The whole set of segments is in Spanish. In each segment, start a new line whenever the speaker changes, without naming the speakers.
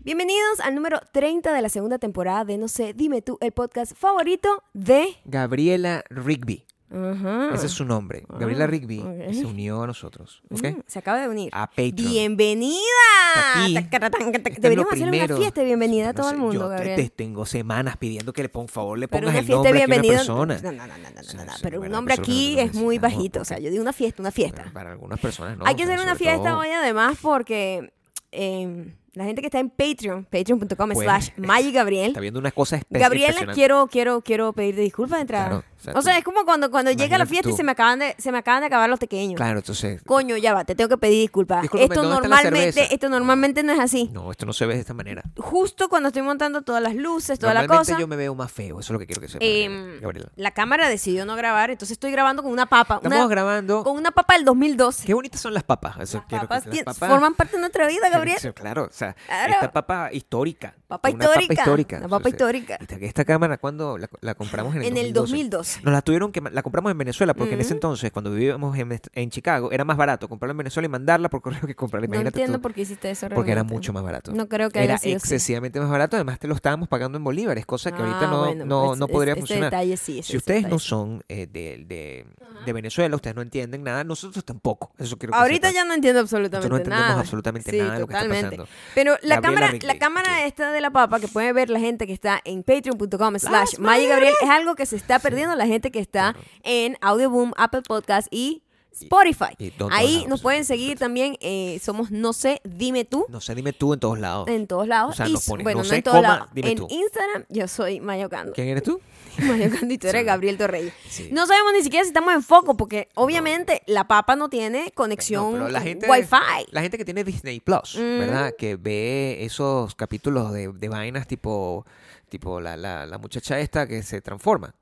Bienvenidos al número 30 de la segunda temporada de No sé, dime tú, el podcast favorito de...
Gabriela Rigby.
Ajá.
Ese es su nombre. Gabriela Rigby
Ah. ok.
se unió a nosotros. ¿Ok?
Mm, Se acaba de unir.
A Patreon.
¡Bienvenida!
Está aquí.
Tacaratán, tac-
Esto es lo
Deberíamos hacer una
primero.
fiesta de bienvenida a
No
todo
sé,
el mundo,
yo te-
Gabriel.
te tengo semanas pidiendo que le, por favor le
Pero
pongas
una
el
fiesta
nombre
de
aquí a una
bienvenida.
persona.
No, no, no, no, no,
Sí,
no, no.
sí,
Pero un
bueno,
nombre
nosotros
aquí
no
es muy
necesitamos,
bajito. O sea, yo digo una fiesta, una fiesta.
Para, para algunas personas, ¿no?
Hay que
O sea,
hacer una
sobre
fiesta
todo-
hoy además porque eh, la gente que está en Patreon, patreon.com
Bueno,
slash Maggie Gabriel.
pues, Está viendo una cosa espe-
Gabriela,
impresionante.
quiero, quiero, quiero pedirte disculpas de entrada.
Claro, o sea,
o sea,
tú-
es como cuando, cuando llega la
imagínate
fiesta y
tú.
se me acaban de, se me acaban de acabar los pequeños.
Claro, entonces.
Coño, ya va, te tengo que pedir disculpas.
Discúlpame,
esto
¿dónde está la
normalmente,
cerveza?
esto normalmente no es así.
No, esto no se ve de esta manera.
Justo cuando estoy montando todas las luces, toda la
Normalmente
cosa.
yo me veo más feo, eso es lo que quiero que sepas.
em,
Gabriela.
la cámara decidió no grabar, entonces estoy grabando con una papa.
Estamos
una-
grabando.
con una papa del 2012.
Qué bonitas son las papas. Eso
Las
quiero que-
papas,
las
tien-
papas-
forman parte de nuestra vida, Gabriel.
Sí, claro, o sea,
Claro.
esta papa histórica.
Papa
una papa
histórica,
histórica.
una papa
o sea,
histórica.
Esta, esta cámara, cuando la, la compramos en el
En el 2012.
Nos la tuvieron que. ma- La compramos en Venezuela, porque en ese
Ujú.
entonces, cuando vivíamos en, est- en Chicago, era más barato comprarla en Venezuela y mandarla por correo que comprarla.
No
Imagínate
entiendo
tú,
por qué hiciste eso
porque era
realmente.
mucho más barato.
No creo que
era
haya sido así.
excesivamente más barato, además te lo estábamos pagando en bolívares, cosa que ahorita
Ah,
no,
bueno,
no,
pues,
no
es-
podría
ese
funcionar.
detalle sí, ese-
si
ese
ustedes no
detalle sí.
son eh, de, de- de Venezuela, ustedes no entienden nada, nosotros tampoco. Eso quiero que
Ahorita
sepan.
ya no entiendo absolutamente
Nosotros no entendemos
nada.
absolutamente
Sí,
nada de lo que está
totalmente.
pasando.
Pero la
Gabriela
cámara, la
Ridley,
cámara
sí.
esta de la papa que puede ver la gente que está en patreon.com slash Maya Gabriel es algo que se está perdiendo la gente que está en Audioboom, Apple Podcast y Spotify.
y todos
Ahí
lados,
nos
sí,
pueden
por
seguir también. eh, somos No sé, dime tú.
No sé, dime tú en todos lados.
En todos lados.
O sea,
y
nos pones,
bueno,
no
no,
sé,
en todos
coma,
lados.
dime
en
tú.
Instagram yo soy Mayocando.
¿Quién eres tú?
Mayocando y tú eres
Sí.
Gabriel Torreyes.
Sí.
No sabemos ni siquiera si estamos en foco, porque obviamente la papa no tiene conexión
Pues No, pero la gente,
Wi-Fi.
La gente que tiene Disney Plus,
Mm.
¿verdad? Que ve esos capítulos de, de vainas tipo, tipo la, la, la muchacha esta que se transforma.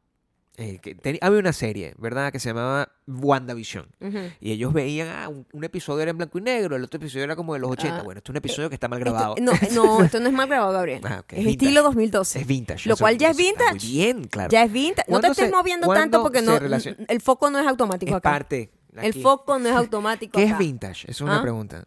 Eh, que ten- había una serie, ¿verdad? Que se llamaba WandaVision.
Ujú.
Y ellos veían, ah, un, un episodio era en blanco y negro, el otro episodio era como de los 80.
Ah.
Bueno, este es un episodio que está mal
Esto-
grabado.
no, no, esto no es mal grabado, Gabriel.
Ah, ok,
Es
vintage.
estilo 2012.
es vintage.
Lo
eso-
cual ya es
eso está muy
vintage.
bien, claro.
Ya es vintage. No te
¿Cuándo
estés
se-
moviendo tanto
cuándo
porque no,
se relaciona-
el foco no es automático
es
acá.
parte.
El
aquí.
foco no es automático
¿Qué
acá.
es vintage? Es una
¿Ah?
pregunta.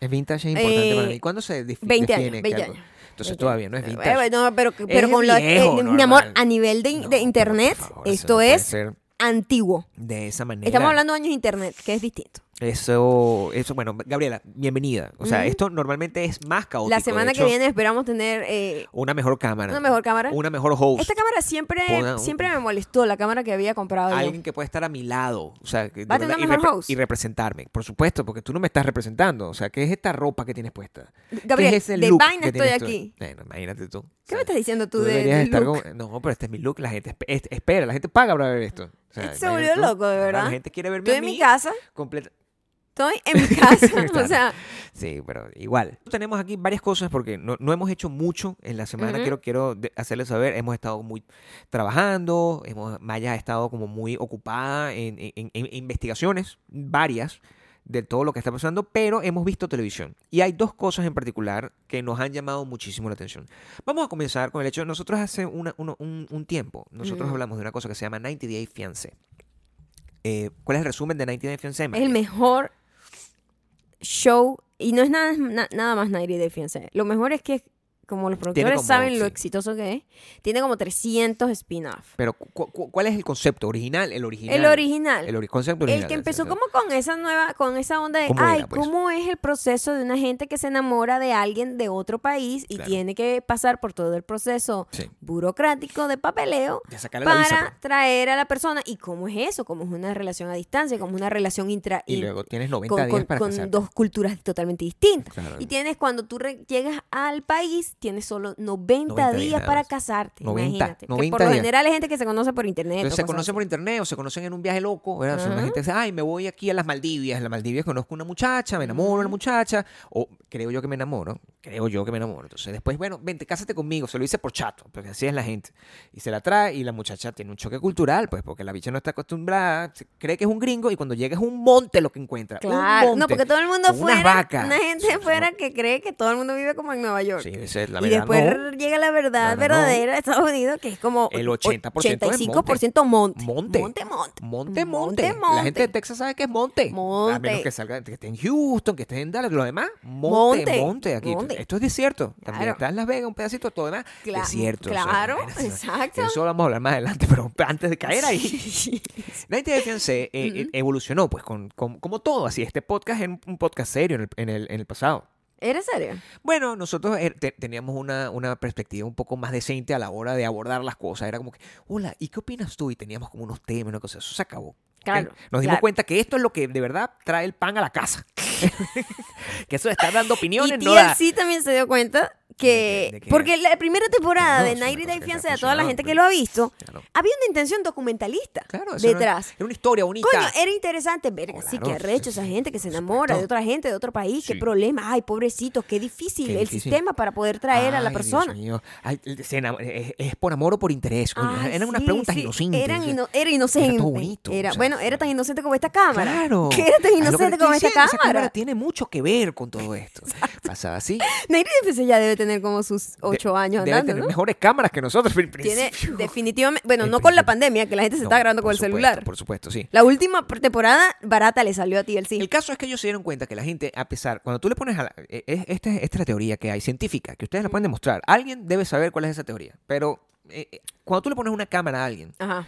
¿Es vintage? Es importante para
Eh,
mí. ¿Cuándo se dif-
20 años,
define que
20
algo-
años.
Entonces todavía no es vintage.
Eh, bueno, pero, pero
Es
con la-
viejo,
eh, mi
normal.
amor, a nivel de, de
No, pero por
internet,
favor, eso no
esto
puede
es
ser
antiguo.
de esa manera.
Estamos hablando de años de internet, que es distinto.
Eso, eso, bueno, Gabriela, bienvenida. O sea,
Ujú.
esto normalmente es más caótico.
La
de
semana
hecho,
que viene esperamos tener eh,
Una mejor cámara.
una mejor cámara.
Una mejor host.
Esta cámara siempre,
Ponga un-
siempre me molestó, la cámara que había comprado. yo.
Alguien que pueda estar a mi lado. O sea, que de
Va a tener
verdad,
una
y,
mejor host.
y representarme. Por supuesto, porque tú no me estás representando. O sea, ¿qué es esta ropa que tienes puesta? ¿Qué
Gabriel,
es ese
de
look
vaina
que
estoy
tienes tú?
aquí.
Bueno, imagínate tú.
¿Qué
O
me
sea,
estás diciendo tú,
Tú
de,
deberías
de
estar
look?
con- No, pero este es mi look. La gente esp- es- espera, la gente paga para ver esto. O sea,
Este se
imagínate
volvió
tú.
loco, de
Ajá,
verdad.
La gente quiere verme
Estoy
a
en mi
mí
casa,
completa-
estoy en mi casa. o sea,
Sí, pero igual. Tenemos aquí varias cosas porque no, no hemos hecho mucho en la semana.
Ujú.
Quiero quiero de- hacerles saber, hemos estado muy trabajando, hemos, Maya ha estado como muy ocupada en, en- en- en investigaciones varias de todo lo que está pasando, pero hemos visto televisión. Y hay dos cosas en particular que nos han llamado muchísimo la atención. Vamos a comenzar con el hecho, nosotros hace una- uno- un, un tiempo, nosotros
Ujú.
hablamos de una cosa que se llama 90 Day Fiancé. Eh, ¿Cuál es el resumen de 90 Day Fiancé?
es el mejor show. Y no es nada, na- nada más Nairi de Fiancé. Lo mejor es que, como los productores
como-
saben lo
sí.
exitoso que es, tiene como 300 spin-off.
Pero cu- cu- ¿cuál es el concepto original? El original.
El original.
El ori- concepto
El
original.
que empezó
exacto.
como con esa nueva, con esa onda de,
¿Cómo
ay,
era, pues?
¿cómo es el proceso de una gente que se enamora de alguien de otro país y
Claro.
tiene que pasar por todo el proceso
Sí.
burocrático de papeleo
Ya sacarle la
para
visa. pues.
traer a la persona? ¿Y cómo es eso? ¿Cómo es una relación a distancia? ¿Cómo es una relación intra...
Y
in-
luego tienes 90
con,
días
con-
para
con
casarte.
dos culturas totalmente distintas.
Claro.
Y tienes cuando tú re- llegas al país, tienes solo 90,
90 días
días
nada
para
más.
casarte.
90,
imagínate. que
90
por lo
días.
general es gente que se conoce por internet.
Entonces
o
se
cosas
conocen por internet o se conocen en un viaje loco, ¿verdad? O sea, una
Ajá.
gente dice, ay, me voy aquí a las Maldivias. En las Maldivias conozco una muchacha, me enamoro de la muchacha, o creo yo que me enamoro, creo yo que me enamoro. Entonces después, bueno, vente, cásate conmigo, se lo hice por chato, porque así es la gente. Y se la trae y la muchacha tiene un choque cultural, pues porque la bicha no está acostumbrada, se cree que es un gringo y cuando llega es un monte lo que encuentra. un
Claro, no,
monte
porque todo el mundo
con unas
fuera,
vacas.
una gente
Sí, sí,
fuera que cree que todo el mundo vive como en Nueva York.
Sí, ese que la
y
verdad
después
no.
llega la verdad
No, no, no.
verdadera de Estados Unidos, que es como
El
o-
80% es
85% monte.
Monte.
Monte, monte.
Monte, monte.
Monte,
La
monte.
gente de Texas sabe que es monte. A menos
Monte.
que salga, que esté en Houston, que esté en Dallas, lo demás, monte, monte,
Monte,
aquí.
monte.
Esto es desierto. También
Claro.
está en Las Vegas, un pedacito, todo demás,
Cla-
desierto. o sea,
Claro,
imagínate, o sea,
exacto.
Eso lo vamos a hablar más adelante, pero antes de caer ahí. La Fiancé eh, eh, evolucionó, pues, con, con- como todo. Así, este podcast es un, un podcast serio en el, en el- en el pasado.
¿Era serio?
Bueno, nosotros eh, te- teníamos una, una perspectiva un poco más decente a la hora de abordar las cosas. Era como que, hola, ¿y qué opinas tú? Y teníamos como unos temas, una cosa. Eso se acabó. ¿ok?
Claro,
Nos dimos
claro.
cuenta que esto es lo que de verdad trae el pan a la casa. que eso de estar dando
Y
opiniones no da.
TLC también se dio cuenta que...
¿De qué- de qué?
Porque la primera temporada
No,
de
es una
90 Day
cosa que
Fiancé,
está
a toda la gente que lo
funcionando,
ha visto,
Claro,
había una intención documentalista
claro, eso era-
detrás.
Era una historia bonita.
Coño, era interesante ver
Claro,
sí que
sí,
arrecho esa
sí,
gente que se
por
enamora de
supuesto.
otra gente, de otro país,
Sí.
qué problema, ay, pobrecitos, qué difícil
Qué
el
difícil.
sistema para poder traer a la
Ay, Dios
persona.
mío. Ay, se enam- es, es por amor o por interés. coño.
Ay,
eran unas
sí,
preguntas
sí,
inocentes.
eran
o sea,
ino- era inocente.
todo bonito,
Era-
o sea,
bueno, era tan inocente como esta cámara.
Claro.
Que era tan
Es lo que te
inocente
estoy
como esta
diciendo, esa
cámara.
tiene mucho que ver con todo esto. Pasaba así.
Nairi Difese ya debe tener como sus ocho
De-
años
Debe
andando,
tener
¿no?
mejores cámaras que nosotros. en
Tiene
principio.
definitivamente, bueno,
En
no con la
principio.
pandemia, que la gente se
No,
está grabando
por
con el
supuesto,
celular.
Por supuesto, sí.
La última temporada barata le salió a ti el
El caso es que ellos se dieron cuenta que la gente, a pesar, cuando tú le pones a la, eh, eh, esta, esta es la teoría que hay, científica, que ustedes la pueden demostrar. Alguien debe saber cuál es esa teoría. Pero eh, eh, cuando tú le pones una cámara a alguien,
Ajá.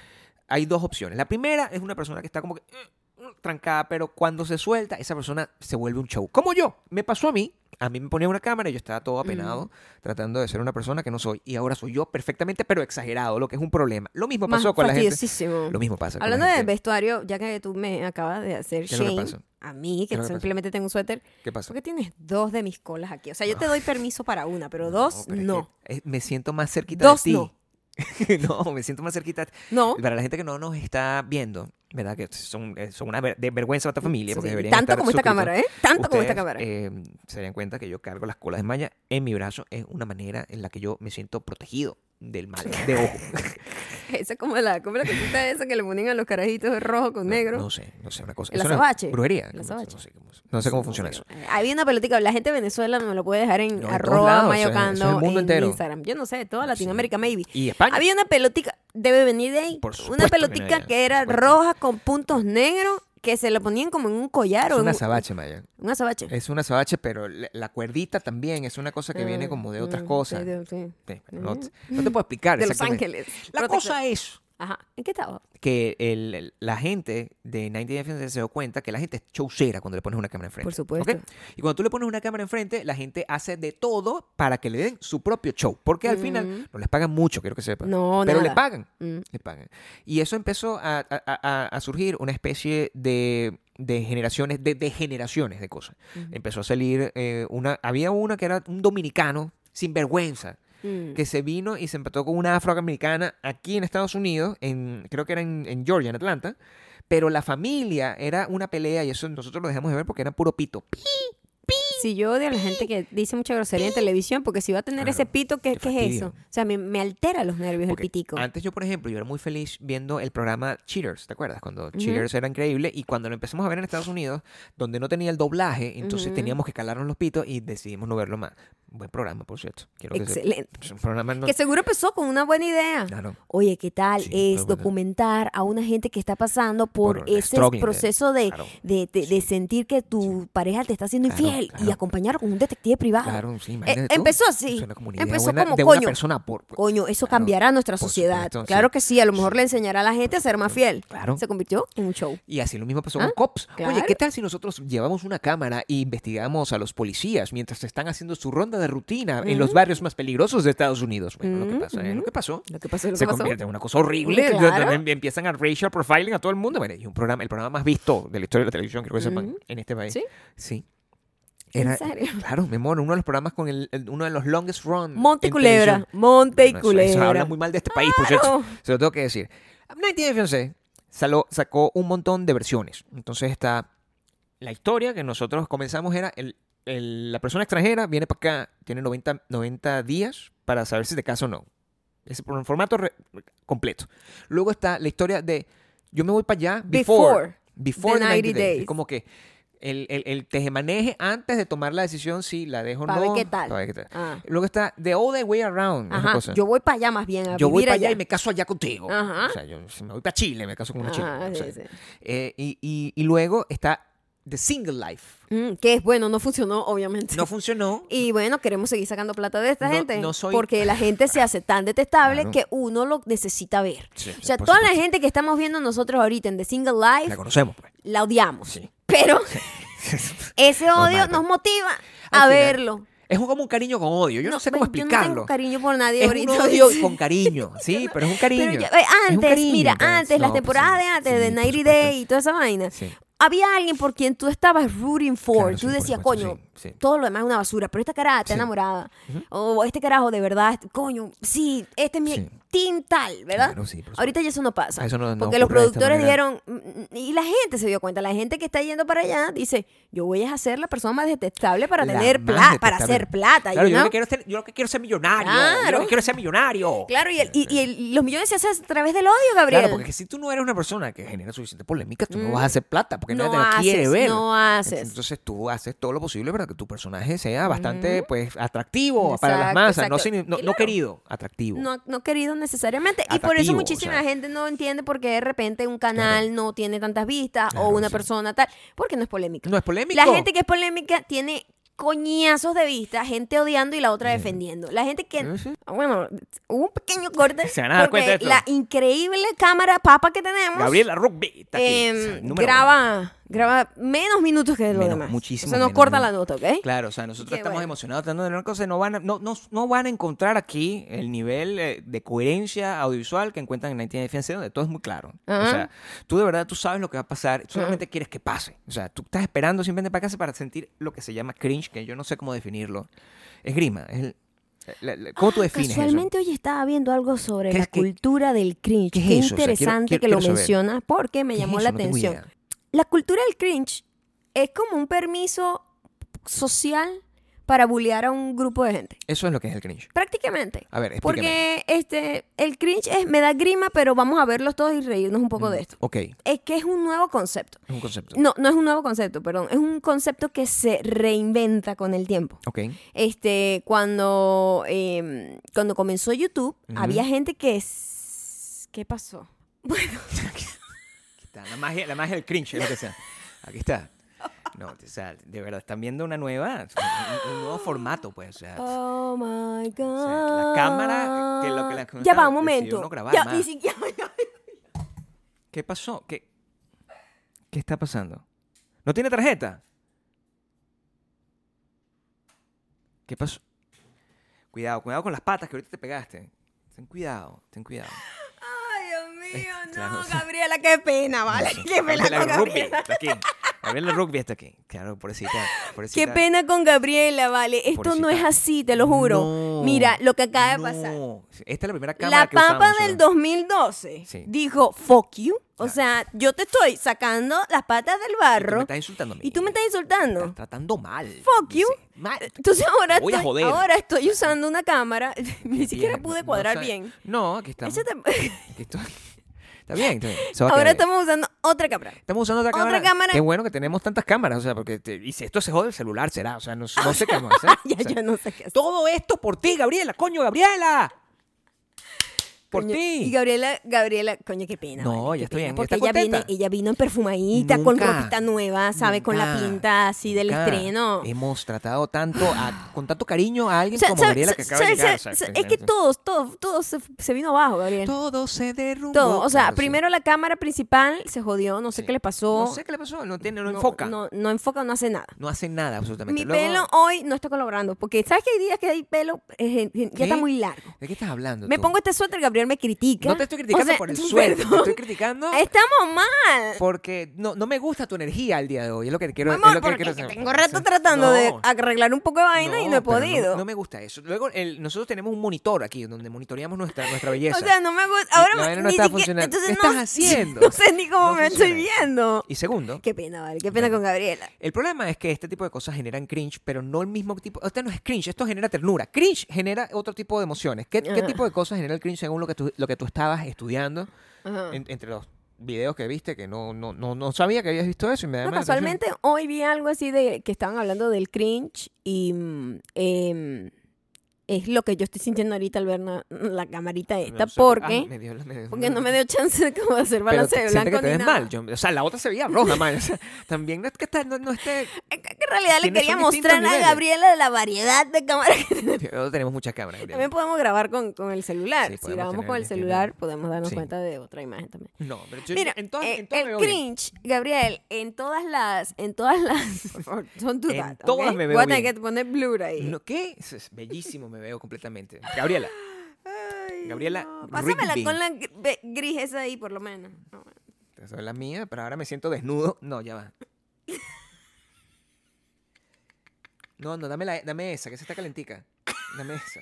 hay dos opciones. La primera es una persona que está como que eh, mm, trancada, pero cuando se suelta, esa persona se vuelve un show. Como yo, me pasó a mí. A mí me ponía una cámara y yo estaba todo apenado, tratando de ser una persona que no soy. Y ahora soy yo perfectamente, pero exagerado, lo que es un problema. Lo mismo
Más
pasó con la gente.
fastidiosísimo.
Lo mismo pasa. con la
Hablando de
gente.
vestuario, ya que tú me acabas de hacer
¿Qué es lo que
shame
pasa?
a mí,
¿Qué es
que
lo que pasa?
simplemente tengo un suéter,
¿Qué pasó?
porque tienes dos de mis colas aquí. O sea, yo te doy permiso para una, pero dos
pero es
no.
que, eh, me siento más cerquita
Dos,
de ti.
no.
no, me siento más cerquita.
No.
Para la gente que no nos está viendo, ¿verdad? Que son, eh, son una ver- de vergüenza para esta familia.
Sí,
Porque deberían
Tanto
estar
como esta
suscritos.
cámara, ¿eh? Tanto como esta
Ustedes,
cámara.
eh, se dan cuenta que yo cargo las colas de malla en mi brazo. Es una manera en la que yo me siento protegido del mal de ojo.
Esa es como la, como la cosita esa que le ponen a los carajitos de rojo con
No-
negro.
No, sé, no sé, una cosa.
El
Eso no es
azabache.
Brujería.
El
No sé-
azabache.
No sé cómo, no sé cómo funciona eso.
Eh, Había una pelotica, la gente de Venezuela me lo puede dejar en
No, en todos
arroba
lados, eso es-
mayocando
eso es el mundo
en
entero.
Instagram. Yo no sé, toda
Sí.
Latinoamérica, maybe.
Y España.
Había una pelotica, debe venir de ahí.
Por supuesto
Una
que
pelotica
no, ya,
que, era
por supuesto.
roja con puntos negros que se lo ponían como en un collar
es
o en
un
un-
azabache, Maya.
un azabache.
Es un azabache, pero le- la cuerdita también es una cosa que viene
Ah,
como de
ah,
otras
sí,
cosas.
de- sí.
Sí, No, te, no te puedo explicar.
De Los
exactamente.
Ángeles.
La
Protector.
cosa es
Ajá. ¿En qué estaba?
que el- el- la gente de 90 Day Fiancé se dio cuenta que la gente es chaucera cuando le pones una cámara enfrente.
Por
¿ok?
supuesto.
Y cuando tú le pones una cámara enfrente, la gente hace de todo para que le den su propio show. Porque al final no les pagan mucho, quiero que sepan.
Mm. No,
Pues, Pero le
nada.
pagan.
Mm.
Le pagan. Y eso empezó a, a- a- a surgir una especie de, de generaciones, de, de generaciones de cosas. Empezó a salir eh, una. Había una que era un dominicano sin vergüenza
Mm.
que se vino y se empató con una afroamericana aquí en Estados Unidos, en, creo que era en, en Georgia, en Atlanta, pero la familia era una pelea y eso nosotros lo dejamos de ver porque era puro pito. Pi,
Si yo odio a la gente que dice mucha grosería en televisión, porque si va a tener
Claro,
ese pito, ¿qué,
qué
qué es eso?
fastidio.
O sea, me, me altera los nervios
porque
el pitico.
Antes yo, por ejemplo, yo era muy feliz viendo el programa Cheaters, ¿te acuerdas? Cuando
Ujú.
Cheaters era increíble y cuando lo empezamos a ver en Estados Unidos, donde no tenía el doblaje, entonces
Ujú.
teníamos que calarnos los pitos y decidimos no verlo más. Buen programa, por cierto. Quiero que se-
Excelente.
es un programa no-
Que seguro empezó con una buena idea.
Claro.
Oye, ¿qué tal es
Sí, pero bueno.
documentar a una gente que está pasando por,
Por el
ese
struggling de-
proceso de,
claro,
de, de- de sentir que tu pareja te está haciendo
Claro,
infiel
claro.
y acompañarlo con un detective privado?
Claro, sí, imagínate tú.
empezó así.
Suena como una idea
E Empezó
buena
como,
de una
coño,
persona por- pues,
Coño, eso
Claro,
cambiará nuestra
por
sociedad.
supuesto, sí.
claro que sí, a lo mejor le enseñará a la gente a ser más fiel.
Claro.
Se convirtió en un show.
Y así lo mismo pasó
Ah,
con Cops. Oye,
claro.
¿qué tal si nosotros llevamos una cámara e investigamos a los policías mientras están haciendo su ronda de rutina en los barrios más peligrosos de Estados Unidos? Bueno, lo que pasa es lo que pasó.
Mm. Lo que pasó, lo
Se
que pasó.
convierte en una cosa horrible.
Claro.
donde em- Empiezan a racial profiling a todo el mundo. Bueno, y un programa, el programa más visto de la historia de la televisión, creo que sepan, en este país.
¿Sí?
Sí.
¿En serio?
Claro, mi amor, uno de los programas con el, el- uno de los longest run.
Monte y
en
Culebra,
televisión.
Monte y
Bueno, eso-
Culebra.
Eso, habla muy mal de este país, por
Claro.
cierto. Se lo tengo que decir. 19 Fiancé salo- sacó un montón de versiones. Entonces está la historia que nosotros comenzamos era el, el- la persona extranjera viene para acá, tiene 90, 90 días para saber si te casa o no. Es por un formato re- completo. Luego está la historia de yo me voy para allá before,
Before
before
the
90
90
days.
days.
Es como que El, el, el tejemaneje antes de tomar la decisión si la dejo o no.
Para ver qué tal.
Para ver qué tal.
Ah.
Luego está The Other Way Around. es una
Ajá,
cosa.
Yo voy para allá más bien. A
Yo voy
vivir
para allá y me caso allá contigo.
Ajá.
O sea, yo me voy para Chile, me caso con una chilena.
Ajá,
o sea.
sí, sí.
Eh, y, y- y luego está The Single Life.
Mm, que es bueno, no funcionó, obviamente.
No funcionó.
Y bueno, queremos seguir sacando plata de esta
No-
gente.
no soy-
Porque la gente se hace tan detestable
Claro.
que uno lo necesita ver.
Sí,
o sea,
por
toda la
supuesto.
gente que estamos viendo nosotros ahorita en The Single Life,
La
la,
conocemos, pues.
odiamos.
Sí.
Pero ese odio
Normal,
nos motiva
Al
a
final,
verlo.
Es como un cariño con odio. Yo no, sé cómo
pues,
explicarlo.
Yo no tengo cariño por nadie
es un
ahorita.
odio con cariño, sí, pero es un cariño.
Pero ya- eh,
Es un
antes,
cariño,
mira,
pues.
antes, las
No, pues,
temporadas
sí.
de antes,
Sí,
de
por
Nighty
supuesto.
Day y toda esa vaina.
Sí.
Había alguien por quien tú estabas rooting for.
Claro, sí,
tú
por
decías,
supuesto,
coño,
sí, sí.
todo lo demás es una basura, pero esta cara está
Sí.
enamorada. O este carajo de verdad, este- coño, sí, este es mi
Sí.
team tal, ¿verdad?
Claro, sí, por supuesto.
Ahorita ya eso no pasa.
Eso no- no
porque los
ocurre de esta
productores
manera.
dijeron, mm, mm, y la gente se dio cuenta, la gente que está yendo para allá dice, yo voy a ser la persona más detestable para
La
tener
más
plata, para
detestable.
hacer plata.
Claro,
you
yo, lo
know?
que quiero es ser, yo lo que quiero es ser millonario. Yo lo
Claro.
que quiero es ser millonario.
Claro, y, el- y- y el- los millones se hacen a través del odio, Gabriel. Mm.
Claro, porque si tú no eres una persona que genera suficiente polémica, tú no vas a hacer plata, porque
No
nadie te la quiere
haces,
ver.
no haces.
Entonces tú haces todo lo posible para que tu personaje sea bastante pues atractivo para las
Exacto,
masas, no,
exacto.
sin- no, no
Claro.
querido, atractivo.
no, no querido necesariamente. y por eso
Atractivo,
muchísima
o sea.
gente no entiende por qué de repente un canal no tiene tantas vistas
Claro,
o una
sí.
persona tal. Porque no es polémica.
No es polémico.
La gente que es polémica tiene coñazos de vista, gente odiando y la otra defendiendo. La gente que...
Sí, sí.
Bueno, hubo un pequeño corte.
Mm. Se van a dar
porque
cuenta de esto.
la increíble cámara papa que tenemos
Gabriela Rugby está aquí,
Ah. em,
o sea, número uno.
graba, graba menos minutos que lo
Menos,
demás.
muchísimo
Eso nos
menos
corta la
minutos.
nota, ¿ok?
Claro, o sea, nosotros
Qué
estamos
bueno.
emocionados tratando de una cosa, no van, a, no, no, no van a encontrar aquí el nivel eh, de coherencia audiovisual que encuentran en 19 donde todo es muy claro.
Ajá.
O sea, tú de verdad, tú sabes lo que va a pasar, solamente quieres que pase. O sea, tú estás esperando simplemente para que pase para sentir lo que se llama cringe, que yo no sé cómo definirlo. Es grima. Es el- la- la- ¿Cómo tú
Ah,
defines eso?
Casualmente hoy estaba viendo algo sobre
¿Qué
la
es- qué-
cultura del cringe.
qué
Qué,
es eso? O sea, quiero-
interesante
quiero-
que lo
quiero saber.
mencionas porque me
¿Qué es
llamó
eso?
la
No tengo
atención.
idea.
La cultura del cringe es como un permiso social para bullear a un grupo de gente.
Eso es lo que es el cringe.
Prácticamente.
A ver, explícame.
Porque este, el cringe es, me da grima, pero vamos a verlos todos y reírnos un poco de esto.
Ok, es
Es que es un nuevo concepto.
un concepto.
No, no es un nuevo concepto, perdón. Es un concepto que se reinventa con el tiempo.
Ok.
Este, cuando, eh, cuando comenzó YouTube,
Ujú.
había gente que... s- ¿Qué pasó? Bueno,
Aquí está, la magia, la magia del cringe, es lo que sea. Aquí está. No, o sea, de verdad, están viendo una nueva, un, un nuevo formato, pues. O sea,
oh my God.
la cámara, que lo que la- pues,
Ya va, un
decidió
momento.
no grabar
ya,
más.
ni siquiera...
¿Qué pasó? ¿Qué, ¿Qué está pasando? ¿No tiene tarjeta? ¿Qué pasó? Cuidado, cuidado con las patas que ahorita te pegaste. Ten cuidado, ten cuidado.
Ay, Dios mío, no,
Claro.
Gabriela, qué pena, ¿vale? Qué pena
Gabriela
con
Rugby
Gabriela.
está aquí. Gabriela Rugby está aquí. Claro, pobrecita.
Qué
pobrecita.
pena con Gabriela, ¿vale? Esto no es
Pobrecita.
así, te lo juro.
No,
Mira, lo que acaba de pasar.
no. Esta es la primera cámara
La
que usamos ¿eh?
papa del
nosotros.
2012
Sí.
dijo, fuck you. O
Claro.
sea, yo te estoy sacando las patas del
Y tú me
barro
estás insultando a mí.
y tú me estás
Me
insultando.
estás tratando mal.
Fuck you. Eh,
Dice, Mal.
Entonces ahora
Te voy a
estoy,
joder.
ahora estoy usando una cámara. Ni
Bien,
siquiera
no-
pude
no
cuadrar
sabe-
bien.
No, aquí estamos.
Échate-
Aquí estoy. Está bien, está bien. Se va a
ahora
quedar bien.
estamos usando otra cámara.
Estamos usando otra
otra
cámara.
cámara.
Qué bueno que tenemos tantas cámaras. O sea, porque te- y si esto se jode el celular, será. O sea, no, no sé qué vamos a hacer.
ya,
O sea,
yo no sé qué hacer.
Todo esto por ti, Gabriela. Coño, Gabriela. Por
Coño, Y
ti.
Gabriela, Gabriela, coño, qué pena.
No,
vale,
ya
qué
está
pena,
bien,
Porque
está
ella, viene,
contenta.
ella vino perfumadita, con
Nunca,
ropita nueva, ¿sabe? Con la
nunca,
pinta así del
nunca
estreno.
Hemos tratado tanto, a- con tanto cariño a alguien
O sea,
como
¿sabe-
Gabriela que
sa-
acaba de
sa-
llegar. o
sa-
sea,
sa- es que todos, todos, todos se, se vino abajo, Gabriel. Todo.
Todo se derrumbó.
O sea,
Claro, sí.
primero la cámara principal se jodió, no sé
Sí.
qué le pasó.
No sé qué le pasó, no, tiene, no, enfoca. No,
No, no enfoca, no hace nada.
hace nada absolutamente.
Mi
Luego-
pelo hoy no está colaborando, porque sabes que hay días que hay pelo, eh, eh, ya está
¿Qué?
muy largo.
¿De qué estás hablando?
Me
tú?
pongo este suéter, Gabriel me critica.
No te estoy criticando
O sea,
por el
perdón.
sueldo, te estoy criticando
Estamos mal.
porque no, no me gusta tu energía al día de hoy. Es lo que te quiero es
Amor,
lo que
porque
quiero
que
hacer.
tengo rato tratando
No,
de arreglar un poco de vaina y no he
pero
podido.
No, me gusta eso. Luego, el- nosotros tenemos un monitor aquí donde monitoreamos nuestra, nuestra belleza.
o sea, no me gusta.
Y
Ahora
la vaina no
ni
está
siquiera-
funcionando.
Entonces,
¿Qué
no,
estás haciendo?
No sé ni cómo
No
me estoy
funciona.
viendo.
y segundo,
Qué pena, vale. Qué pena con Gabriela.
el problema es que este tipo de cosas generan cringe, pero no el mismo tipo. Este no es cringe, esto genera ternura. Cringe genera otro tipo de emociones. ¿Qué, qué
Ajá.
tipo de cosas genera el cringe según lo que tú, lo que tú estabas estudiando
Ajá.
en- entre los videos que viste que no, no, no, no sabía que habías visto eso y me da
No,
más la atención.
casualmente hoy vi algo así de que estaban hablando del cringe y mm, em, es lo que yo estoy sintiendo ahorita al ver na- la camarita esta
No sé,
porque
ah, me dio- me dio-
porque no me dio chance de como hacer
Pero
balance de
siente
blanco
que te
ni
ves
nada.
mal. Yo- o sea, la otra se veía roja, man. O sea, también no es que está- no, no esté.
Es que en realidad le
Tienes
quería
un distinto
mostrar a
nivel.
Gabriela la variedad de cámaras que tenemos.
Yo- tenemos muchas cámaras. Gabriel.
También podemos grabar con, con el celular.
Sí,
si
podemos
grabamos
tener
con el
este-
celular, podemos darnos
Sí.
cuenta de otra imagen también.
No, pero yo,
Mira,
en todas,
eh,
en todas me
el
veo bien.
cringe, Gabriel, en todas las, en todas las, por favor, don't do
En
that,
todas
¿ok?
me veo
Voy a tener
bien.
que poner blur ahí.
No, ¿Qué? Es- es bellísimo, me veo completamente. Gabriela,
Ay,
Gabriela
Pásamela
Rigby.
con la gr- ve- gris esa ahí, por lo menos. No, bueno.
esa es la mía, pero ahora me siento desnudo. No, ya va. No, no, dame, la, dame esa, que esa está calentica. Dame esa.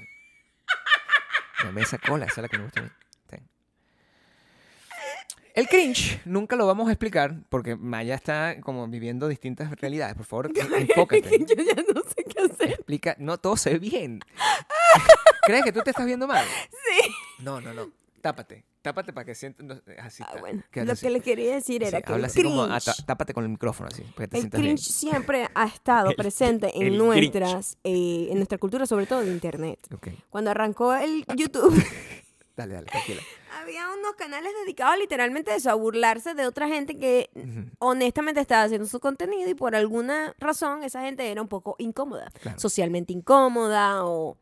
Dame esa cola, esa es la que me gusta a mí. Ten. El cringe nunca lo vamos a explicar porque Maya está como viviendo distintas realidades. Por favor, E-, enfócate.
Yo ya no sé qué hacer.
explica, no todo se ve bien. ¿Crees que tú te estás viendo mal?
Sí.
No, no, no. Tápate. Tápate para que sientas. no, así
Ah,
está.
bueno,
Quédate
lo
así.
que le quería decir
Sí,
era que el
habla así como, ah,
cringe-
tá- tápate con el micrófono así, para que te
El
sientas
cringe siempre ha estado presente en
el
nuestras, eh, en nuestra cultura, sobre todo de internet.
bien. Ok,
Cuando arrancó el YouTube,
dale, dale, tranquila.
había unos canales dedicados literalmente a eso, a burlarse de otra gente que
Ujú.
honestamente estaba haciendo su contenido y por alguna razón esa gente era un poco incómoda,
Claro.
socialmente incómoda o,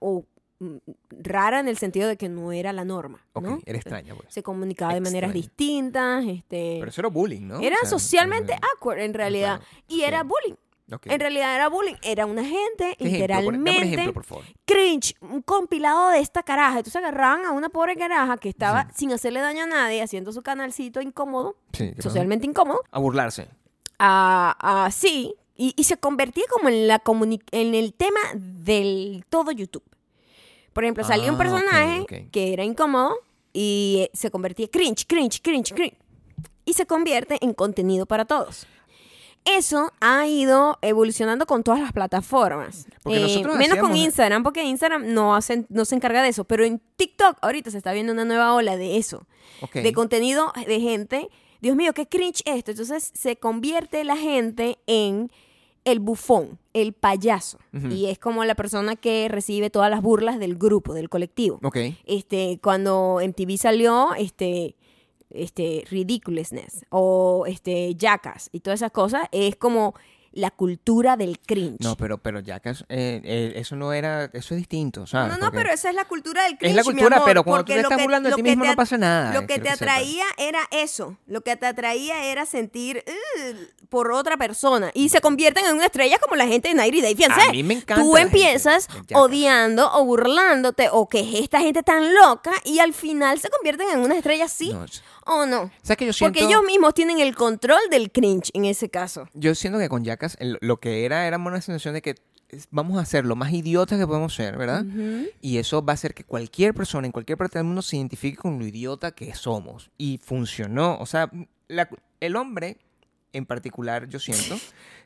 o, mm, rara en el sentido de que no era la norma.
Ok,
¿no?
era extraña, pues.
Se comunicaba de maneras
Extraña.
distintas, este,
Pero eso era bullying, ¿no?
era
O sea,
socialmente
eh,
awkward en realidad
claro,
y era
sí.
bullying.
ok.
En realidad era bullying, era una gente
¿Qué ejemplo? Pon- Dame un
literalmente
ejemplo, por favor.
cringe, un compilado de esta caraja. Entonces agarraban a una pobre caraja que estaba sin hacerle daño a nadie, haciendo su canalcito incómodo,
Sí, ¿qué pasó?
socialmente incómodo,
A burlarse.
a, a- sí, y, y se convertía como en, la comuni- en el tema del todo YouTube. Por ejemplo, salía un
Ah,
personaje
ok, ok.
que era incómodo y eh, se convertía cringe, cringe, cringe, cringe. Y se convierte en contenido para todos. Eso ha ido evolucionando con todas las plataformas.
Porque
Eh,
nosotros
menos con
hacíamos-
Instagram, porque Instagram no, hace- no se encarga de eso. Pero en TikTok ahorita se está viendo una nueva ola de eso
Ok.
de contenido de gente. Dios mío, qué cringe esto. Entonces se convierte la gente en el bufón, el payaso.
Ujú.
Y es como la persona que recibe todas las burlas del grupo, del colectivo.
Ok.
Este, cuando MTV salió, este, este, Ridiculousness o este, Jackass y todas esas cosas, es como la cultura del cringe.
No, pero, pero ya que es- eh, eh, eso no era, eso es distinto, ¿sabes?
No, no,
Porque-
pero esa es la cultura del cringe.
Ah, la
mi
cultura,
amor,
pero cuando tú
porque
te
lo
estás
que-
burlando de
lo
ti
que
mismo
te
no
at-
pasa nada,
Lo que
quiero
te
que sepas.
atraía era eso. Lo que te atraía era sentir "Ugh", por otra persona. Y se convierten en una estrella como la gente de Nairi Day. Fíjense,
A mí me encanta
tú
la gente
empiezas
del Jackass.
odiando o burlándote o que es esta gente tan loca y al final se convierten en unas estrellas así
No, es-
o no.
¿Sabes que yo siento?
Porque ellos mismos tienen el control del cringe en ese caso.
Yo siento que con Jackass el- lo que era era una sensación de que es- vamos a ser lo más idiotas que podemos ser, ¿verdad? Y eso va a hacer que cualquier persona en cualquier parte del mundo se identifique con lo idiota que somos. Y funcionó. O sea, la- el hombre en particular, yo siento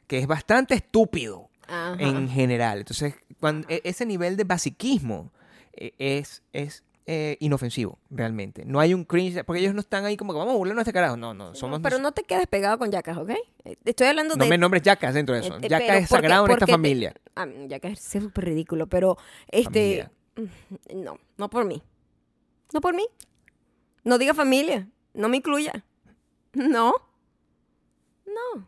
que es bastante estúpido
Ajá.
en general. Entonces, cuan- e- ese nivel de basiquismo eh, es, es eh, inofensivo, realmente. No hay un cringe, porque ellos no están ahí como que vamos a burlarnos de este carajo. No, no, somos
Pero no te quedes pegado con Jackass, ¿ok? Eh, Estoy hablando
no
de
me nombres Jackass dentro de eso.
Eh, eh,
Jackass
pero
es
porque-
sagrado en esta
porque te-
familia.
Ah, ya que es súper ridículo, pero este. No, no por mí. No por mí. No diga familia. No me incluya. No. No.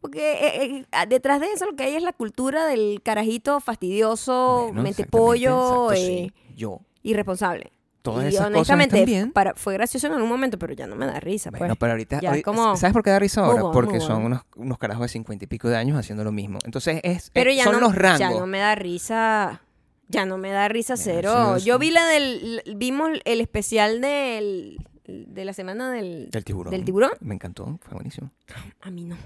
Porque eh, eh, ah, detrás de eso lo que hay es la cultura del carajito fastidioso,
Bueno,
mentepollo,
exactamente,
eh,
exacto, sí. Yo.
irresponsable.
Todas
y
esas cosas
honestamente,
están bien.
para- fue gracioso en algún momento, pero ya no me da risa.
Bueno,
pues.
pero ahorita,
ya,
ahorita-
como-
¿sabes por qué da risa
move
ahora?
on,
Porque
move
son
on.
unos, unos carajos de cincuenta y pico de años haciendo lo mismo. Entonces, es,
Pero
es-
ya
Eh, son
no,
los rangos.
Ya no me da risa. Ya no me da risa
Bueno,
cero.
eso no es-
Yo vi la del. Vimos el especial del, de la semana del.
Del tiburón.
Del tiburón.
Me encantó, fue buenísimo.
A mí no.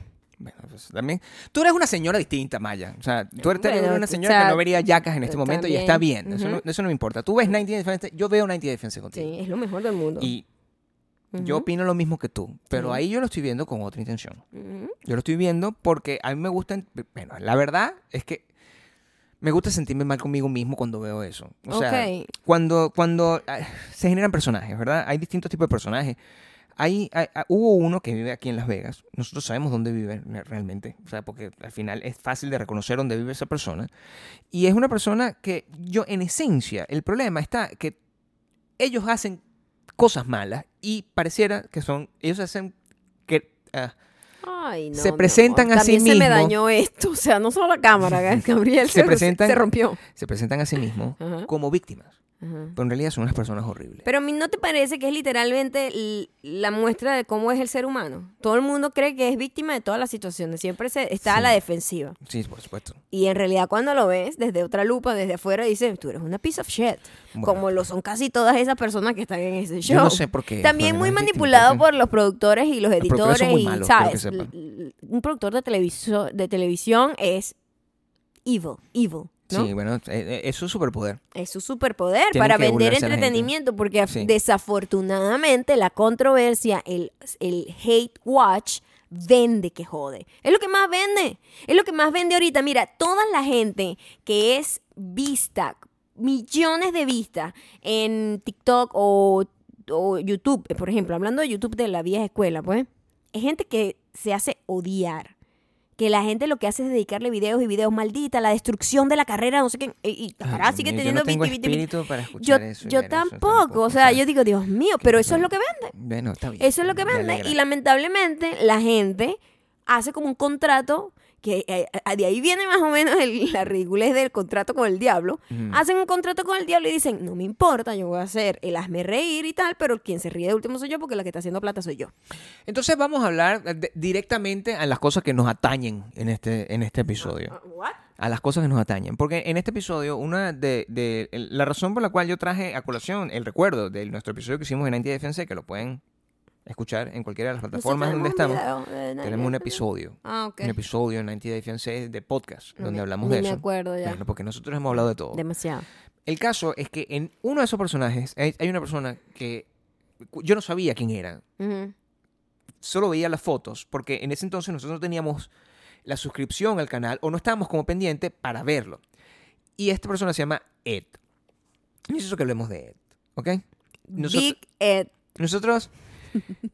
Bueno, pues, también. Tú eres una señora distinta, Maya. O sea, tú eres
Bueno,
una
o
señora
sea,
que no vería yacas en este
está
momento
bien.
y está bien. Eso,
Ujú.
no, eso no me importa. Tú ves 90 Defense, yo veo 90 Defense contigo.
Sí, es lo mejor del mundo.
Y yo
Ujú.
opino lo mismo que tú, pero
Sí.
ahí yo lo estoy viendo con otra intención.
Ujú.
Yo lo estoy viendo porque a mí me gusta, bueno, la verdad es que me gusta sentirme mal conmigo mismo cuando veo eso. O sea,
Ok.
cuando, cuando ah, se generan personajes, ¿verdad? Hay distintos tipos de personajes. Hay, hay- ah, hubo uno que vive aquí en Las Vegas. Nosotros sabemos dónde vive re- realmente, o sea, porque al final es fácil de reconocer dónde vive esa persona. Y es una persona que yo, en esencia, el problema está que ellos hacen cosas malas y pareciera que son, ellos hacen que... ah,
Ay, no.
Se
mi
presentan
amor.
a sí
También se me
mismos.
dañó esto. O sea, no solo la cámara, Ga- Gabriel.
Se presentan-
Se rompió.
se presentan a sí mismos
Ajá.
como víctimas,
Ajá.
pero en realidad son unas personas horribles.
Pero a mí no te parece que es literalmente l- la muestra de cómo es el ser humano. Todo el mundo cree que es víctima de todas las situaciones. Siempre se está a la
Sí.
defensiva.
Sí, por supuesto.
Y en realidad cuando lo ves desde otra lupa, desde afuera, dices, tú eres una piece of shit.
Bueno.
como lo son casi todas esas personas que están en ese show.
Yo no sé eh, por qué.
También
Bueno,
muy
no es víctima,
manipulado
creo
por los productores y los
productores
editores
son muy
y
malos, quiero que
sabes,
sepan.
L- l- un productor de televisión de televisión es evil, evil,
que-
¿no?
Sí, bueno, eh, eh, eso es superpoder.
Es su superpoder
Tienen
para
que
vender
burlarse a la gente.
entretenimiento porque af-
Sí.
desafortunadamente la controversia, el, el hate watch vende que jode. Es lo que más vende. Es lo que más vende ahorita. Mira, toda la gente que es vista, millones de vistas en TikTok o, o YouTube, eh, por ejemplo, hablando de YouTube de la vieja escuela, pues, es gente que se hace odiar. Que la gente lo que hace es dedicarle videos y videos, maldita, la destrucción de la carrera, no sé qué. Y, y
Ay,
Tará
Dios
sigue
mío,
teniendo
Ah, yo no tengo
20, 20, 20.
espíritu para
Yo,
escuchar eso,
yo
ver eso
tampoco, o sea, yo digo, Dios mío, pero eso es lo que vende.
Bueno, está bien.
Eso es lo que
me
vende.
alegra.
Y lamentablemente la gente hace como un contrato, que eh, eh, de ahí viene más o menos el- la ridiculez del contrato con el diablo.
Ujú.
Hacen un contrato con el diablo y dicen, no me importa, yo voy a hacer el hazme reír y tal, pero quien se ríe de último soy yo porque la que está haciendo plata soy yo.
Entonces vamos a hablar de- directamente a las cosas que nos atañen en este, en
Ah,
este episodio. A las cosas que nos atañen. Porque en este episodio, una de, de- el- la razón por la cual yo traje a colación el recuerdo de nuestro episodio que hicimos en Anti-Defense, que lo pueden escuchar en cualquiera de las plataformas donde estamos,
eh,
tenemos un episodio.
Ah, ok.
Un episodio en Anti-Defense de podcast,
No
donde
me-
hablamos
ni
de
me
eso.
acuerdo ya.
Bueno, porque nosotros hemos hablado de todo.
Demasiado.
El caso es que en uno de esos personajes hay, hay una persona que cu- yo no sabía quién era.
Ujú.
Solo veía las fotos porque en ese entonces nosotros no teníamos la suscripción al canal o no estábamos como pendiente para verlo. Y esta persona se llama Ed. Y es eso que hablemos de Ed, ¿ok? Nosotros-
Big Ed.
nosotros,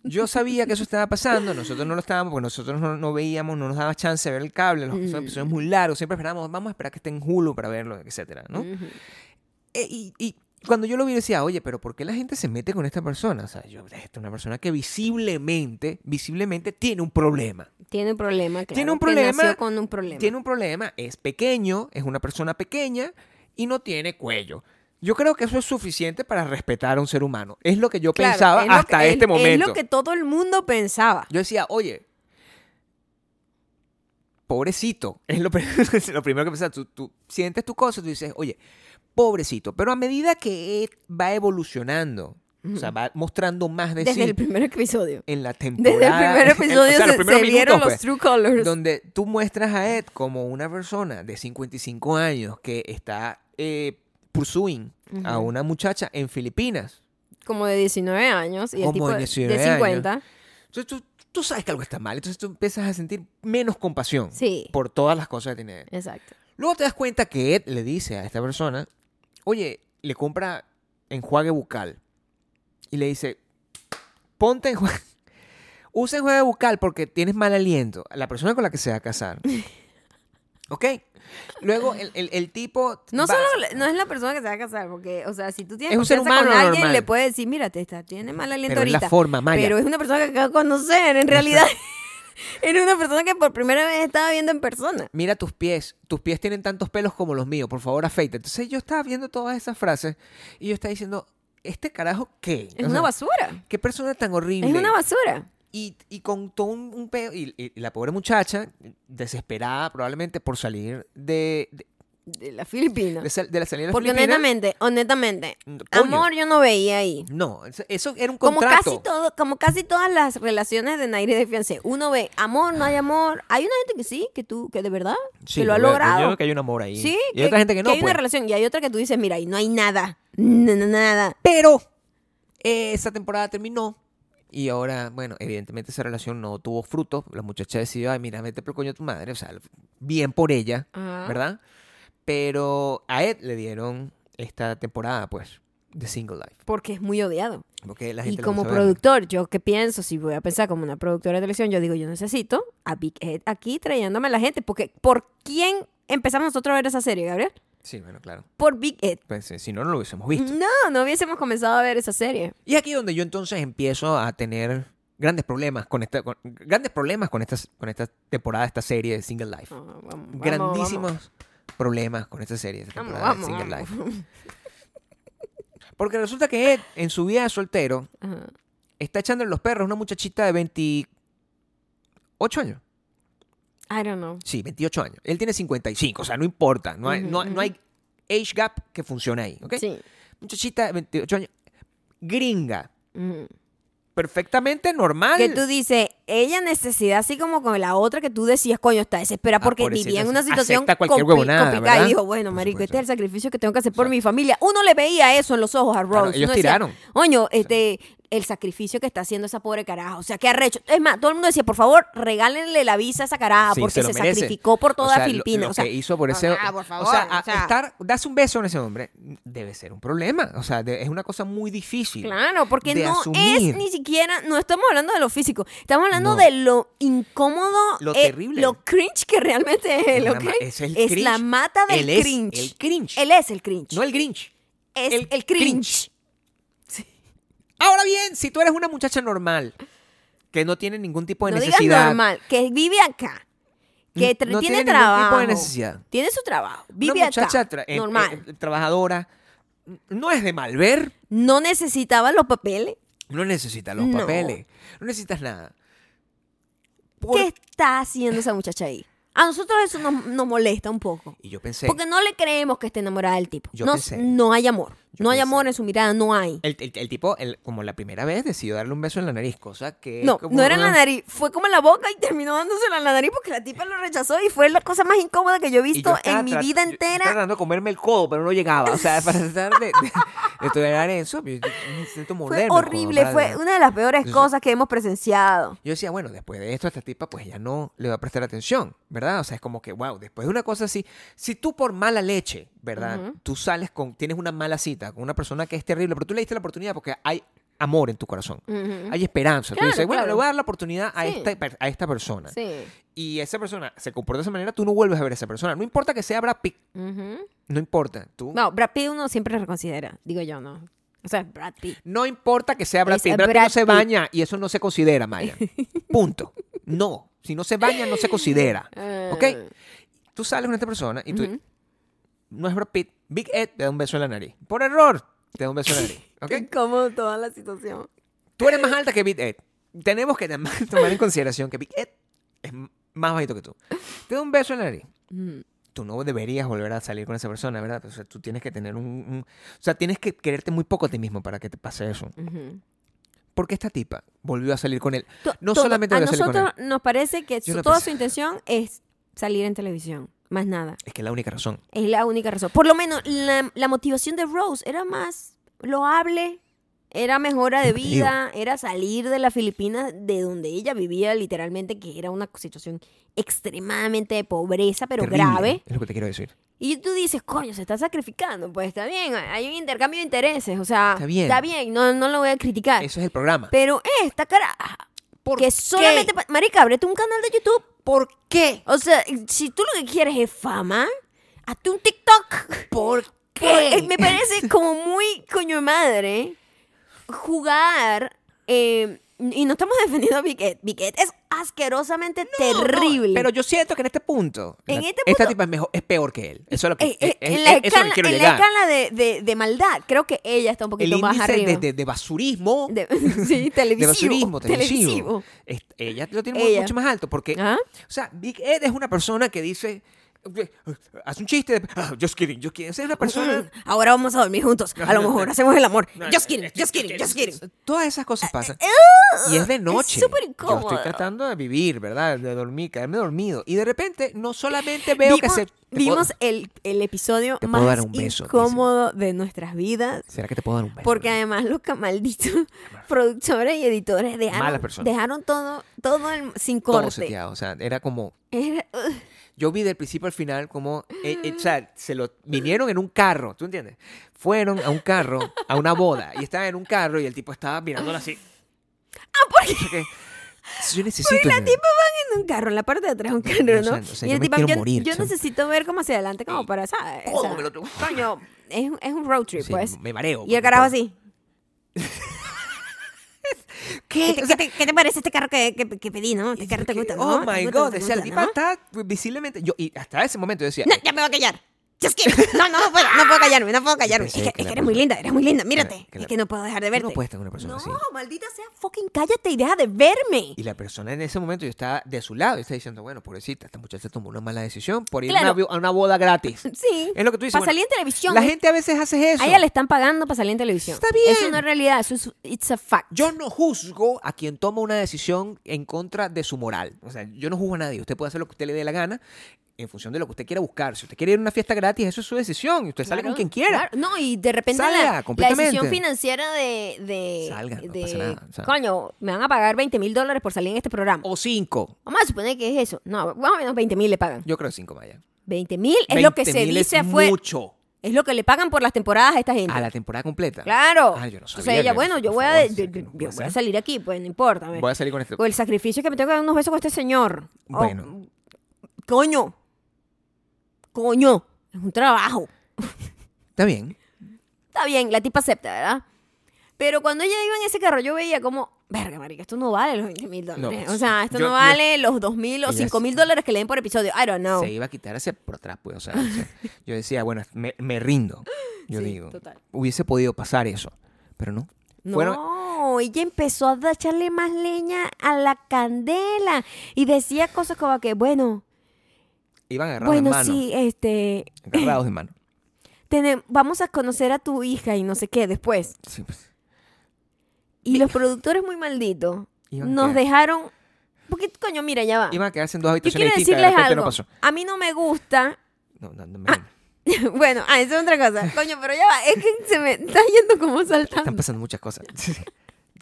yo sabía que eso estaba pasando, nosotros no lo estábamos, porque nosotros no, no veíamos, no nos daba chance de ver el cable, los son
Mm.
episodios muy largos, siempre esperábamos, vamos a esperar que esté en Hulu para verlo, etcétera, ¿no?
Ujú.
E- y, y cuando yo lo vi decía, oye, pero ¿por qué la gente se mete con esta persona? O sea, yo, esta es una persona que visiblemente, visiblemente tiene un problema.
Tiene un problema, claro.
Tiene un
que
problema,
nació con un problema.
Tiene un problema, es pequeño, es una persona pequeña y no tiene cuello. Yo creo que eso es suficiente para respetar a un ser humano. Es lo que yo
Claro,
pensaba
es lo que-
hasta
es-
este momento.
Es lo que todo el mundo pensaba.
Yo decía, oye, pobrecito. Es lo, pri- es lo primero que pensaba. Tú, tú sientes tu cosa, tú dices, oye, pobrecito. Pero a medida que Ed va evolucionando, o sea, va mostrando más de
Desde
sí
el primer episodio.
en la temporada.
Desde el primer
en-
episodio
o sea,
se,
los primeros
se vieron
minutos,
los
pues,
true colors.
donde tú muestras a Ed como una persona de 55 años que está eh, pursuing a una muchacha en Filipinas.
como de 19 años y el
Como
tipo
de
de, de
19 años.
50.
Entonces tú, tú sabes que algo está mal, entonces tú empiezas a sentir menos compasión
Sí,
por todas las cosas que tiene Ed.
exacto.
Luego te das cuenta que Ed le dice a esta persona, oye, le compra enjuague bucal. Y le dice, ponte enjuague. Usa enjuague bucal porque tienes mal aliento. La persona con la que se va a casar. ¿Ok? Luego el, el- el tipo...
No
va-
solo le- no es la persona que se va a casar, porque, o sea, si tú tienes
Es un ser
confianza con
humano
alguien,
normal.
le puedes decir, mira, te está, tiene mal aliento
Pero es
ahorita.
la forma, Maya.
Pero es una persona que acabo de conocer, en realidad. era una persona que por primera vez estaba viendo en persona.
Mira tus pies, tus pies tienen tantos pelos como los míos, por favor afeita. Entonces yo estaba viendo todas esas frases y yo estaba diciendo, ¿este carajo qué?
Es
O
una
sea,
basura.
¿Qué persona tan horrible?
Es una basura.
Y, y con todo un, un peo. Y, y la pobre muchacha, desesperada probablemente por salir de, de,
De la Filipina.
de sal- de la salida de
Porque
Filipinas.
honestamente, honestamente,
Mm, coño.
amor yo no veía ahí.
No, eso, eso era un
Como
contrato.
casi, todo, como casi todas las relaciones de Nair y de fiancé, uno ve amor, no hay amor. Hay una gente que sí, que tú, que de verdad, que lo ha
yo veo-
logrado.
Yo veo que hay un amor ahí.
Sí,
y hay otra gente que no.
hay
pues.
una relación y hay otra que tú dices, mira, ahí no hay nada. No, no, nada.
Pero esa temporada terminó. Y ahora, bueno, evidentemente esa relación no tuvo frutos. La muchacha decidió, ay, mira, vete por coño a tu madre. O sea, bien por ella,
Ajá.
¿verdad? Pero a Ed le dieron esta temporada, pues, de Single Life.
Porque es muy odiado.
Porque la
Y
gente le
como
gusta verlo.
productor, yo que pienso, si voy a pensar como una productora de televisión, yo digo, yo necesito a Big Head aquí trayéndome a la gente. Porque, ¿por quién empezamos nosotros a ver esa serie, Gabriel?
Sí, bueno, claro.
Por Big Head.
Pues, eh, si no, no lo hubiésemos visto.
No, no hubiésemos comenzado a ver esa serie.
Y aquí donde yo entonces empiezo a tener grandes problemas con esta, con- grandes problemas con esta, con esta temporada, esta serie de Single Life.
Ah, vamos, vamos,
Grandísimos problemas con esta serie, esta
Vamos,
temporada
vamos,
de Single
vamos.
Life. Porque resulta que Ed, en su vida de soltero,
vamos. Ajá.
está echándole los perros a una muchachita de 28 años.
I don't know.
Sí, 28 años. Él tiene 55, o sea, no importa. No hay,
Ujú,
no, no
ujú.
hay age gap que funcione ahí, ¿ok?
Sí.
Muchachita de 28 años, gringa,
Ujú.
perfectamente normal.
Que tú dices, ella necesidad así como con la otra que tú decías, coño, está desesperada
Ah,
porque
pobrecita,
vivía en una
acepta
situación
cualquier
compli-
huevonada,
complicada.
¿verdad?
Y dijo, bueno,
Por
marico,
supuesto.
este es el sacrificio que tengo que hacer por
Exacto.
mi familia. Uno le veía eso en los ojos a Rose.
Claro, ellos
Uno decía,
tiraron.
Coño, este, el sacrificio que está haciendo esa pobre caraja. O sea, qué arrecho. Es más, todo el mundo decía, por favor, regálenle la visa a esa caraja
Sí,
porque
lo
se,
merece.
sacrificó por toda
O sea, lo-
Filipinas.
Lo,
o sea,
que hizo por ese.
ah, por
o
favor,
sea, a-
o sea.
estar, darse un beso en ese hombre debe ser un problema. O sea, de- es una cosa muy difícil.
Claro, porque
de
no
asumir.
es ni siquiera, no estamos hablando de lo físico, estamos hablando
No.
de lo incómodo, eh,
Lo terrible.
lo cringe que realmente es,
Es
¿ok?
una ma- es el cringe.
la mata del
Él es
cringe.
el cringe.
Él es el cringe.
No el Grinch.
es
el
el,
cringe.
cringe.
Ahora bien, si tú eres una muchacha normal, que no tiene ningún tipo de
no digas
necesidad.
normal, que vive acá, que tra- tiene,
no tiene ningún
trabajo,
tipo de necesidad.
tiene su trabajo,
Una
vive
muchacha
acá,
tra- eh,
normal,
eh, trabajadora. No es de mal ver.
no necesitaba los papeles.
No necesitas los
No.
papeles. No necesitas nada. Por-
¿Qué está haciendo esa muchacha ahí? A nosotros eso nos, nos molesta un poco.
Y yo pensé.
Porque no le creemos que esté enamorada del tipo.
Yo
no,
pensé.
no hay amor.
Yo
no hay
pensé.
amor en su mirada, no hay.
El, el- el tipo, el- como la primera vez, decidió darle un beso en la nariz, cosa que... es
No,
como
no era en la
una-
nariz, fue como en la boca y terminó dándosela en la nariz porque la tipa lo rechazó y fue la cosa más incómoda que yo he
Y yo
visto
estaba
en mi
tra-
vida
yo- yo estaba
entera.
tratando de comerme el codo, pero no llegaba. O sea, para tratar de, de, de tolerar eso, pues, yo, yo necesito
Fue
morderme el codo
horrible,
para-
fue una de las peores
Entonces-
cosas que hemos presenciado.
Yo decía, bueno, después de esto, esta tipa, pues ya no le va a prestar atención, ¿verdad? O sea, es como que, wow, después de una cosa así, si tú por mala leche, ¿verdad? Tú sales con, tienes una mala cita con una persona que es terrible, pero tú le diste la oportunidad porque hay amor en tu corazón.
Ujú.
Hay esperanza. tú
Claro,
dices, bueno,
claro.
le voy a dar la oportunidad a,
Sí.
esta, per- a esta persona.
Sí.
y esa persona se comporta de esa manera, tú no vuelves a ver a esa persona. No importa que sea Brad Pitt,
Ujú.
no importa. Tú, no.
No, Brad Pitt uno siempre reconsidera, digo yo, no. O sea, Brad Pitt.
importa que sea Brad
Es
Pitt. Brad Pitt no
Brad
se
Pitt.
baña y eso no se considera, Maya. Punto. No. Si no se baña, no se considera. ¿Ok? Tú sales con esta persona y tú.
Ah. Ujú.
No es Brad Pitt. Big Ed te da un beso en la nariz. Por error, te da un beso en la nariz.
Qué
¿Ok?
incómodo toda la situación.
Tú eres más alta que Big Ed. Tenemos que tam- tomar en consideración que Big Ed es m- más bajito que tú. Te da un beso en la nariz.
Mm.
tú no deberías volver a salir con esa persona, ¿verdad? Pues, O sea, tú tienes que tener un, un- O sea, tienes que quererte muy poco a ti mismo para que te pase eso.
Ujú.
Porque esta tipa volvió a salir con él.
To-
No
todo-
solamente
a
voy a salir con
nosotros nos parece que
Yo
su-
no
toda
pensé.
su intención es salir en televisión, más nada.
Es que es la única razón.
Es la única razón. Por lo menos la, la motivación de Rose era más loable, era mejora de
Yo te digo.
vida, era salir de las Filipinas de donde ella vivía literalmente, que era una situación extremadamente de pobreza, pero
Terrible,
grave.
Es lo que te quiero decir.
Y tú dices, coño, se está sacrificando. Pues está bien, hay un intercambio de intereses. O sea,
Está bien.
no, no lo voy a criticar.
Eso es el programa.
Pero eh, esta caraja,
¿Por
que solamente... pa- Marica, ábrete un canal de YouTube.
¿Por qué?
O sea, si tú lo que quieres es fama, hazte un TikTok.
¿Por
Porque me parece como muy coño de madre jugar. eh, y no estamos defendiendo a Big Ed. Big Ed es asquerosamente terrible.
Pero yo siento que en este punto,
En
la-
este
esta
punto-
tipa es, mejor, es peor que él. Eso es lo que,
Eh, eh,
es-
en
es-
la
es- eso es lo que
escala,
quiero
en la
llegar.
escala de, de- de maldad, creo que ella está un
El
poquito más
índice
arriba.
de, de- de basurismo, de,
De- sí, televisivo.
basurismo televisivo,
televisivo.
es- ella lo tiene mu-
Ella. ¿Ah?
mucho más alto porque
Ajá.
O sea, Big Ed es una persona que dice. Hace un chiste. de, "Ah, just kidding, just kidding. Esa Es una persona.
Mm, Ahora vamos a dormir juntos. A lo mejor hacemos el amor. Just kidding, just kidding, just kidding. Eh,
Todas esas cosas pasan. Y es de noche.
súper
Yo estoy
incómodo.
tratando de vivir, ¿verdad? De dormir, quedarme dormido. Y de repente, no solamente veo que
Vimos-
se. te puedo-
Vimos el, el episodio
Te puedo
más
dar un beso,
incómodo de nuestras vidas.
¿Será que te puedo dar un beso?
Porque además los ca- malditos productores y editores
Malas
dejaron,
personas.
dejaron todo, todo el- sin
Todo
corte.
seteado. O sea, era como.
Era- ugh,
Yo vi del principio al final como, eh, eh, o sea, se lo vinieron en un carro, ¿tú entiendes? Fueron a un carro, a una boda, y estaban en un carro y el tipo estaba mirándola así.
Ah, porque
Yo que, yo necesito...
la
una-
tipa van en un carro, en la parte de atrás de un carro, ¿no?
o sea, o sea,
y
yo
el
me
tipo,
quiero
yo,
morir,
yo
chamo.
necesito ver cómo hacia adelante, como para, ¿sabes? O
¿Cómo
sea,
me lo tengo?
coño, es, un- es un road trip,
Sí,
pues.
Me mareo.
Y el carajo
porque-
así. ¿Qué, te-
O sea-
qué te, qué te parece este carro que, que- que pedí, no? ¿Qué carro te gusta? no?
Oh
¿Te
my
gusta, no
god,
te
o sea,
gusta,
la tipa
no?
está visiblemente. Yo, y hasta ese momento yo decía,
No, ya me voy a callar. Just kidding. No, no, no puedo, no puedo callarme, no puedo callarme. Es
pensé
que,
que
es
la
que eres muy
persona-
linda, eres muy linda, mírate.
que la-
Es que no puedo dejar de
tú
verte.
no puedes tener una persona
No,
así.
maldita sea, fucking cállate, idea de verme.
Y la persona en ese momento yo estaba de su lado y está diciendo, bueno, pobrecita, esta muchacha tomó una mala decisión por ir a, una,
Claro.
bio- a una boda gratis.
Sí.
Es lo que tú dices.
Para
bueno,
salir en televisión.
La
¿eh?
gente a veces hace eso.
A ella le están pagando para salir en televisión.
Está bien.
Eso no es una realidad, eso es it's a fact.
Yo no juzgo a quien toma una decisión en contra de su moral. O sea, yo no juzgo a nadie. Usted puede hacer lo que usted le dé la gana en función de lo que usted quiera buscar. Si usted quiere ir a una fiesta gratis, eso es su decisión. Y usted sale con
Claro,
quien quiera.
claro. No, y de repente
Salga,
la- la, decisión
completamente.
financiera de. de
Salga, no
de-
pasa nada, o sea.
Coño, me van a pagar 20 mil dólares por salir en este programa.
O cinco.
Vamos a suponer que es eso. No, más o menos 20 mil le pagan.
Yo creo cinco, Maya.
20 mil es lo que se
20.000
dice
es
afuera.
mucho.
Es lo que le pagan por las temporadas a esta gente.
A la temporada completa.
Claro.
Ah, yo no sabía.
Entonces ella,
que-
bueno, yo
por
voy, a,
favor,
yo-
sí,
yo-
no
yo
puede
voy a
ser.
salir aquí, pues no importa. a ver.
Voy a salir con este.
O el sacrificio que me tengo que dar unos besos con este señor. O-
Bueno.
coño. Coño. Es un trabajo.
Está bien.
Está bien, la tipa acepta, ¿verdad? Pero cuando ella iba en ese carro, yo veía como, verga, marica, esto no vale los 20 mil dólares.
No, pues,
o sea, esto
yo-
no
yo-
vale los 2 mil o
Ella
5 mil
sí.
dólares que le den por episodio. I don't know.
Se iba a quitar hacia por atrás, pues. O sea, o sea, yo decía, bueno, me, me rindo. Yo
Sí,
digo,
total.
hubiese podido pasar eso. Pero no.
No,
Fueron-
ella empezó a da- echarle más leña a la candela y decía cosas como que, bueno,
iban agarrados
bueno,
de mano.
sí, este,
Agarrados de mano.
tene- vamos a conocer a tu hija y no sé qué después.
Sí, pues.
Y los productores muy malditos
Iban a
nos
quedar-
dejaron, porque coño, mira, ya va.
Iban a quedarse en dos
Ah. Yo
habitaciones
quiero
distintas.
decirles
de repente
algo. Ah,
no pasó.
a mí no me gusta
No, no, no me-
bueno, ah, eso es otra cosa. Coño, pero ya va. Es que se me está yendo como
Están
saltando.
pasando muchas cosas.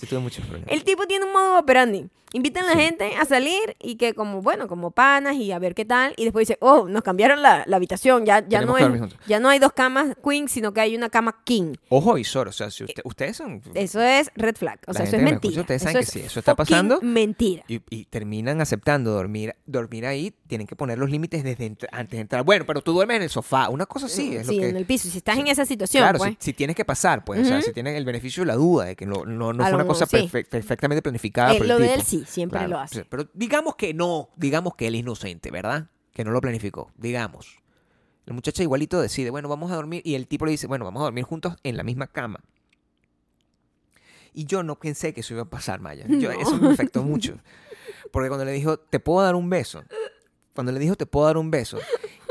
Yo tuve muchos problemas.
El tipo tiene un modo operandi. Invitan a la gente a salir y que como, bueno, como panas y a ver qué tal. Y después dice, oh, nos cambiaron la, la habitación. Ya, ya,
Tenemos
no
que dormir
es,
juntos.
ya no hay dos camas queen, sino que hay una cama king.
Ojo y sor. O sea,
Eh,
si usted- ustedes son.
Eso es red flag. O
La
sea, eso es
gente que me
mentira.
escucha, ustedes saben
eso
que
es
sí, eso está
fucking
pasando.
mentira.
Y, y terminan aceptando dormir dormir ahí. Tienen que poner los límites desde entr- antes de entrar. Bueno, pero tú duermes en el sofá. Una cosa sí es
Mm, sí,
lo que.
en el piso. Si estás en esa situación,
Claro,
pues.
si, si tienes que pasar, pues, o sea, si tienes el beneficio de la duda de que no, no, no
A
fue
lo
una
mejor,
cosa
sí.
perfe- perfectamente planificada
Eh,
por el
lo de
tipo.
él sí, siempre lo hace.
sí, Pero digamos que no, digamos que él es inocente, ¿verdad? Que no lo planificó, digamos. La muchacha igualito decide, bueno, vamos a dormir, y el tipo le dice, bueno, vamos a dormir juntos en la misma cama. Y yo no pensé que eso iba a pasar, Maya. Yo-
No.
Eso me afectó mucho. Porque cuando le dijo, te puedo dar un beso, cuando le dijo, te puedo dar un beso,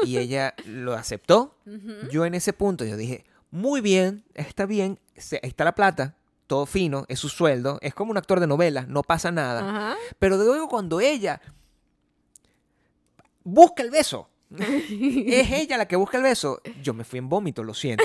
y ella lo aceptó, yo en ese punto yo dije, muy bien, está bien, se- ahí está la plata, todo fino, es su sueldo, es como un actor de novela, no pasa nada.
Ajá.
Pero luego cuando ella busca el beso, es ella la que busca el beso, yo me fui en vómito, lo siento.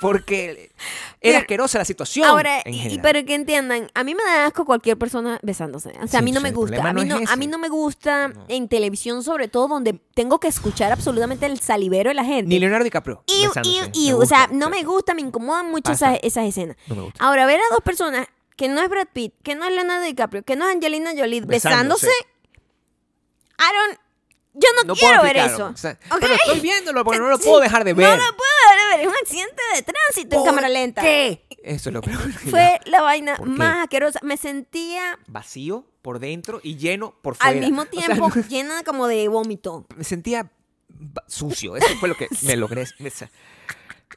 Porque
Pero-
era asquerosa la situación.
Ahora,
en
y- y,
general.
para que entiendan, a mí me da asco cualquier persona besándose. O sea, a
Sí,
mí no
entonces
me
el
gusta.
problema
A
no
mí
es
no, a
ese.
mí no me gusta
No.
en televisión, sobre todo, donde tengo que escuchar absolutamente el salivero de la gente.
Ni Leonardo DiCaprio.
Iu,
besándose,
iu,
me
iu. O
gusta,
sea, no
sí.
me gusta, me incomodan mucho
Pasa.
esas, esas escenas.
No me gusta.
Ahora, ver a dos personas que no es Brad Pitt, que no es Leonardo DiCaprio, que no es Angelina Jolie besándose,
Besándose.
Aaron, yo no,
No puedo
quiero ver
explicarlo,
eso.
o sea,
¿ok?
Pero estoy viéndolo porque no lo
Sí,
puedo dejar de ver.
No lo puedo dejar de ver. Es un accidente de tránsito en
¿Por
cámara lenta.
¿Qué? Eso es lo peor. que
Fue la vaina
¿Por qué?
más asquerosa. Me sentía
ya. Vacío por dentro y lleno por fuera.
al mismo
O sea,
tiempo
no- Mm.
llena como de vómito.
me sentía ba- sucio. Eso fue lo que me logré. me sa-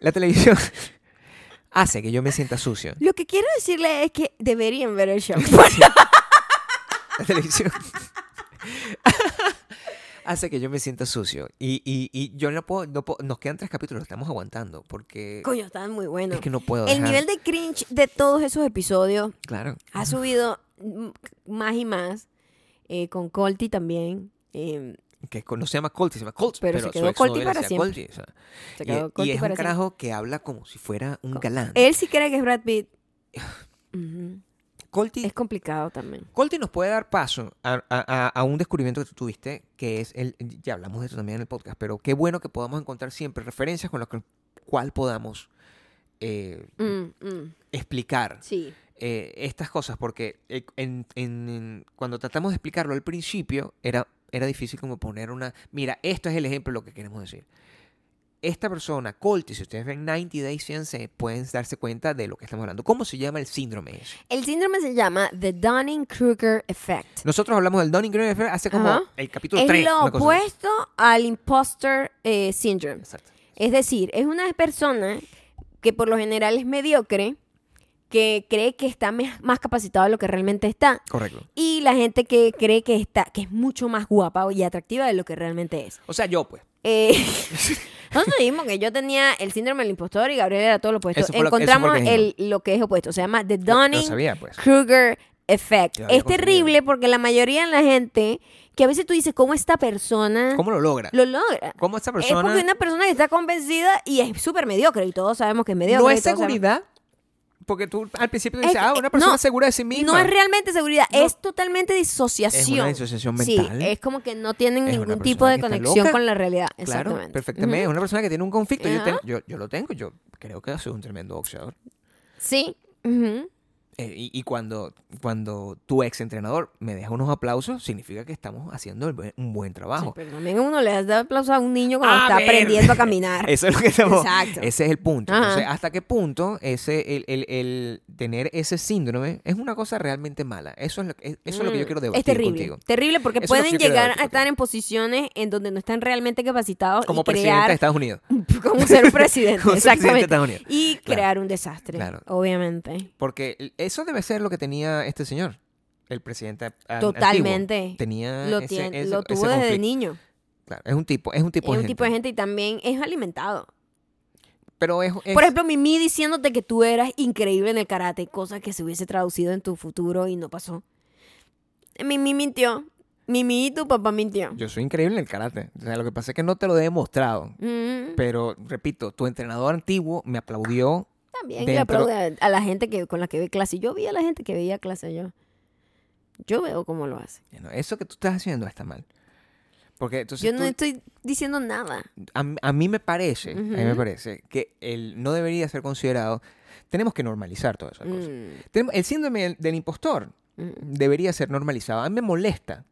La televisión hace que yo me sienta sucio.
Lo que quiero decirle es que deberían ver el show.
La televisión hace que yo me sienta sucio. Y, y- y yo no puedo, no puedo- Nos quedan tres capítulos, estamos aguantando. Porque
Coño, estaban muy buenos.
es que no puedo.
el
dejar-
nivel de Ah. cringe de todos esos episodios
Claro.
ha subido mm, más y más. eh, con Colty también. eh,
Que co- no se llama Colty, se llama Colty.
Pero
Pero,
se
su
quedó
ex
Colty
novela
para
se
siempre.
llama Colty, o sea,
se
y-
quedó
y,
Colty
es un
para siempre. eh,
carajo que habla como si fuera un galán.
Él sí cree que es Brad Pitt. Ujú.
Colti,
Es complicado también.
Colti nos puede dar paso a, a- a- a un descubrimiento que tú tuviste, que es el. Ya hablamos de eso también en el podcast, pero qué bueno que podamos encontrar siempre referencias con las que- cual podamos eh,
Mm, mm,
explicar
sí.
eh, estas cosas, porque eh, en- en- en- cuando tratamos de explicarlo al principio, era, era difícil como poner una. Mira, esto es el ejemplo de lo que queremos decir. Esta persona, Colty, si ustedes ven 90 Days Fiancé, pueden darse cuenta de lo que estamos hablando. ¿Cómo se llama el síndrome ese?
El síndrome se llama The Dunning-Kruger Effect.
Nosotros hablamos del Donning Green hace como
Ajá.
el capítulo
Es
3.
lo opuesto al imposter eh, syndrome. Es decir, es una persona que por lo general es mediocre, que cree que está me- más capacitado de lo que realmente está.
Correcto.
Y la gente que cree que está, que es mucho más guapa y atractiva de lo que realmente es.
O sea, yo pues.
Eh, nosotros dijimos que yo tenía el síndrome del impostor y Gabriel era todo lo opuesto.
Eso fue lo- eso fue lo
Encontramos
que dijimos.
el, lo que es opuesto. Se llama The
No
Dunning
sabía pues.
Kruger Effect.
Que lo había
Es terrible porque la mayoría de la gente, que a veces tú dices, ¿cómo esta persona
¿Cómo lo logra?
lo logra?
¿Cómo esta
Es
persona
porque una persona que está convencida y es súper mediocre y todos sabemos que es mediocre.
no
y
es
todos sabemos-
seguridad? Porque tú al principio
Es
dices,
que- eh,
ah, una persona
no,
segura de sí misma.
No es realmente seguridad,
No.
es totalmente disociación.
Es una disociación mental.
Sí, es como que no tienen
Es una
ningún
persona
tipo de
que está
conexión
loca.
con la realidad.
Claro,
Exactamente.
perfectamente. Es
Ujú.
una persona que tiene un conflicto. Yo,
Ajá.
tengo- yo, yo lo tengo. Yo creo que soy un tremendo boxeador.
Sí. ujú.
Eh, y y cuando, cuando tu ex entrenador me deja unos aplausos, significa que estamos haciendo el buen- un buen
Sí,
trabajo.
pero también uno le da aplauso a un niño cuando
A
está
ver.
aprendiendo a caminar.
Eso es lo que estamos.
Exacto.
Ese es el punto.
Ajá.
Entonces, ¿hasta qué punto ese, el, el- el tener ese síndrome es una cosa realmente mala? Eso es lo, que- eso es lo que yo
Mm,
quiero debatir
Es terrible.
contigo.
Terrible porque
Eso es lo que
pueden
yo quiero
llegar
debatir
a estar en posiciones en donde no están realmente capacitados
Como
y
presidente de
crear
Estados Unidos.
como ser un presidente,
Como ser presidente de
exactamente.
Estados Unidos.
Y
Claro.
crear un desastre,
Claro.
obviamente.
Porque eso debe ser lo que tenía este señor, el presidente. an-
Totalmente.
antiguo. Tenía
Lo,
ese-
tiene-
ese-
lo
ese
tuvo desde
conflicto.
niño.
Claro, es un tipo, es un tipo
es
de
un
gente.
tipo de gente y también es alimentado.
Pero es, es-
Por ejemplo, Mimi diciéndote que tú eras increíble en el karate, cosa que se hubiese traducido en tu futuro y no pasó. Mimi mintió. Mimi y tu papá mintió.
yo soy increíble en el karate. O sea, lo que pasa es que no te lo he demostrado.
Mm,
Pero, repito, tu entrenador antiguo me aplaudió.
también le
dentro-
aplaude a, a la gente que con la que ve clase. Yo vi a la gente que veía clase yo. Yo veo cómo lo hace.
Bueno, Eso que tú estás haciendo está mal. Porque entonces
Yo no
tú-
estoy diciendo nada.
a, m- a mí me parece, a mí me
Ujú.
parece que el no debería ser considerado. Tenemos que normalizar todas esas cosas.
Mm,
Tenemos- el síndrome del, del impostor
mm.
debería ser normalizado. A mí me molesta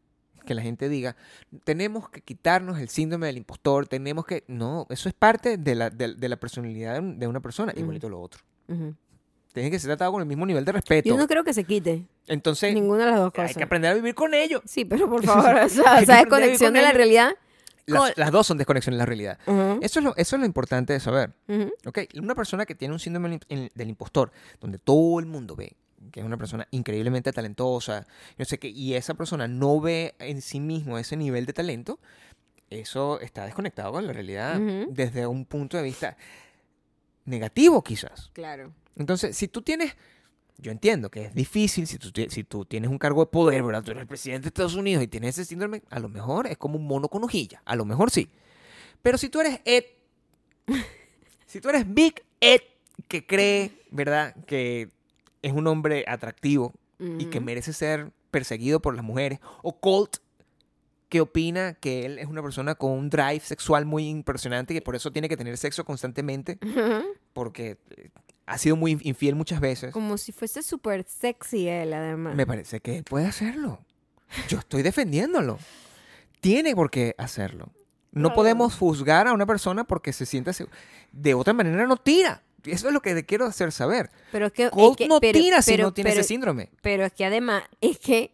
que la gente diga, tenemos que quitarnos el síndrome del impostor, tenemos que... No, eso es parte de la, de, de la personalidad de una persona,
Ujú.
igualito lo otro.
mm, Ujú.
Tienen que ser tratados con el mismo nivel de respeto.
Yo no creo que se quite
Entonces,
ninguna de las dos cosas.
hay que aprender a vivir con ellos.
Sí, pero por favor, o sea,
Hay
o sea,
que
es conexión
aprender
de la
a
realidad. Col-
Las, las dos son desconexión de la realidad.
Ujú,
Eso es, lo, eso es lo importante de saber.
ujú.
¿ok? Una persona que tiene un síndrome del imp- el- del impostor, donde todo el mundo ve que es una persona increíblemente talentosa, no sé qué, y esa persona no ve en sí mismo ese nivel de talento, eso está desconectado con la realidad
Ujú.
desde un punto de vista negativo quizás.
Claro.
Entonces, si tú tienes, yo entiendo que es difícil, si tú, ti- si tú tienes un cargo de poder, ¿verdad? Tú eres el presidente de Estados Unidos y tienes ese síndrome, a lo mejor es como un mono con hojilla, a lo mejor sí. Pero si tú eres Ed, si tú eres Big Ed, que cree, ¿verdad? Que es un hombre atractivo y que
Ujú.
merece ser perseguido por las mujeres, o Colt, que opina que él es una persona con un drive sexual muy impresionante y que por eso tiene que tener sexo constantemente
Ujú.
porque eh, ha sido muy infiel muchas veces.
Como si fuese súper sexy él, además.
Pues Me parece que él puede hacerlo. Yo estoy defendiéndolo. Tiene por qué hacerlo. No
Claro.
podemos juzgar a una persona porque se sienta segu- De otra manera no tira. Eso es lo que te quiero hacer saber.
Pero es que, es
Colt
que-
no
pero-
tira si
pero-
no tiene
pero-
ese síndrome.
Pero es que además, es que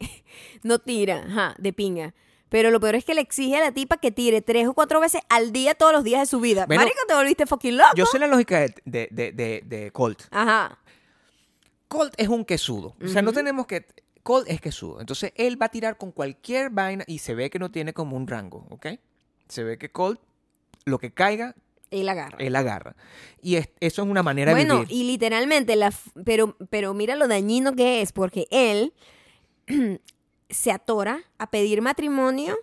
no tira, ajá, de pinga. Pero lo peor es que le exige a la tipa que tire tres o cuatro veces al día todos los días de su vida.
Bueno,
Marico, te volviste fucking loco.
Yo sé la lógica de, de, de- de- de Colt.
Ajá.
Colt es un quesudo. O sea, no
Ujú.
tenemos que... Colt es quesudo. Entonces, él va a tirar con cualquier vaina y se ve que no tiene como un rango, ¿ok? Se ve que Colt, lo que caiga,
Y la agarra.
él agarra. Y es- eso es una manera
Bueno,
de Eh, vivir.
y literalmente, la, f- pero, pero mira lo dañino que es, porque él se atora a pedir matrimonio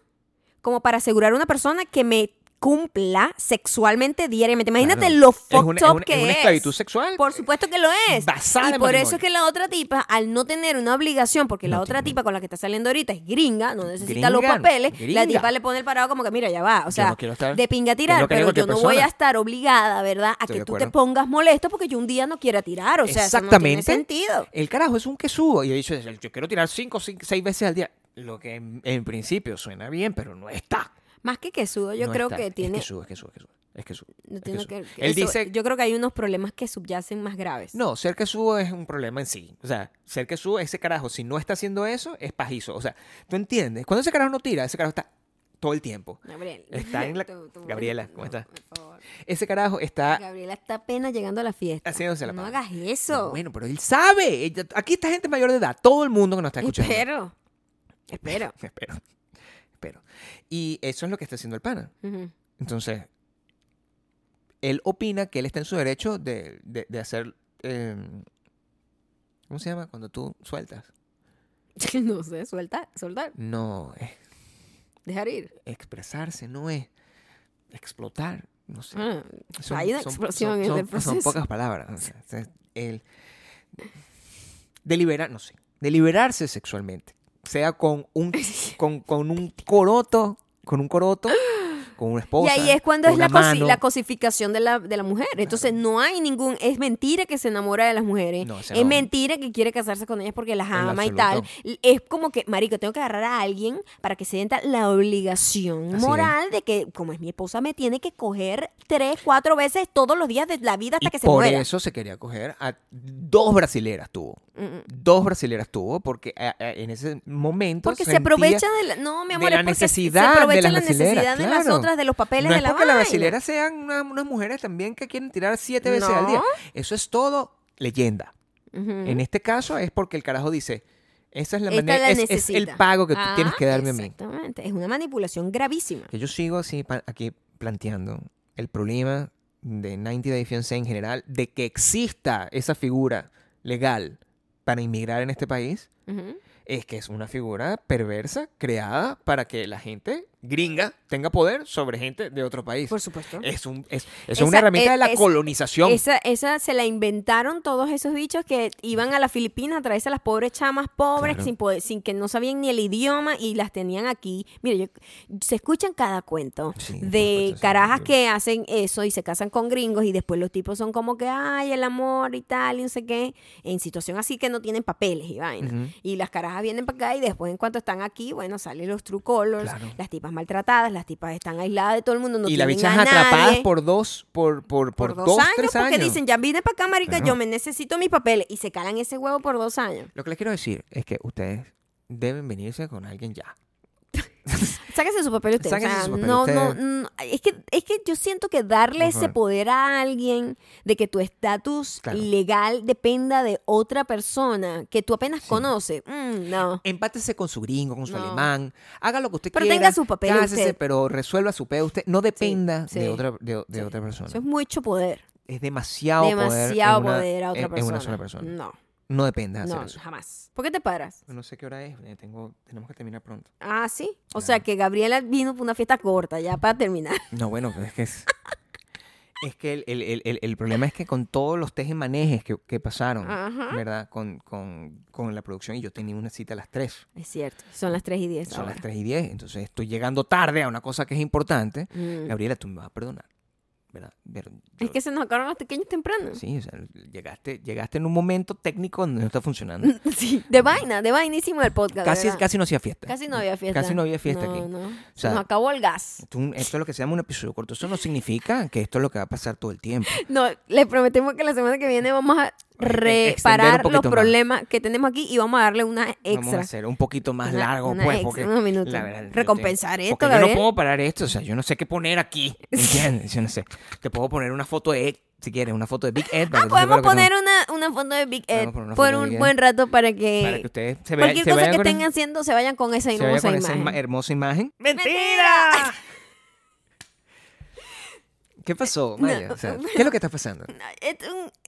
como para asegurar a una persona que me cumpla sexualmente diariamente. Imagínate
Claro.
lo
Es
fucked
una, es
up
una-
que
es una esclavitud sexual.
Por supuesto que lo es.
Basada
y
en
por
matrimonio.
eso es que la otra tipa, al no tener una obligación, porque la otra tipa con la que está saliendo ahorita es gringa, no necesita los
Gringa,
papeles,
gringa.
la tipa le pone el parado como que, mira, ya va. O sea,
no quiero estar-
de pinga a
yo
tirar,
no quiero
pero yo
cualquier
no voy a
persona.
estar obligada, ¿verdad? A
Estoy de
que tú te
acuerdo.
pongas molesto porque yo un día no quiera tirar. O sea, eso no tiene sentido.
El carajo es un quesudo. Y he dicho, yo quiero tirar cinco, cinco, seis veces al día. Lo que en, en principio suena bien, pero no está.
Más que quesudo, yo
No
creo
está.
que tiene.
Es quesudo, es quesudo, es quesudo. Es quesudo,
no
es
tiene
quesudo.
que-
Él
eso-
dice,
Yo creo que hay unos problemas que subyacen más graves.
no, ser quesudo es un problema en sí. O sea, ser quesudo, ese carajo, si no está haciendo eso, es pajizo. O sea, ¿tú entiendes? Cuando ese carajo no tira, ese carajo está todo el tiempo.
Gabriel.
Está en la-
Tú- tú-
Gabriela, ¿cómo estás?
por favor.
Ese carajo está
Gabriela está apenas llegando a la fiesta.
Haciéndose la
No
paja.
hagas eso.
No, bueno, pero él sabe. Ella- Aquí está gente mayor de edad, todo el mundo que nos está escuchando.
Espero. Espero.
Espero. Espero. Y eso es lo que está haciendo el pana.
Ujú.
Entonces, él opina que él está en su derecho de, de- de hacer. eh, ¿Cómo se llama? Cuando tú sueltas.
No sé, suelta, soltar,
No, es
dejar ir.
expresarse, no es explotar. No sé.
Ah, hay una explosión
son-
en
son-
el proceso.
Son pocas palabras. o sea, es- el deliberar, no sé, deliberarse sexualmente, sea con un con, con un coroto, con un coroto, con una
y
esposa.
ahí es cuando
con
es la,
una
cosi-
mano.
la cosificación de la, de la mujer. Entonces no hay ningún... Es mentira que se enamora de las mujeres.
No, ese
es
no.
mentira que quiere casarse con ellas porque las
En lo
ama y tal.
absoluto.
Es como que, marico, tengo que agarrar a alguien para que se sienta la obligación
Así es.
moral de que, como es mi esposa, me tiene que coger tres, cuatro veces todos los días de la vida hasta
Y
que se
por
muera.
eso se quería coger a dos brasileras tuvo.
Mm, mm.
Dos brasileras tuvo porque eh, eh, en ese momento
Porque se
sentía-
aprovecha de la, no, mi amor,
la
es porque se-
necesidad
se
de
aprovecha
las
la
brasileras,
necesidad de las
claro.
otras de los papeles
no
de
es
la
porque las
vaina.
brasileras sean una- unas mujeres también que quieren tirar siete veces al
No.
día. Eso es todo leyenda.
Ujú.
En este caso es porque el carajo dice, esa es la
Esta
manera,
la
es, es el
necesita.
pago que tú
Ah,
tienes que darme a mí.
Exactamente, es una manipulación gravísima.
Que yo sigo así pa- aquí planteando el problema de 90 Day Fiancé en general, de que exista esa figura legal para inmigrar en este país,
Ujú.
es que es una figura perversa creada para que la gente gringa tenga poder sobre gente de otro país.
Por supuesto.
Es, un, es, es
Esa-
una herramienta de la
es-
colonización.
Esa, esa se la inventaron todos esos bichos que iban a las Filipinas a traerse a las pobres chamas pobres
Claro.
sin, poder- sin que no sabían ni el idioma y las tenían aquí. Mire, yo- se escuchan cada cuento
Sí, por
de
supuesto, sí,
carajas
yo-
que hacen eso y se casan con gringos y después los tipos son como que, ay, el amor y tal, y no sé qué, en situación así que no tienen papeles y vaina.
Ujú.
Y las carajas vienen para acá y después en cuanto están aquí, bueno, salen los true colors,
Claro.
las tipas maltratadas, las tipas están aisladas de todo el mundo, no
y las
tienen
bichas
a
atrapadas
nadie
por dos, por, por,
por,
por,
dos,
dos,
años
tres
porque
años.
dicen, ya vine para acá, marica,
Claro.
yo me necesito mis papeles. Y se calan ese huevo por dos años.
Lo que les quiero decir es que ustedes deben venirse con alguien ya.
Sáquense su papel ustedes. o
Sáquense
sea,
su papel
no, no,
ustedes.
no, es que, es que yo siento que darle
Por
ese
favor.
poder a alguien de que tu estatus
Claro.
legal dependa de otra persona que tú apenas conoces. mm, no.
Empátese con su gringo, con su
No.
alemán. Haga lo que usted
Pero
quiera.
tenga su papel
cásese,
usted.
pero resuelva su pedo usted. No dependa
sí,
de otra, de,
sí.
de otra persona.
Eso es mucho poder.
Es demasiado,
demasiado
poder, en una-
poder a otra
en-
persona.
en una sola persona.
No,
No dependa de hacer
no,
eso.
jamás. ¿Por qué te paras?
No sé qué hora es. eh, Tengo, tenemos que terminar pronto.
Ah, sí. O
Claro.
sea que Gabriela vino para una fiesta corta, ya para terminar.
No, bueno, es que es... Es que el, el- el- el- el problema es que con todos los tejes manejes que, que pasaron,
Ajá.
¿verdad? Con, con- con la producción, y yo tenía una cita a las 3.
Es cierto. Son las 3 y 10
Son
ahora.
las 3 y 10, entonces estoy llegando tarde a una cosa que es importante.
Mm.
Gabriela, tú me vas a perdonar, ¿verdad? Pero yo-
Es que se nos acabaron los pequeños temprano. Sí.
Sí, o sea, llegaste, llegaste en un momento técnico donde no está funcionando.
De vaina, de vaina hicimos el podcast. de
Casi,
verdad.
casi no hacía fiesta.
Casi no había fiesta.
Casi no había fiesta aquí.
No, no. Se
sea-
nos acabó el gas.
Esto, es un- esto es lo que se llama un episodio corto. Eso no significa que esto es lo que va a pasar todo el tiempo.
No, les prometemos que la semana que viene vamos a reparar los
poquito más.
problemas que tenemos aquí y vamos a darle una
Vamos a
extra. Ah,
hacer un poquito más
Una-
largo,
una
pues,
extra,
porque
unos minutos.
la verdad, yo
Recompensar
te-
esto,
porque Yo
Gabriel.
no puedo parar esto, o sea, yo no sé qué poner aquí, ¿entiendes? Yo no sé. Te puedo poner una foto de Ed, si quieres, una foto de Big Ed. para
Ah,
que tú sepas
podemos
lo que son,
poner una, una foto de Big Ed
Podemos poner una
por
foto de
un
Big Ed.
buen rato para
Para que
que
ustedes se vean,
Eh, cualquier
se
cosa
vayan
que
con,
tengan haciendo se vayan con esa
se vayan
hermosa
con esa
imagen.
ima- hermosa imagen.
¡Mentira!
¿Qué pasó, Maya? O sea, ¿Qué es lo que está pasando?
Es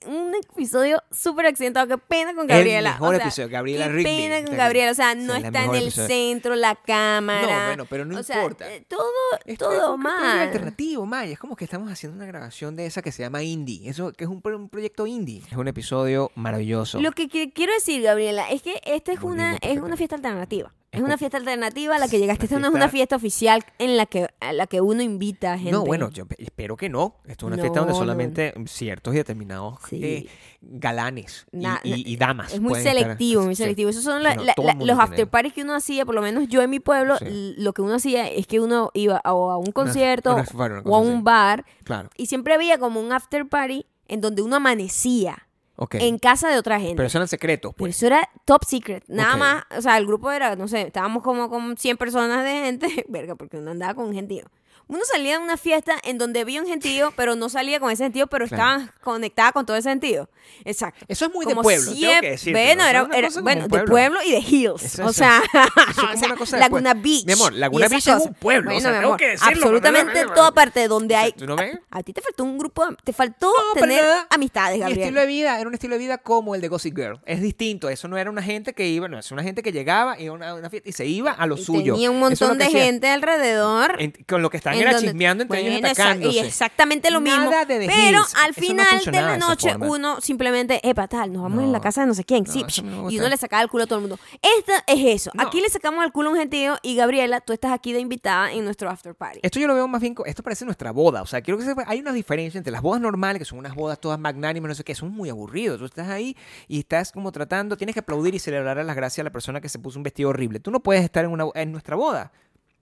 un, un episodio súper accidentado. Qué pena con
El
Gabriela.
mejor
o sea,
episodio, Gabriela
qué
Rigby.
pena con
También.
Gabriela. O sea,
Ese
no
es la
está en
mejor
el
episodio.
centro la cámara.
No, bueno, pero no
o sea,
importa. Este,
eh, todo, todo
mal.
mal.
alternativo, Maya. Es como que estamos haciendo una grabación de esa que se llama Indie. Eso que es un, pro- un proyecto indie. Es un episodio maravilloso.
Lo que qui- quiero decir, Gabriela, es que esta es una,
Volvimos
es una
perfectamente.
fiesta alternativa.
Es
Es una
como-
fiesta alternativa a la que
Sí,
llegaste.
una
Esta no es una
fiesta-
fiesta oficial en la que, a la que uno invita a gente.
No, bueno, yo espero que no. Esto es una
No,
fiesta donde
no, no.
solamente ciertos y determinados
Sí.
eh, galanes y,
Na-
y- y damas.
Es muy
pueden estar-
selectivo, muy
sí.
selectivo. Esos son
Sí,
la-
no,
la-
todo
la-
el mundo
los
tiene-
after parties que uno hacía, por lo menos yo en mi pueblo,
Sí.
l- lo que uno hacía es que uno iba a, o a un
Una-
concierto
una- bueno, una
o a
cosa
un
así.
bar
Claro,
y siempre había como un after party en donde uno amanecía
ok.
en casa de otra gente.
Pero eran secretos,
Pero
pues.
eso era top secret. Nada
Ok.
más, o sea, el grupo era, no sé, estábamos como con 100 personas de gente. Verga, porque uno andaba con un gentío. Uno salía de una fiesta en donde había un gentío, pero no salía con ese gentío, pero
Claro.
estaba conectada con todo ese gentío. Exacto.
Eso es muy de
Como
pueblo, tengo
siempre-
que decir.
Bueno, era, era- bueno, de pueblo y de hills.
Eso-
o
eso-
sea,
eso como
o sea,
una cosa de
Laguna
pueblo.
Beach.
Mi amor,
y
Laguna
esas
Beach es un
cosas.
pueblo, o
Bueno,
sea,
mi
tengo
amor,
que decirlo,
Absolutamente
pero-
toda parte donde
O sea,
hay.
¿tú no ves?
A, a ti te faltó un grupo, de- te faltó
pero
tener
nada.
amistades,
Mi
Gabriel.
estilo de vida era un estilo de vida como el de Gossip Girl. Es distinto. Eso no era una gente que iba, no, es una gente que llegaba iba a una, una fiesta y se iba a lo
Y
suyo.
Tenía un
Eso es lo
montón
que
de
hacía.
gente alrededor.
En- con lo que estaban
en
era
donde-
chismeando entre
Bueno,
ellos
exa-
atacándose.
Y exactamente lo mismo.
Nada de The
pero
Hills.
al
Eso no
final de
funcionaba
la
de esa
noche
forma.
uno simplemente, epa, tal, nos vamos en la
No.
casa de no sé quién.
No,
sí,
eso no me
psh, y
gusta.
uno le sacaba el culo a todo el mundo. Esta es eso.
No.
Aquí le sacamos el culo a un gentío y Gabriela, tú estás aquí de invitada en nuestro after party.
Esto yo lo veo más bien, co- esto parece nuestra boda, o sea, quiero que sepa, hay una diferencia entre las bodas normales, que son unas bodas todas magnánimas, no sé qué, son muy aburridos, tú estás ahí y estás como tratando, tienes que aplaudir y celebrar a las gracias a la persona que se puso un vestido horrible, tú no puedes estar en, una, en nuestra boda,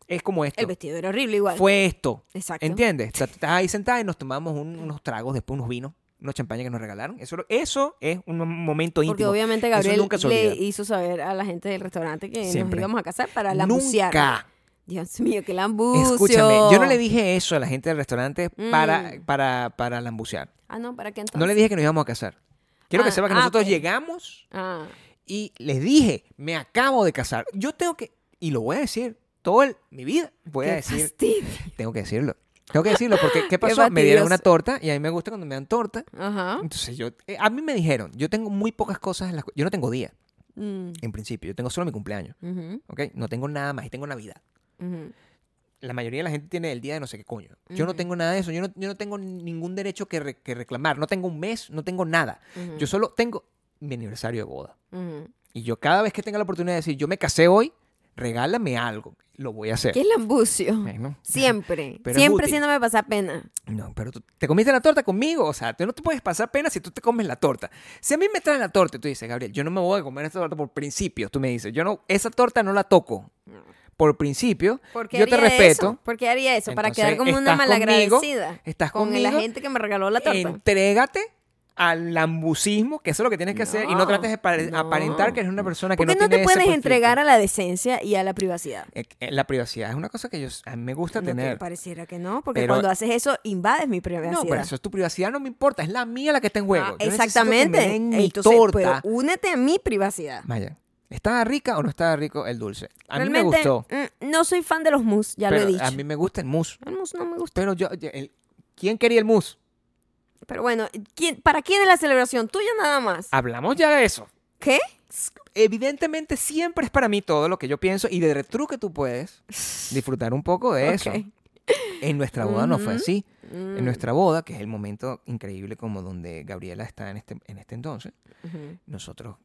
es como esto,
El vestido era horrible igual.
fue esto,
Exacto.
¿entiendes? Estás estás ahí sentada y nos tomamos un- unos tragos, después unos vinos, unos champaña que nos regalaron, eso, lo- eso es un momento
Porque
íntimo,
obviamente
Eso
Gabriel
nunca se
le
olvida.
hizo saber a la gente del restaurante que nos
Siempre.
íbamos a casar para la
nunca.
Dios mío, qué lambucio.
Escúchame, yo no le dije eso a la gente del restaurante para,
Mm.
para, para lambucear.
Ah, no, ¿para qué entonces?
No le dije que nos íbamos a casar. Quiero que
Ah,
sepa que
ah,
nosotros
ok.
llegamos
Ah.
y les dije, me acabo de casar. Yo tengo que, y lo voy a decir todo el- mi vida, voy a
Qué
decir,
fastidio.
tengo que decirlo. Tengo que decirlo porque, ¿qué pasó? me dieron una
fastidioso.
torta y a mí me gusta cuando me dan torta.
Ajá.
Entonces yo, eh, a mí me dijeron, yo tengo muy pocas cosas en las cu- yo no tengo día,
Mm,
en principio, yo tengo solo mi cumpleaños,
ujú,
¿ok? No tengo nada más y tengo Navidad.
ujú.
La mayoría de la gente tiene el día de no sé qué coño. Yo no
Ujú.
tengo nada de eso. Yo no, yo no tengo ningún derecho que, re- que reclamar. No tengo un mes, no tengo nada.
Ujú.
Yo Eh. solo tengo mi aniversario de boda.
Ujú.
Y yo cada vez que tenga la oportunidad de decir, yo me casé hoy, regálame algo. Lo voy a hacer.
¿Qué lambucio?
Bueno,
Siempre.
Eh. Pero es
siempre
útil.
haciéndome pasar pena.
no, pero tú te comiste la torta conmigo. O sea, tú no te puedes pasar pena si tú te comes la torta. Si a mí me traen la torta, y tú dices, Gabriel, yo no me voy a comer esta torta por principio. Tú me dices, yo no, esa torta no la toco. Por principio,
¿Por qué
yo te
haría
respeto.
Eso? ¿Por qué haría eso? Para
Entonces,
quedar como una
estás conmigo,
malagradecida.
estás
con la
conmigo,
gente que me regaló la torta.
Entrégate al lambucismo, que eso es lo que tienes que hacer. Y no
No,
trates de pare-
no.
aparentar que eres una persona que
¿Por qué
no
no,
tiene
te
ese
puedes
perfil.
entregar a la decencia y a la privacidad?
Eh, eh, La privacidad es una cosa que yo, a mí me gusta
No que
tener.
pareciera que no, porque
Pero-
cuando haces eso invades mi privacidad.
No, pero eso es tu privacidad, no me importa, es la mía la que está en juego.
Ah,
Yo necesito
exactamente.
Que me den mi
Entonces, pero
torta.
únete a mi privacidad.
Maya, ¿estaba rica o no estaba rico el dulce? A mí me
Realmente,
gustó.
mm, no soy fan de los mousse, ya
pero
lo he dicho.
A mí me gusta el mousse.
El mousse no me gusta.
Pero yo, yo- el- ¿quién quería el mousse?
Pero bueno, ¿quién- ¿para quién es la celebración? Tuya nada más.
Hablamos ya de eso.
¿Qué?
Evidentemente siempre es para mí todo lo que yo pienso y de retru que tú puedes disfrutar un poco de eso.
Ok.
En nuestra boda no fue
Ujú.
así.
Mm,
En nuestra boda, que es el momento increíble como donde Gabriela está en este, en este entonces,
Mm, ujú.
nosotros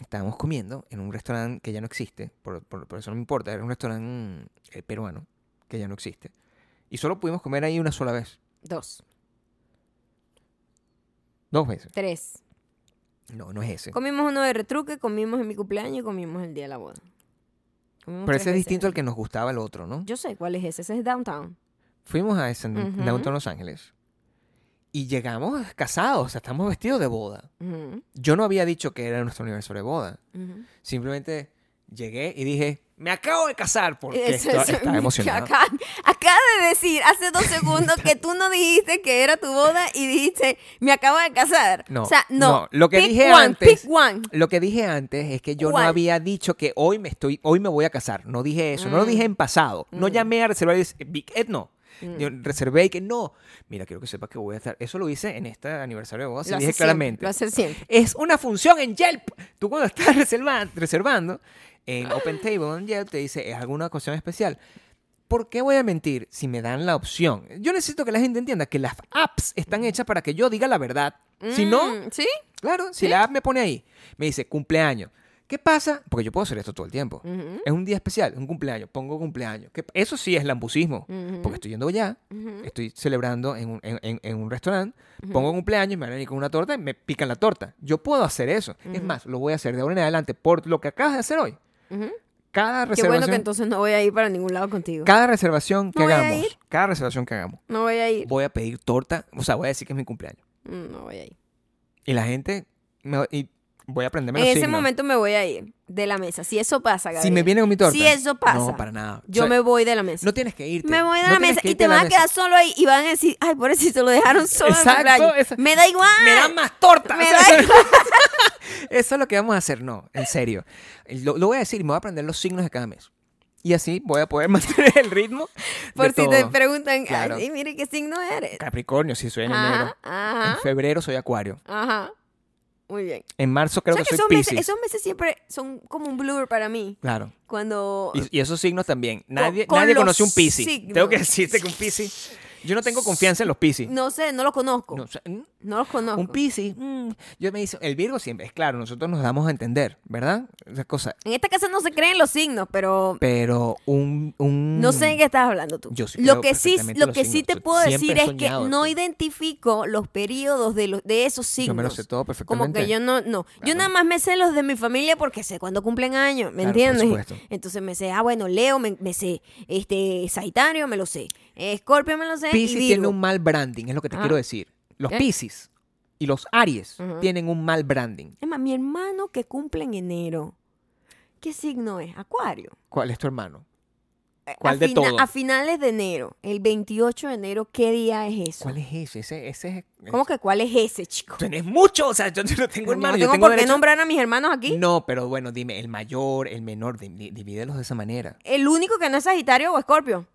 estábamos comiendo en un restaurante que ya no existe, por, por- por eso no me importa, era un restaurante mm, eh, peruano que ya no existe. Y solo pudimos comer ahí una sola vez,
Dos,
dos veces.
tres.
No, no es ese.
Comimos uno de retruque, comimos en mi cumpleaños y comimos el día de la boda. Comimos
Pero
tres
ese es
veces.
distinto al que nos gustaba el otro, ¿no?
Yo sé cuál es ese, ese es Downtown.
Fuimos a ese,
Ujú.
Downtown Los Ángeles y llegamos casados, o sea, estamos vestidos de boda.
Ujú,
Yo no había dicho que era nuestro aniversario de boda.
ujú.
Simplemente llegué y dije, me acabo de casar porque
Eso
esto-
es-
estaba emocionado.
Acá, acaba de decir hace dos segundos que tú no dijiste que era tu boda y dijiste, me acabo de casar.
No,
o sea, no.
no, lo que
Pick
dije
one,
antes-
Pick one.
Lo que dije antes es que yo
¿Cuál?
no había dicho que hoy me estoy, hoy me voy a casar. No dije eso, no lo
Mm.
dije en pasado. No
Mm.
llamé a reservar y dije, "Vic, eh, no. Yo reservé y que no. Mira, quiero que sepas que voy a estar. Eso lo hice en este aniversario de bodas y
Lo
dije
hace siempre,
claramente.
Lo hace siempre.
Es una función en Yelp. Tú cuando estás reserva- reservando en Open Table en Yelp te dice, ¿es alguna cuestión especial? ¿Por qué voy a mentir si me dan la opción? Yo necesito que la gente entienda que las apps están hechas para que yo diga la verdad. Si no,
Mm, ¿Sí?
claro, si la app me pone ahí, me dice cumpleaños. ¿Qué pasa? Porque yo puedo hacer esto todo el tiempo.
Ujú.
Es un día especial, un cumpleaños, pongo cumpleaños. ¿Qué pa- Eso sí es lambucismo,
Ujú.
porque estoy yendo allá, estoy celebrando en un, en- en- en un restaurante, pongo cumpleaños, me van a venir con una torta y me pican la torta. Yo puedo hacer eso. Es más, lo voy a hacer de ahora en adelante por lo que acabas de hacer hoy.
Ujú.
Cada
Qué bueno
reservación,
que entonces no voy a ir para ningún lado contigo.
cada reservación que
No voy a ir.
hagamos, cada reservación que hagamos,
No voy a ir.
voy a pedir torta, o sea, voy a decir que es mi cumpleaños.
Mm, No voy a ir.
Y la gente, me- y voy a aprenderme
En
los
ese
signos.
momento me voy a ir de la mesa. Si eso pasa,
si
Gabriel,
me viene con mi torta.
Si eso pasa,
No, para nada.
yo
O sea,
me voy de la mesa.
No tienes que irte.
me voy de
No
la
tienes
mesa
que
y te
irte de la
van a
mesa.
quedar solo ahí y van a decir, ay, por eso lo dejaron solo. en el
Exacto,
cumpleaños".
esa-
Me da igual.
me dan más torta.
Me
O sea,
da
eso- Eso es lo que vamos a hacer, no, en serio. Lo, lo voy a decir y me voy a aprender los signos de cada mes. Y así voy a poder mantener el ritmo. de
Por si te
todo.
preguntan,
Claro.
ay, mire qué signo eres.
Capricornio, si soy en enero.
Ajá,
En
ajá,
febrero soy acuario.
ajá. Muy bien.
En marzo creo
O sea
que
que
soy
esos meses,
Pisces.
esos meses siempre son como un blur para mí.
Claro.
Cuando...
Y, y esos signos también. Nadie,
con
nadie
los
conoce un Pisces.
signos.
Tengo que decirte que un Pisces. Yo no tengo confianza en los Pisces.
No sé, no los conozco.
No,
No,
o sea, mm,
los conozco.
un Pisces. mm, Yo me dice, el Virgo siempre. Es claro, nosotros nos damos a entender, ¿verdad? Esa cosa.
En esta casa no se creen los signos, pero
Pero un. un-
no sé de qué estás hablando tú.
Mm. Yo sí creo
lo que sí,
perfectamente
lo
los
que sí
signos.
te
Yo
puedo
siempre
decir
he
es que
soñado
no
así.
identifico los periodos de, los, de esos signos.
Yo me lo sé todo perfectamente.
Como que yo no, no. Yo
Claro.
nada más me sé los de mi familia porque sé cuándo cumplen años, ¿me
Claro, por
entiendes?
supuesto.
Entonces me sé, ah, bueno, Leo me, me sé, este, Sagitario me lo sé, Escorpio me lo sé,
Pisces
y
tiene
Virgo.
un mal branding, es lo que te
Ah.
quiero decir. Los
¿Qué?
Pisces y los Aries
Ujú.
tienen un mal branding.
Es más, mi hermano que cumple en enero, ¿qué signo es? Acuario.
¿Cuál es tu hermano?
Eh, a
¿Cuál de
fina-
todos?
A finales de enero, el 28 de enero, ¿qué día es eso?
¿Cuál es ese? Ese, ese es...
¿Cómo que cuál es ese, chico?
Tienes mucho, o sea, yo no tengo
Yo no
hermano.
tengo
yo tengo
por qué
derecho-
nombrar a mis hermanos aquí.
No, pero bueno, dime, el mayor, el menor, di- di- divídelos de esa manera.
El único que no es Sagitario o Escorpio.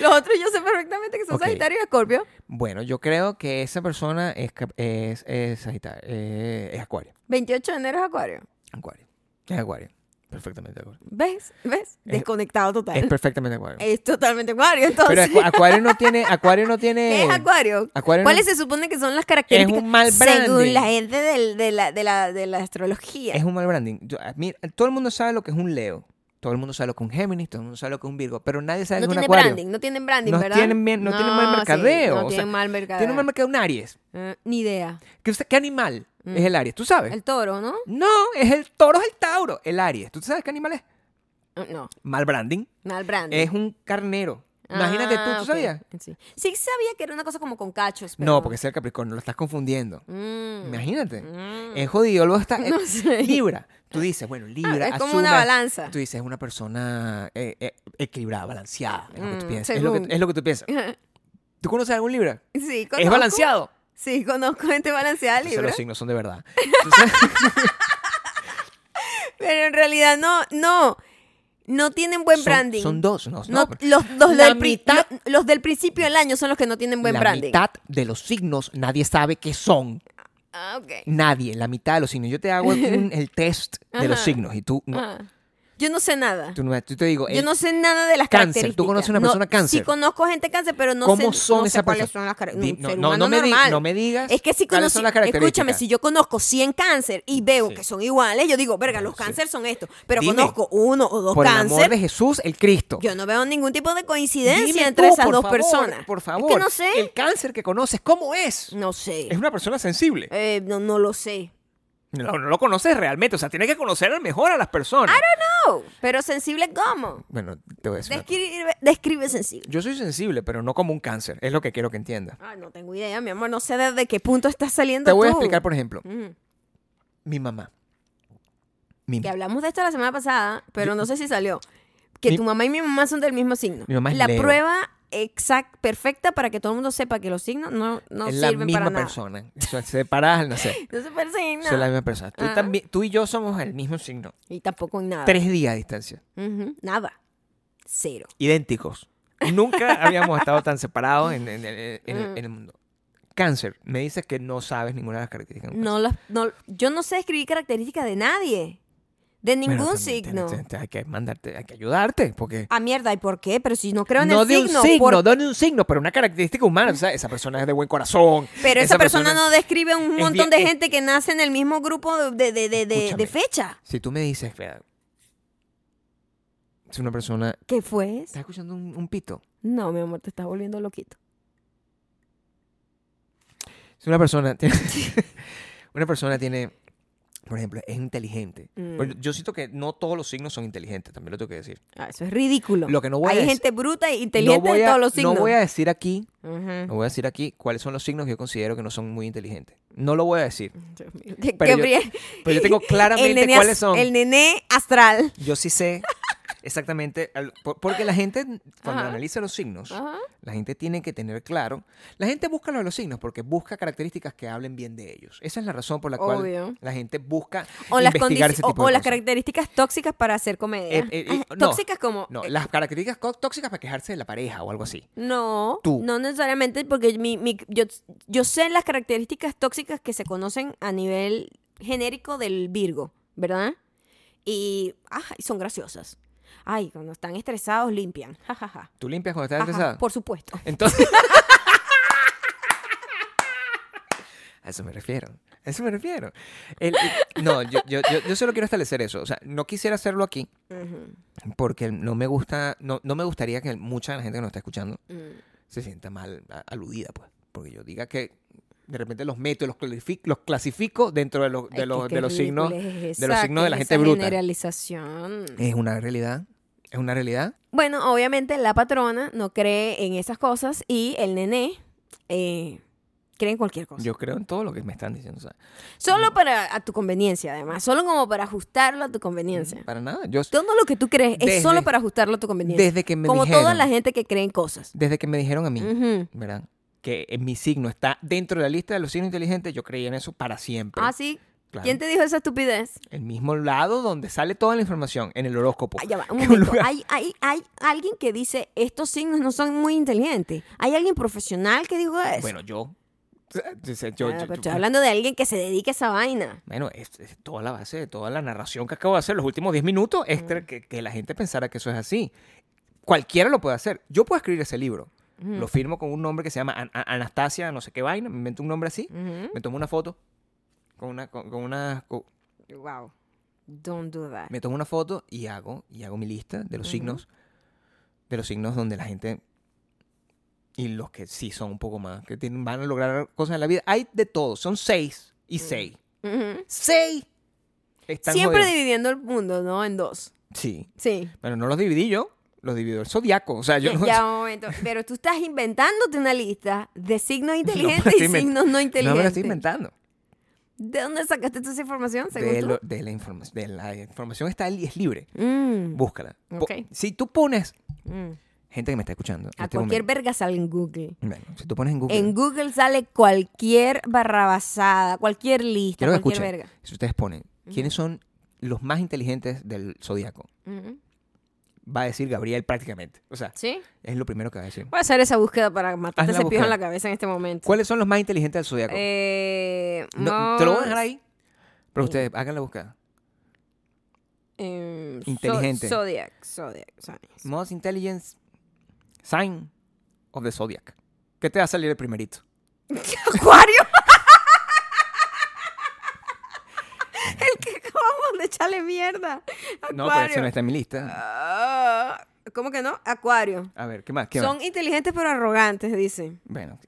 Los otros yo sé perfectamente que son
Ok.
Sagitario y Escorpio.
Bueno, yo creo que esa persona es, cap- es, es Sagitario, eh, es Acuario.
28 de enero es Acuario.
Acuario. Es Acuario. Perfectamente Acuario.
¿Ves? ¿Ves? Desconectado total.
Es
Es,
perfectamente Acuario.
totalmente Acuario, entonces.
Pero acu- Acuario no tiene. Acuario no tiene.
¿Qué es Acuario?
Acuario no-
¿Cuáles se supone que son las características?
un mal branding.
Según la gente del- de, la, de, la, de la astrología.
Es un mal branding. Yo- a mí- todo el mundo sabe lo que es un Leo. Todo el mundo sabe lo que es un Géminis. Todo el mundo sabe lo que es un Virgo. Pero nadie sabe
no
lo que es
tienen
un Acuario.
branding, no tienen branding,
No
¿verdad?
tienen bien- no tienen mal
sí,
mercadeo,
no
o
tienen
sea,
mal mercadeo.
Tiene un mal mercado un Aries.
Eh, ni idea.
¿Qué, usted- qué animal es el Aries? ¿Tú sabes?
Mm. El toro, ¿no?
No, es el toro, es el Tauro. El Aries. ¿Tú sabes qué animal es?
Eh, No,
Mal branding.
mal branding.
Es un carnero. Imagínate tú,
Ah,
¿tú
ok.
sabías?
Sí. Sí sabía que era una cosa como con cachos. pero-
No, porque es el Capricornio. Lo estás confundiendo.
Mm,
Imagínate.
mm.
Es jodido. Luego está.
No
eh,
sé. Ah,
Libra. Tú dices, bueno, Libra.
es como una
asume-
balanza.
Tú dices, es una persona eh, eh, equilibrada, balanceada. Es lo que tú
Mm,
piensas. Es lo que,
según.
es lo que tú piensas. ¿Tú conoces algún Libra?
Sí,
Es
conozco-
balanceado.
Sí, conozco gente balanceada
Entonces
libre.
los signos son de verdad. Entonces,
Pero en realidad no, no. No tienen buen
son-
branding.
Son dos. No,
No,
no, pero
los, los
La
del pri-
mitad-
lo- los del principio del año son los que no tienen buen
la
branding.
mitad de los signos nadie sabe qué son.
Ah, ok.
Nadie. La mitad de los signos. Yo te hago aquí un- el test de los
Ajá.
signos y tú, no-
Ah. Yo no sé nada.
tú, no- tú te digo,
Yo
el-
no sé nada de las
Cáncer.
características.
¿Tú conoces una persona
No,
cáncer?
Sí, conozco gente cáncer, pero no
¿cómo
sé,
son
no sé
esas
cuáles son
personas?
las
Di-
características.
no,
No,
no, no me di-
normal.
no me digas
Es que si
cuáles
conocí,
son las características.
escúchame, si yo conozco 100 cáncer y veo
Sí.
que son iguales, yo digo, verga, los
Sí.
cáncer son estos, pero
Dime,
conozco uno o dos
por el amor
cáncer.
de Jesús, el Cristo.
Yo no veo ningún tipo de coincidencia
Dime
entre
tú,
esas
por
dos
favor,
personas.
Por
Es
favor.
que no sé.
El cáncer que conoces, ¿cómo es?
No sé.
Es una persona sensible.
Eh, no, no lo sé.
No, no lo conoces realmente. O sea, tienes que conocer al mejor a las personas.
No, Oh, pero sensible cómo?
Bueno, te voy a decir. una cosa.
Describe, describe sensible.
Yo soy sensible, pero no como un cáncer. Es lo que quiero que entiendas.
Ah, no tengo idea, mi amor. No sé desde qué punto estás saliendo
Te voy a
tú.
explicar, por ejemplo,
Mm.
mi mamá. Mi,
que hablamos de esto la semana pasada, pero no sé si salió. Que
Mi-
tu mamá y mi mamá son del mismo signo.
Mi mamá es
la
Leo.
prueba exacta, perfecta para que todo el mundo sepa que los signos no, no
es la
sirven
misma
para nada.
persona. Eso, separadas al nacer.
No se parecen en
Soy la
nada.
misma persona. Tú,
Ajá.
también, tú y yo somos el mismo signo.
Y tampoco en nada.
Tres días de distancia.
Ujú, Nada. Cero.
idénticos. Nunca habíamos estado tan separados en, en- en- en-
Mm.
en el mundo. Cáncer. Me dices que no sabes ninguna de las características. de un
No las, no, yo no sé escribir características de nadie. De
cáncer.
ningún
Bueno, también te-
signo.
te- te- hay que mandarte, hay que ayudarte, porque...
Ah, mierda, ¿y por qué? Pero si no creo en
no
el
de
signo.
un signo,
¿por-
no de un signo, pero una característica humana. O sea, esa persona es de buen corazón.
Pero esa, persona, no describe un
es
montón
bien-
de
es-
gente que nace en el mismo grupo de, de, de, de- de
Escúchame.
fecha.
Si tú me dices, "Mira, es una persona...
¿Qué fue? eso?
¿Estás escuchando un, un pito?
No, mi amor, te estás volviendo loquito.
Si una persona tiene, una persona tiene, por ejemplo, es inteligente.
Mm.
Bueno, Pues yo siento que no todos los signos son inteligentes, también lo tengo que decir.
Ah, eso es ridículo.
Lo que no voy
Hay
a dec-
gente bruta e
No
inteligente
voy,
de
a,
todos los signos.
no voy a decir aquí,
Ujú.
no voy a decir aquí cuáles son los signos que yo considero que no son muy inteligentes. No lo voy a decir.
Dios mío. Qué-
Pero
qué
yo-
brie-
Pero yo tengo
el,
claramente
nene
cuáles
as-
son.
el nené astral.
Yo sí sé exactamente, al- por- porque la gente cuando
Ajá.
analiza los signos,
Ajá.
la gente tiene que tener claro, la gente busca lo de los signos porque busca características que hablen bien de ellos. Esa es la razón por la
Obvio.
cual la gente busca
O las,
investigar
condici-
ese
o-
tipo
o
de
las
cosas.
características tóxicas para hacer comedia.
Eh, eh, eh,
Ah,
no.
tóxicas como...
No,
eh,
las características co- tóxicas para quejarse de la pareja o algo así.
no,
Tú.
no necesariamente porque mi- mi- yo, yo sé las características tóxicas que se conocen a nivel genérico del Virgo, ¿verdad? Y ajá, y son graciosas. Ay, cuando están estresados limpian. Ja, ja, ja.
¿Tú limpias cuando estás
Ajá,
estresada?
Por supuesto.
Entonces. A eso me refiero. A eso me refiero. El- el- no, yo, yo, yo, yo solo quiero establecer eso. O sea, no quisiera hacerlo aquí porque no me gusta, no, no me gustaría que mucha de la gente que nos está escuchando
Mm.
se sienta mal a- aludida, pues. Porque yo diga que de repente los meto y los clasifico, los clasifico dentro de los,
Ay, qué-
de los,
qué
de los
ridícula
signos.
es
de los
esa,
signos
qué
de la
es
gente
esa
bruta.
generalización.
Es una realidad. Es una realidad.
Bueno, obviamente la patrona no cree en esas cosas y el nené eh, cree en cualquier cosa.
Yo creo en todo lo que me están diciendo. o sea,
Solo para a tu conveniencia, además. Solo como para ajustarlo a tu conveniencia.
para nada. Yo,
Todo lo que tú crees es
Desde-
solo para ajustarlo a tu conveniencia.
desde que me
como
dijeron.
toda la gente que cree en cosas.
Desde que me dijeron a mí.
Ujú.
¿verdad? Que en mi signo está dentro de la lista de los signos inteligentes, yo creía en eso para siempre.
Ah, sí.
Claro.
¿Quién te dijo esa estupidez?
El mismo lado donde sale toda la información, en el horóscopo.
Ay, Ah, ya va, un
Que un
momento.
lugar-
Hay, hay, hay alguien que dice estos signos no son muy inteligentes. ¿Hay alguien profesional que dijo eso?
Bueno, yo. o sea, yo sé, yo-
Ah,
yo-
pero
yo-
estoy hablando de alguien que se dedique a esa vaina.
Bueno, es, es toda la base de toda la narración que acabo de hacer los últimos 10 minutos es
Mm.
tra- que, que la gente pensara que eso es así. Cualquiera lo puede hacer. Yo puedo escribir ese libro.
Mm.
Lo firmo con un nombre que se llama An- An- Anastasia, no sé qué vaina. Me invento un nombre así.
Mm.
Me tomo una foto con una, con, con una, con-
Wow. Don't do that.
me tomo una foto y hago y hago mi lista de los
Ujú.
signos de los signos donde la gente y los que sí son un poco más que tienen, van a lograr cosas en la vida hay de todo son seis
Mm.
y seis
Ujú.
seis Están
Siempre
jodidos.
dividiendo el mundo, ¿no? En dos.
sí
Sí.
bueno no los dividí yo los dividió el zodiaco o sea yo
Ya,
no,
ya, un momento. Pero tú estás inventándote una lista de signos inteligentes
estoy
y
invent-
signos no
no
inteligentes.
me lo estoy inventando
¿De dónde sacaste tú esa información, según
de,
tú?
lo- de la información de la información está li- es libre
Mm,
búscala Po-
Ok.
si tú pones
mm.
gente que me está escuchando en
A
este
cualquier
momento,
verga sale en Google.
bueno, si tú pones en Google
En Google sale cualquier barrabasada, cualquier lista,
Quiero que
cualquier
escuchen.
verga.
Si ustedes ponen, ¿quiénes son los más inteligentes del zodiaco?
Ujú.
Va a decir Gabriel prácticamente. O sea,
Mm, ¿Sí?
es lo primero que va a decir.
Voy a hacer esa búsqueda para matarte
Haz la
ese pijo en
búsqueda.
la cabeza en este momento.
¿Cuáles son los más inteligentes del zodiaco?
Eh,
No, te lo voy a dejar
Mars,
ahí.
Eh.
Pero ustedes hagan la búsqueda.
em, so-
Inteligente.
Zodiac, Zodiac, Zodiac.
Most intelligence sign of the zodiac. ¿Qué te va a salir el primerito?
¿Acuario? El que acabamos de echarle mierda. Acuario.
No, pero eso no está en mi lista.
Ah, ¿Cómo que no? Acuario.
A ver, ¿qué más? ¿Qué
Son
más?
inteligentes pero arrogantes, dice.
Bueno,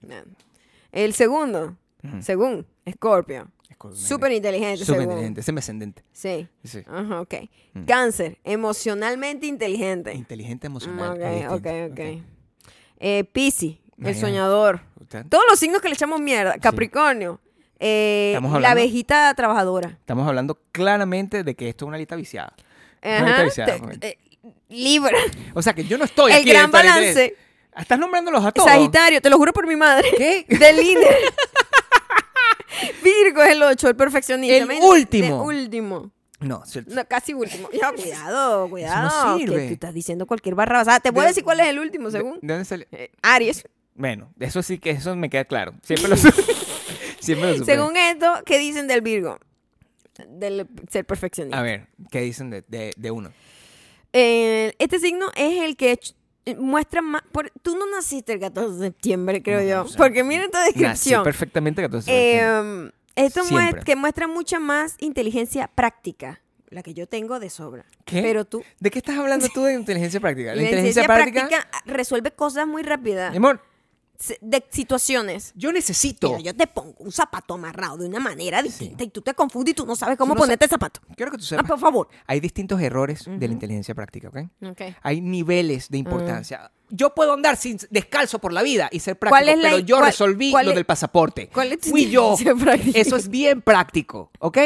El segundo,
Ujú.
según Scorpio.
es
Súper inteligente, según.
súper
Ah.
inteligente. Ese es mi ascendente.
Sí.
Sí.
Ajá, ok.
Mm.
Cáncer, emocionalmente inteligente.
Inteligente emocional.
Ah, Ok,
es
ok,
distinto.
ok. Eh, Piscis, el
Imagínate.
soñador.
Usted-
Todos los signos que le echamos mierda. Capricornio. eh,
Estamos
la
hablando-
abejita trabajadora.
Estamos hablando claramente de que esto es una lista viciada. Una lista
Ajá,
viciada,
te-
porque-
eh, Libra.
O sea que yo no estoy
El
aquí
gran
dentro de la
balance.
iglesia. Ah, Estás nombrándolos a todos.
Sagitario, te lo juro por mi madre.
¿Qué?
Del líder. Virgo es el 8, el perfeccionista.
El
men-
último.
El último.
No, cierto.
No, casi último. Ya, cuidado, cuidado.
sirve.
Que tú estás diciendo cualquier barra basada. Te voy a
De-
decir cuál es el último, según.
¿De dónde salió?
Eh, Aries.
Bueno, eso sí que eso me queda claro. Siempre lo supe. Siempre lo supe.
Según esto, ¿qué dicen del Virgo? Del ser perfeccionista.
A ver, ¿qué dicen de, de, de uno?
Eh, este signo es el que ch- eh, muestra más. por- tú no naciste el 14 de septiembre, creo
No,
yo.
o sea,
porque mira esta
Nací
descripción.
perfectamente 14 de septiembre.
Eh, esto muest-
Siempre.
que muestra mucha más inteligencia práctica, la que yo tengo de sobra.
¿Qué?
Pero tú,
¿De qué estás hablando tú de inteligencia práctica? La,
la ah,
inteligencia, práctica.
resuelve cosas muy rápidas,
Mi amor,
se- de situaciones.
yo necesito.
Mira, yo te pongo un zapato amarrado de una manera distinta y tú te confundes y tú no sabes cómo
no
ponerte el zapato.
Quiero que tú
Ah,
sepas.
por favor.
Hay distintos errores de la inteligencia práctica, ¿ok?
Okay.
Hay niveles
Mm.
de importancia. Yo puedo andar sin, descalzo por la vida y ser práctico,
¿Cuál es la-
pero yo
cuál-
resolví
cuál
lo
es-
del pasaporte.
cuál es tu
Fui yo.
inteligencia práctica?
Eso es bien práctico, ¿ok?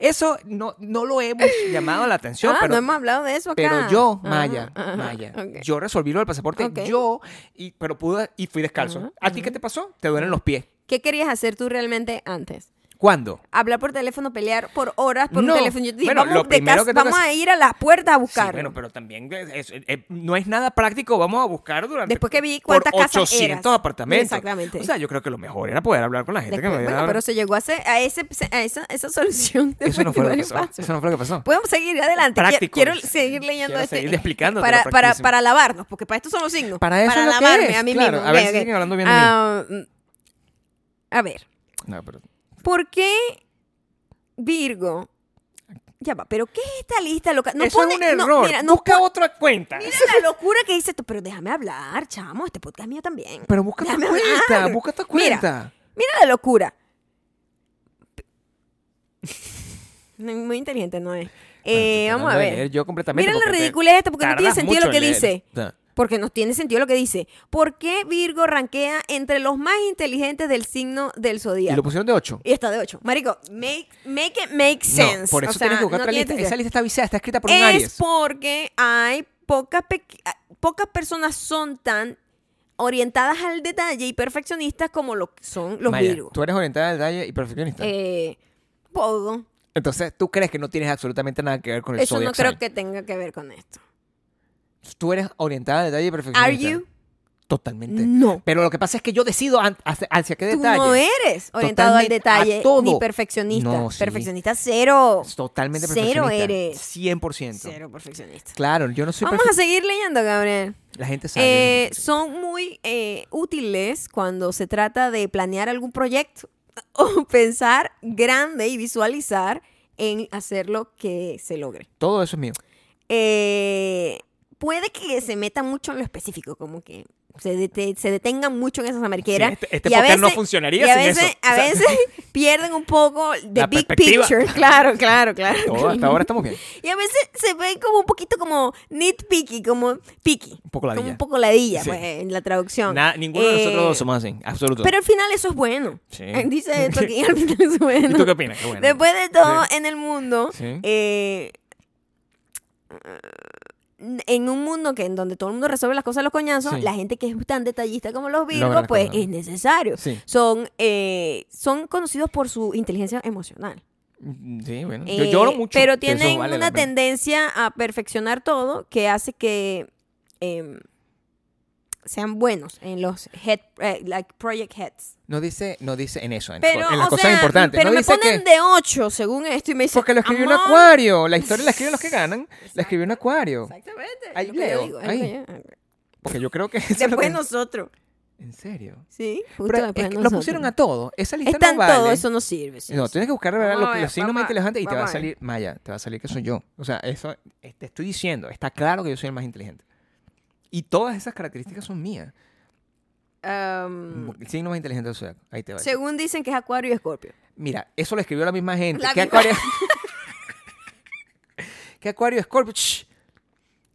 Eso no, no lo hemos llamado la atención,
ah,
pero,
no hemos hablado de eso acá.
pero yo,
Ah,
Maya,
ah,
Maya,
ok.
yo resolví lo del pasaporte,
Ok.
yo, y, pero pude y fui descalzo.
Ajá,
¿A ti qué te pasó? Te duelen los pies.
¿Qué querías hacer tú realmente antes?
¿Cuándo?
Hablar por teléfono, pelear por horas por
No.
un teléfono. Yo te dije,
Bueno, lo
vamos, de
primero
casa-
que tengo que
vamos
hacer-
a ir a la puerta a
Sí,
buscar.
bueno, pero también es- es- es- no es nada práctico. Vamos a buscar durante.
Después que vi
por
cuántas casas
800
eras.
apartamentos.
Exactamente.
O sea, yo creo que lo mejor era poder hablar con la gente
Después-
que me había
bueno,
dado-
pero se llegó a, ese- a, ese, a esa, esa solución.
Eso
después
no
de
fue lo que
varios
pasó.
pasos.
Eso no fue lo que pasó.
Podemos seguir adelante. Qui-
Prácticos.
Quiero seguir leyendo
Quiero
este.
seguir explicándolo,
para, para,
practiquísimo.
para lavarnos, porque para esto son los signos.
Para eso es lo que
lavarme
es,
a mí
claro.
mismo.
A ver
Ok,
si
ok.
siguen hablando bien de mí.
Ah, A ver,
No, pero-
¿por qué Virgo? Ya va, pero ¿qué es esta lista loca? No
eso
pone-
es un
no,
error.
mira, no
Busca otra cuenta.
Mira la locura que dice esto. Pero déjame hablar, chamo. Este podcast es mío también.
Pero busca tu
Déjame
cuenta.
hablar.
Busca tu
Mira,
cuenta.
Mira la locura. No, Muy inteligente, no es. Eh, vamos
Bueno, estoy
a
tratando de
ver.
leer yo completamente
Mira la
porque te-
ridícula esta, este, porque no tiene
tardas
sentido lo
mucho
que
en leer.
dice.
O sea,
Porque no tiene sentido lo que dice. ¿Por qué Virgo ranquea entre los más inteligentes del signo del
Y lo
zodíaco?
pusieron de 8.
Y, está de 8. Marico, make, make it make sense.
por eso
O sea,
tienes que buscar
no
otra
tiene
lista.
sentido.
Esa lista está viciada, está escrita por un
Es
Aries.
porque hay pocas, pequ- ah, pocas personas son tan orientadas al detalle y perfeccionistas como lo son los
Maya,
Virgos.
Tú eres orientada al detalle y perfeccionista.
Eh, poco.
Entonces, ¿tú crees que no tienes absolutamente nada que ver con el
Eso
zodiac
no creo
sign?
que tenga que ver con esto.
Tú eres orientada al detalle y perfeccionista.
¿Are you?
Totalmente.
No.
Pero lo que pasa es que yo decido an- hacia, hacia qué
Tú
detalle.
no eres orientado
Totalmente,
al detalle
a todo.
ni perfeccionista.
No, sí.
Perfeccionista cero.
Totalmente
Cero
perfeccionista.
eres.
100%.
Cero perfeccionista.
Claro, yo no soy
Vamos a
perfec-
seguir leyendo, Gabriel.
La gente
Eh,
sabe.
son muy eh, útiles cuando se trata de planear algún proyecto o pensar grande y visualizar en hacer lo que se logre.
Todo eso es mío.
Eh, puede que se meta mucho en lo específico, como que se, dete- se detengan mucho en esas ameriqueras.
Sí, este- este
y a
podcast no
veces-
funcionaría
y a
sin
veces,
eso.
A
O sea-
veces pierden un poco de
La
big
perspectiva.
picture. Claro, claro, claro.
Todo, hasta ahora estamos bien.
Y a veces se ve como un poquito como nitpicky, como picky.
Un poco ladilla.
Como un poco ladilla,
Sí.
pues, en la traducción.
Nada- ninguno de
Eh,
nosotros dos somos así. Absoluto.
Pero al final eso es bueno.
Sí.
Eh, Dice esto que al final eso es bueno.
¿Y tú qué opinas? Qué bueno.
Después de todo, en el mundo,
Sí.
eh, en un mundo que en donde todo el mundo resuelve las cosas a los coñazos,
Sí.
la gente que es tan detallista como los
Logran
virgos, pues
cosas.
es necesario.
Sí.
Son, eh, son conocidos por su inteligencia emocional.
Mm, Sí, bueno. Yo
Eh,
lloro mucho.
Pero
que eso
tienen
vale la
una
pena.
tendencia a perfeccionar todo que hace que em, sean buenos en los head, eh, like project heads.
No dice, no dice en eso, en, las
Pero,
co- en las
o
cosas
sea,
importantes.
pero
no
me
dice
ponen
que.
de 8 según esto y me dicen.
Porque lo escribió un
"Amor".
acuario. La historia la escriben los que ganan. La escribió un acuario.
Exactamente.
Ahí
es lo que yo
leo,
digo, es lo
ahí.
que yo-
Porque yo creo que. eso es lo
Después
que-
nosotros.
En serio.
Sí, justo
Pero es
después
que lo
nosotros.
pusieron a todo. Esa lista
Está en
no vale.
todo, eso no sirve. sí,
No,
sí.
tienes que buscar de verdad
Vamos a
los,
ver,
los signos
vamos
más
a-
inteligentes y te va a
vamos a ver.
salir, Maya, te va a salir que soy yo. O sea, eso eh, te estoy diciendo, está claro que yo soy el más inteligente. Y todas esas características son mías.
Um,
El signo más inteligente del zodiaco. Ahí te va.
según dicen que es Acuario y Escorpio.
Mira, eso lo escribió la misma gente.
La
¿Qué
misma-
acuario? ¿Qué acuario Scorpio? Shh.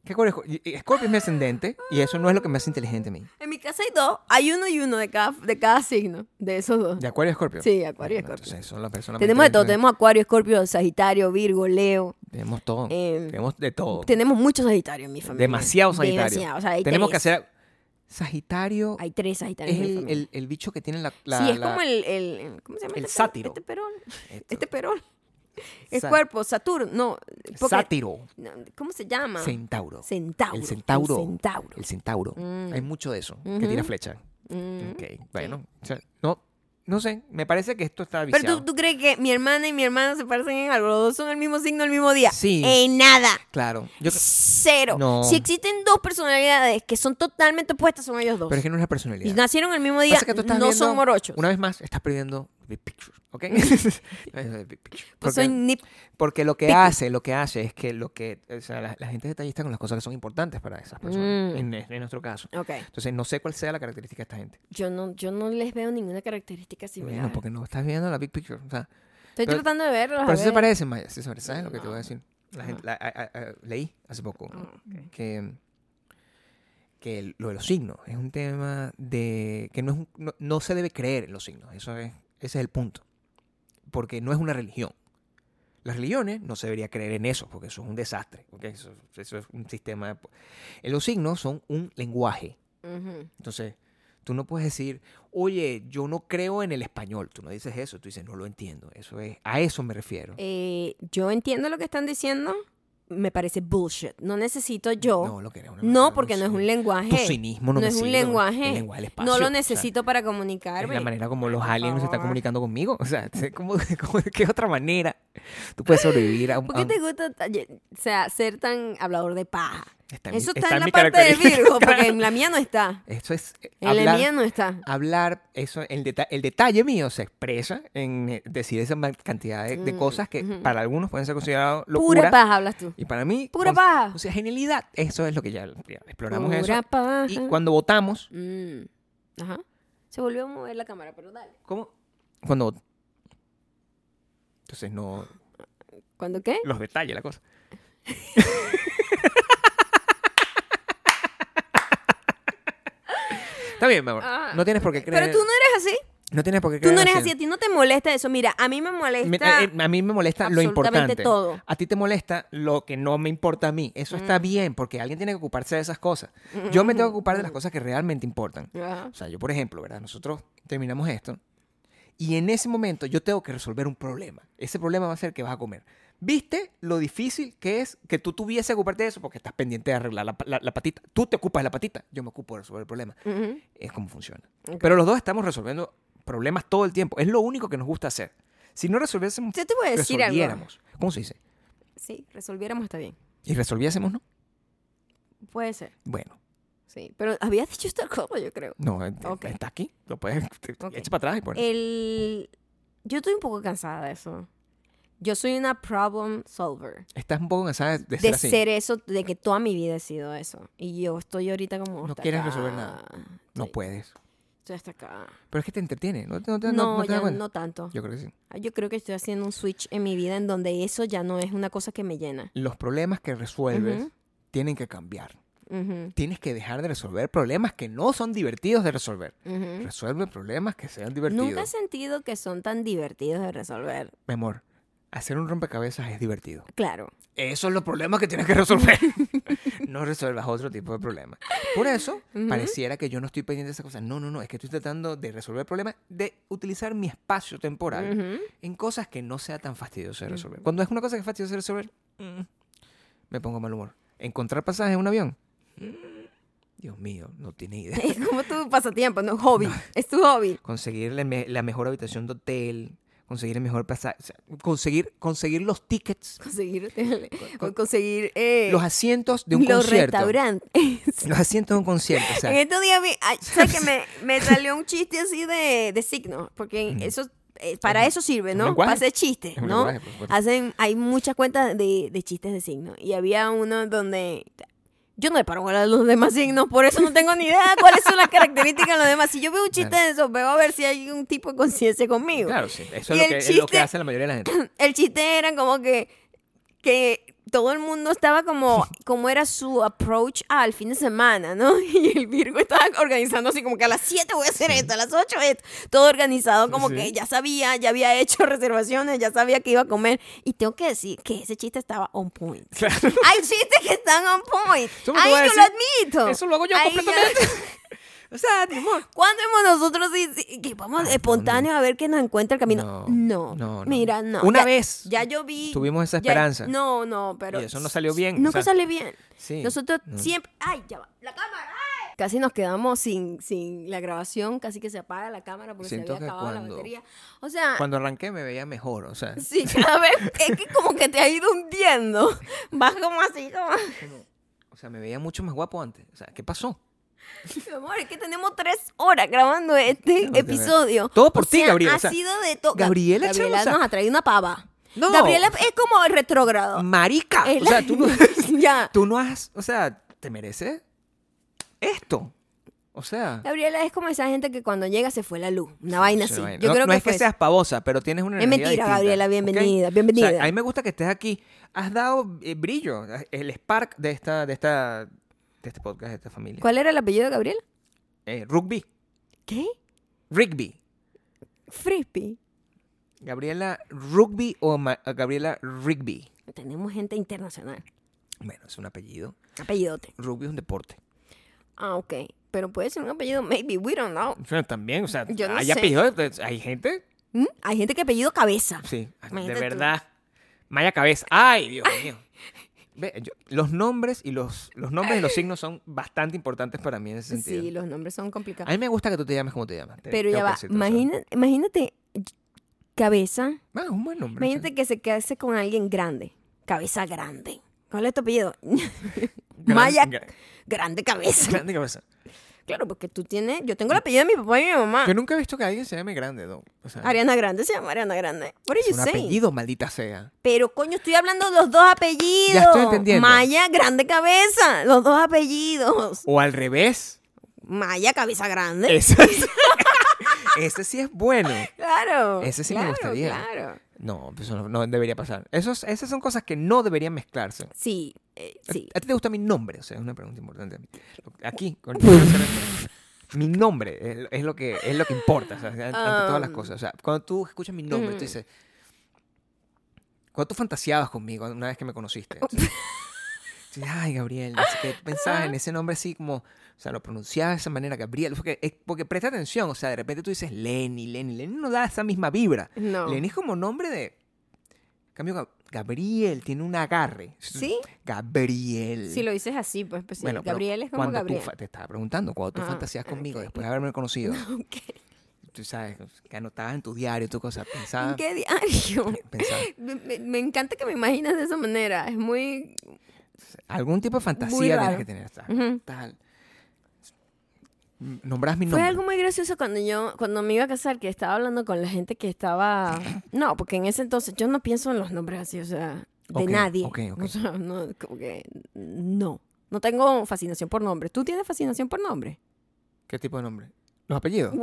¿Qué acuario Escorpio? Y- y Escorpio es mi ascendente y eso no es lo que me hace inteligente a mí.
En mi casa hay dos, hay uno y uno de cada, de cada signo, de esos dos.
¿De acuario Escorpio?
Sí, Acuario y Escorpio.
Entonces son las personas más
Tenemos de todo,
inteligentes.
tenemos Acuario, Escorpio, Sagitario, Virgo, Leo.
Tenemos todo.
Eh,
tenemos de todo.
Tenemos muchos Sagitario en mi familia.
Demasiado Sagitario.
Demasiado, o sea, hay
Tenemos
tres.
que hacer. Sagitario
Hay tres Sagitarios
es
en mi
el,
familia.
el- el bicho que tiene la. la-
sí, es
la-
como el, el- ¿Cómo se llama?
el
este per-
sátiro.
Este perol.
Esto.
Este perol. El
Sa-
cuerpo, Saturno. No, porque- Ah.
Sátiro.
no, ¿Cómo se llama?
Centauro.
Centauro.
El centauro.
El centauro.
El centauro.
Mm.
Hay mucho de eso. Que
Ujú.
tira flecha.
Mm.
Ok, Bueno. o sea, no, no sé. Me parece que esto está
Pero
viciado.
tú, tú crees que mi hermana y mi hermana se parecen en algo, los dos son el mismo signo el mismo día.
Sí.
En nada.
Claro. Yo, cre-
Cero.
No.
Si existen dos personalidades que son totalmente opuestas, son ellos dos.
pero es que no es la
y
personalidad.
nacieron el mismo día,
Pasa que tú
no
estás
son
viendo-
morochos.
Una vez más, estás perdiendo big picture, ¿ok? Estás perdiendo the big picture.
Pues
Porque-
soy nip-
Porque lo que
Picky.
hace, lo que hace es que lo que, o sea, la, la gente es detallista con las cosas que son importantes para esas personas,
Mm.
en, en nuestro caso.
Ok.
Entonces, no sé cuál sea la característica de esta gente.
Yo no, yo no les veo ninguna característica similar.
Bueno, porque no estás viendo la big picture. O sea,
Estoy
pero-
tratando de verlos. a
pero sí se
ver. Ah.
parecen, Maya, sí se parecen. ¿Sabes lo que te voy a
No.
decir? La gente- la- a- a- a- leí hace poco
Ah, ok.
que, que el- lo de los signos es un tema de que no, es un- no, no se debe creer en los signos. Eso es, ese es el punto. Porque no es una religión. Las religiones no se debería creer en eso, porque eso es un desastre. ¿ok? Eso, eso es un sistema. de po- Eh, los signos son un lenguaje.
Ujú.
Entonces, tú no puedes decir, oye, yo no creo en el español. Tú no dices eso, tú dices, no lo entiendo. Eso es, a eso me refiero.
Eh, yo entiendo lo que están diciendo. Me parece bullshit. No necesito yo.
no, lo que eres una persona
No, porque no es un
sin-
lenguaje.
Tu cinismo no,
no
me
es un
sirve,
lenguaje.
el lenguaje
no
del espacio,
lo
o sea,
necesito para comunicarme.
es la manera como los
por
aliens se están
favor.
comunicando conmigo. O sea, ¿cómo, cómo- de qué otra manera tú puedes sobrevivir a un...
¿Por
a
qué
un-
te gusta ta- ye- o sea, ser tan hablador de paja?
está mi-
Eso está,
está
en la
mi
parte del
característica,
Virgo, porque
claro.
en la mía no está.
Eso es... eh,
En la
hablar,
mía no está.
hablar, eso, el, deta- el detalle mío se expresa en eh, decir esa ma- cantidad de, de
Mm,
cosas que
ujú.
para algunos pueden ser consideradas locura.
Pura paja hablas tú.
Y para mí...
Pura
cons-
paja.
O sea, genialidad. Eso es lo que ya, ya exploramos
Pura
eso.
paja.
Y cuando votamos...
Mm, Ajá. Se volvió a mover la cámara, pero dale.
¿Cómo? Cuando... vot- Entonces no...
¿Cuándo qué?
Los detalles, la cosa. Está bien, mi amor.
Ah,
no tienes por qué creer.
Pero tú no eres así.
no tienes por qué
Tú
creer.
no
en
eres
los
así. A ti no te molesta eso. Mira, a mí me
signos. Me-
molesta.
eh, eh, a mí me molesta lo
absolutamente
importante.
todo. Mm.
A ti te molesta lo que no me importa a mí. Eso está bien, porque alguien tiene que ocuparse de esas cosas. Yo me tengo que ocupar de las
Mm.
cosas que realmente importan.
Ajá.
O sea, yo, por ejemplo, ¿verdad? Nosotros terminamos esto y en ese momento yo tengo que resolver un problema. Ese problema va a ser que vas a comer. ¿Viste lo difícil que es que tú tuviese que ocuparte de eso? Porque estás pendiente de arreglar la, la- la patita. Tú te ocupas de la patita, yo me ocupo de resolver el problema.
Ujú.
Es como funciona.
Ok.
Pero los dos estamos resolviendo problemas todo el tiempo. Es lo único que nos gusta hacer. Si no resolviésemos,
Yo te voy a decir algo.
resolviéramos. ¿Cómo se dice?
Sí, resolviéramos está bien.
Y resolviésemos, ¿no?
Puede ser,
Bueno,
sí. Pero habías dicho esta cosa, yo creo.
no, eh,
Ok.
está aquí. Lo puedes te- te-
Ok. Eh,
echa para atrás y por
El... Yo estoy un poco cansada de eso. Yo soy una problem solver.
Estás un poco cansada de,
De,
ser así.
ser eso, de que toda mi vida he sido eso. Y yo estoy ahorita como...
No
hasta
quieres
acá.
resolver nada. No
Estoy-
puedes.
Estoy hasta acá.
Pero es que te entretiene, no, te- no te-
No,
no- no te das
ya
cuenta.
no tanto.
Yo creo que sí.
Yo creo que estoy haciendo un switch en mi vida en donde eso ya no es una cosa que me llena.
Los problemas que resuelves
Ujú.
tienen que cambiar.
Ujú,
Tienes que dejar de resolver problemas que no son divertidos de resolver.
ujú.
Resuelve problemas que sean
Nunca he
divertidos.
sentido que son tan divertidos de resolver.
Mi amor, hacer un rompecabezas es divertido.
Claro.
Esos son los problemas que tienes que resolver. no resuelvas otro tipo de problemas. Por eso,
Ujú.
pareciera que yo no estoy pendiente de esas cosas. No, no, no. Es que estoy tratando de resolver problemas, de utilizar mi espacio temporal
Ujú.
en cosas que no sea tan
Mm.
fastidioso de resolver. Cuando es una cosa que es fastidioso de resolver, mm, me pongo mal humor. Encontrar pasajes en un avión, mm, Dios mío, no tiene idea.
Es como tu pasatiempo, no es hobby. Es tu hobby.
Conseguir la, me- la mejor habitación de hotel, conseguir el mejor pasaje, o sea, conseguir, conseguir los tickets,
Conseguir,
con-
conseguir eh,
los asientos de un
los
concierto.
restaurantes.
Los asientos de un concierto. O sea,
en estos días vi, ay, ¿sabes que me, me salió un chiste así de, de signos? Porque
Mm.
eso, eh, para
un-
eso sirve,
un
¿no?
lenguaje.
Para hacer chistes,
es un
¿no?
lenguaje, por supuesto.
Hacen, hay muchas cuentas de, de chistes de signos. Y había uno donde yo no le paro bola a los demás signos, por eso no tengo ni idea cuáles son las características de los demás. Si yo veo un chiste
Claro.
de eso, veo a ver si hay un tipo de conciencia conmigo.
Claro, sí. Eso
Y
es lo,
el
que, es lo que
chiste-
hace la mayoría de la gente.
el chiste era como que, que todo el mundo estaba como, como era su approach al fin de semana, ¿no? Y el Virgo estaba organizando así como que a las 7 voy a hacer esto, a las 8 esto, todo organizado como
Sí.
que ya sabía, ya había hecho reservaciones, ya sabía que iba a comer. Y tengo que decir que ese chiste estaba on point.
Claro.
Hay chistes que están on point.
Eso me te
Ahí
voy a
yo lo
decir.
admito.
Eso lo hago yo
Ahí ya-
completamente. O sea, mi amor.
¿Cuándo hemos nosotros sí- sí, que vamos espontáneos a ver que nos encuentra el camino?
No,
No,
no, no.
mira, no.
Una
Ya-
vez
Ya yo vi.
tuvimos esa
ya-
esperanza.
no, no, pero.
Y eso no salió bien, o
Nunca
sea,
sale bien.
sí,
Nosotros
no.
siempre. ¡Ay, ya va! ¡La cámara! ay! Casi nos quedamos sin, sin la grabación, casi que se apaga la cámara porque se
Siento
había
que
acabado la
cuando-
batería. O sea.
Cuando arranqué me veía mejor, o sea.
Sí, cada vez es que como que te ha ido hundiendo. Vas como así, como.
como- o sea, me veía mucho más guapo antes. O sea, ¿qué pasó?
Mi amor, es que tenemos tres horas grabando este
No, de
episodio.
verdad. Todo por
O
ti,
sea,
Gabriela,
Ha
o sea,
sido de todo.
Gabriela,
Gabriela
chamo, o sea-
nos ha traído una pava.
No.
Gabriela es como el retrógrado.
Marica,
Ah. Es la-
o sea, tú no,
ya.
tú no has, o sea, ¿te mereces esto? O sea,
Gabriela es como esa gente que cuando llega se fue la luz. Una vaina
o sea,
así.
bueno,
Yo
no,
creo
no
que
es que
fue
seas pavosa, pero tienes una
Es
energía
mentira,
distinta,
Gabriela,
¿ok?
bienvenida,
O sea,
bienvenida.
a mí me gusta que estés aquí. Has dado eh, brillo, el spark de esta de esta de este podcast, de esta familia.
¿Cuál era el apellido de Gabriela?
Eh, rugby,
¿Qué?
Rigby.
Frisbee.
Gabriela Rugby o Ma- eh, Gabriela Rigby.
Tenemos gente internacional.
Bueno, es un apellido.
Apellidote.
Rugby es un deporte.
Ah, ok. Pero puede ser un apellido, maybe, we don't know.
O sea, también, o sea,
Yo no
hay
sé.
apellidos, eh, hay gente,
¿Mm? Hay gente que apellido cabeza.
sí,
Imagínate
de
tú.
verdad. Maya Cabeza. Ay, Dios mío. Ve, yo- los nombres y los, los nombres y los signos son bastante importantes para mí en ese sentido.
Sí, los nombres son complicados.
A mí me gusta que tú te llames como te llamas. te-
Pero
tengo
ya
que
va,
decírtelo, o sea.
imagina- imagínate cabeza.
Ah, es un buen nombre. o sea.
Imagínate que se quedase con alguien grande. Cabeza grande. ¿Cuál es tu apellido?
Gran-
Maya
gra-
grande cabeza.
grande cabeza.
Claro, porque tú tienes. Yo tengo el apellido de mi papá y mi mamá.
Yo nunca he visto que alguien se llame grande, ¿no? O sea,
Ah. Ariana Grande se llama Ariana Grande. What are
es
you
un
saying?
apellido, maldita sea.
Pero coño, estoy hablando de los dos apellidos.
Ya estoy entendiendo.
Maya grande cabeza. Los dos apellidos.
O al revés.
Maya cabeza grande.
Ese, es- ese sí es bueno.
Claro.
Ese sí me
claro,
gustaría.
Claro.
No, pues eso no, no debería pasar. Esos, esas son cosas que no deberían mezclarse.
Sí, eh, sí.
¿A ti te gusta mi nombre? O sea, es una pregunta importante. Aquí, con- quiero hacer esto. mi nombre es, lo- es lo que, es lo que importa, o sea, ante todas las
Um.
cosas. O sea, cuando tú escuchas mi
Mm.
nombre, tú dices... Cuando tú fantaseabas conmigo una vez que me conociste.
Oh.
o sea, tú dices, Ay, Gabriel, no sé qué, pensabas en ese nombre así como... O sea, lo pronunciabas de esa manera, Gabriel. Porque, es- porque presta atención, o sea, de repente tú dices Lenny, Lenny. Lenny no da esa misma vibra.
No.
Lenny es como nombre de... en cambio, Gab- Gabriel tiene un agarre.
¿Sí?
Gabriel.
Si lo dices así, pues, pues sí.
Bueno, pero
Gabriel es como
cuando tú
Gabriel.
fa- te estaba preguntando, cuando tú
Ah,
fantasías conmigo
ok.
después de haberme conocido,
Ok.
tú sabes, que anotabas en tu diario, tu cosa,
¿En
pensabas.
qué diario?
pensabas,
Me, me- me encanta que me imaginas de esa manera. Es muy.
algún tipo de fantasía
Muy
tienes
raro.
que tener. ¿sabes?
Ujú.
Tal. Nombrás mi
Fue
nombre.
algo muy gracioso cuando yo, cuando me iba a casar, que estaba hablando con la gente que estaba. No, porque en ese entonces yo no pienso en los nombres así, o sea, de
Ok,
nadie.
ok, ok.
O sea, no, como que. No. No tengo fascinación por nombres. ¿Tú tienes fascinación por nombres?
¿Qué tipo de nombre? Los apellidos.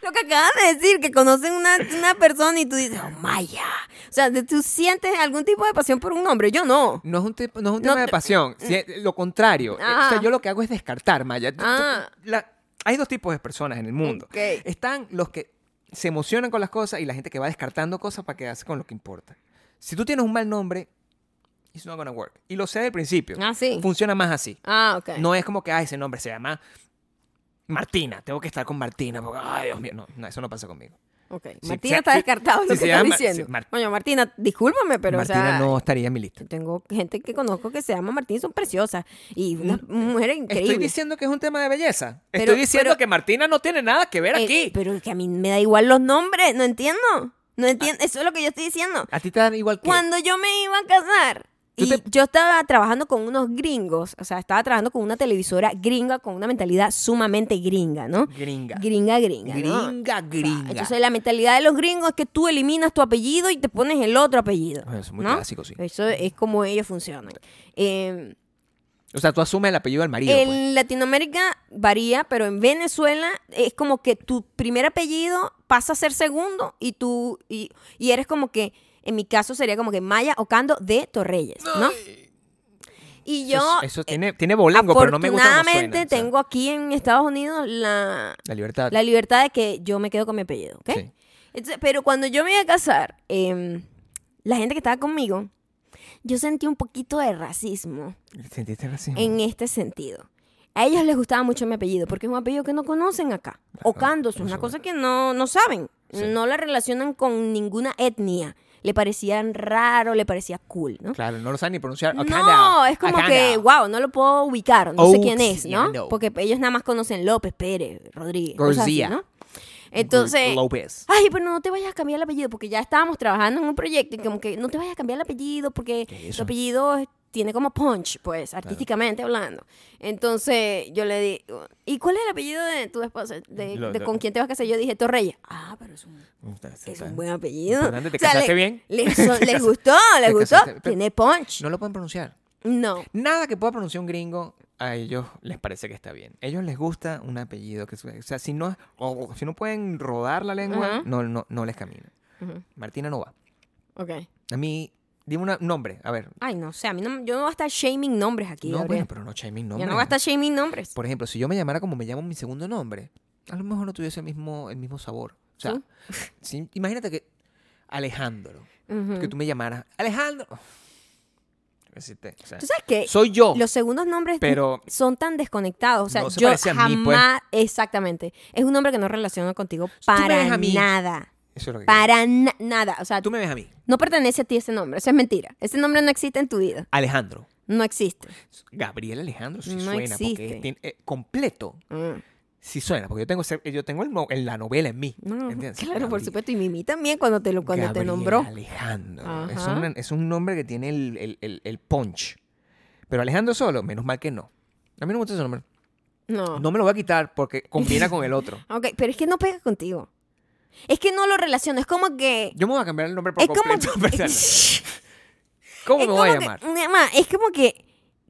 Lo que acabas de decir, que conocen una, una persona y tú dices, oh, Maya. O sea, tú sientes algún tipo de pasión por un nombre. Yo no.
No es un, tipo- no es un
No mm.
tema de
te-
pasión. si es- lo contrario. Eh, O
Ajá.
sea, yo lo que hago es descartar, Maya. Tú- tú-
Ah.
la- hay dos tipos de personas en el mundo.
Ok.
Están los que se emocionan con las cosas y la gente que va descartando cosas para quedarse con lo que importa. Si tú tienes un mal nombre, it's not gonna work. Y lo sé del principio.
Ah, sí.
Funciona más así.
Ah, ok.
No es como que, ah, ese nombre se llama Martina. Tengo que estar con Martina porque, ay, Dios mío. No, no, eso no pasa conmigo.
Ok,
Si
Martina
se-
está
si-
descartado, es lo
si
que
se
estás
llama-
diciendo.
si Mar-
Coño, Martina, discúlpame, pero
Martina
o sea,
no estaría en mi lista.
yo tengo gente que conozco que se llama Martina y son preciosas y unas mujeres increíbles.
eh, Estoy diciendo que es un tema de belleza.
Pero-
Estoy diciendo
pero-
que Martina no tiene nada que ver
Eh,
aquí.
pero es que a mí me da igual los nombres, no entiendo. No
Ah.
entiendo, eso es lo que yo estoy diciendo.
A ti te dan igual que.
Cuando yo me iba a casar
Tú
y
te-
yo estaba trabajando con unos gringos, o sea, estaba trabajando con una televisora gringa con una mentalidad sumamente gringa, ¿no?
Gringa.
Gringa, gringa. ¿no?
Gringa, gringa.
Entonces la mentalidad de los gringos es que tú eliminas tu apellido y te pones el otro apellido.
Bueno, Ah, eso es muy
¿no?
clásico, sí.
Eso es como ellos funcionan. Eh,
O sea, tú asumes el apellido del marido. pues.
en Latinoamérica varía, pero en Venezuela es como que tu primer apellido pasa a ser segundo y tú y, y eres como que en mi caso sería como que Maya Ocando de Torreyes, ¿no? Y yo
eso, es- eso tiene, tiene bolengo, pero no me gusta cómo suena,
afortunadamente
o sea,
tengo aquí en Estados Unidos la
la libertad.
la libertad de que yo me quedo con mi apellido, ¿ok?
Sí.
Entonces, pero cuando yo me iba a casar, em, la gente que estaba conmigo, yo sentí un poquito de racismo
¿Sentiste racismo?
en este sentido. A ellos les gustaba mucho mi apellido, porque es un apellido que no conocen acá. Ocando es una
eso.
cosa que no, no saben.
Sí.
No la relacionan con ninguna etnia. Le parecían raro, le parecía cool, ¿no?
Claro, no lo saben ni pronunciar.
No,
Okanda,
es como
Akanda.
que, wow, no lo puedo ubicar, no sé
Oaks,
quién es,
yeah,
¿no?
no.
Porque ellos nada más conocen López, Pérez, Rodríguez, cosas así,
García.
¿no? Entonces,
López.
ay, pero no te vayas a cambiar el apellido, porque ya estábamos trabajando en un proyecto y como que no te vayas a cambiar el apellido, porque
¿Qué es
tu
eso?
apellido es- tiene como punch, pues, artísticamente hablando. Entonces, yo le di, ¿y cuál es el apellido de tu esposa? De,
Lo-
de
lo-
¿Con quién te vas a casar? Yo dije, Torreyes. Ah, pero es un es un buen apellido.
Importante, ¿te
O sea,
casaste
le-
bien?
Les, les gustó, les
te
gustó.
casaste- pero-
Tiene punch.
No lo pueden pronunciar.
No.
Nada que pueda pronunciar un gringo a ellos les parece que está bien. A ellos les gusta un apellido que su- o sea, si no o- si no pueden rodar la lengua,
Ajá.
no, no no les camina.
Ujú,
Martina no va.
Ok.
A mí dime una- un nombre, a ver.
Ay, no sé, a mí no, yo no voy a estar shaming nombres aquí.
No,
Gabriel.
bueno, pero no shaming
yo
nombre.
no voy a estar shaming nombres.
Por ejemplo, si yo me llamara como me llamo mi segundo nombre, a lo mejor no tuviese el mismo el mismo sabor. O sea, si- imagínate que Alejandro,
Ujú.
que tú me llamaras Alejandro. Oh, Decirte, o sea,
¿Tú sabes qué?
soy yo.
Los segundos nombres
Pero-
son tan desconectados. O sea,
No se
yo
parece a
jamás.
mí, pues.
Exactamente. Es un nombre que no relaciono contigo
tú me
para
ves a mí-
nada.
Eso es lo que
Para na- nada. O sea,
quiero. Tú me ves a mí,
no pertenece a ti ese nombre. Eso es mentira. Ese nombre no existe en tu vida.
Alejandro.
No existe.
Gabriel Alejandro sí
No
suena porque
existe.
es- tiene- eh, completo
Mm.
sí suena porque yo tengo ese- yo tengo el no- el- la novela en mí
No,
¿entiendes?
claro, por
Gabri-
supuesto. Y Mimi también cuando te, lo, cuando te
Gabriel
nombró.
Alejandro es
Ajá.
un, es un nombre que tiene el, el- el- el punch pero Alejandro solo menos mal que no a mí no me gusta ese nombre
No.
no me lo voy a quitar porque combina con el otro
Ok, pero es que no pega contigo. Es que no lo relaciono. Es como que.
yo me voy a cambiar el nombre por
Es como.
completo pensando,
Es
¿cómo me
como
voy a
que-
llamar?
mi mamá, es como que.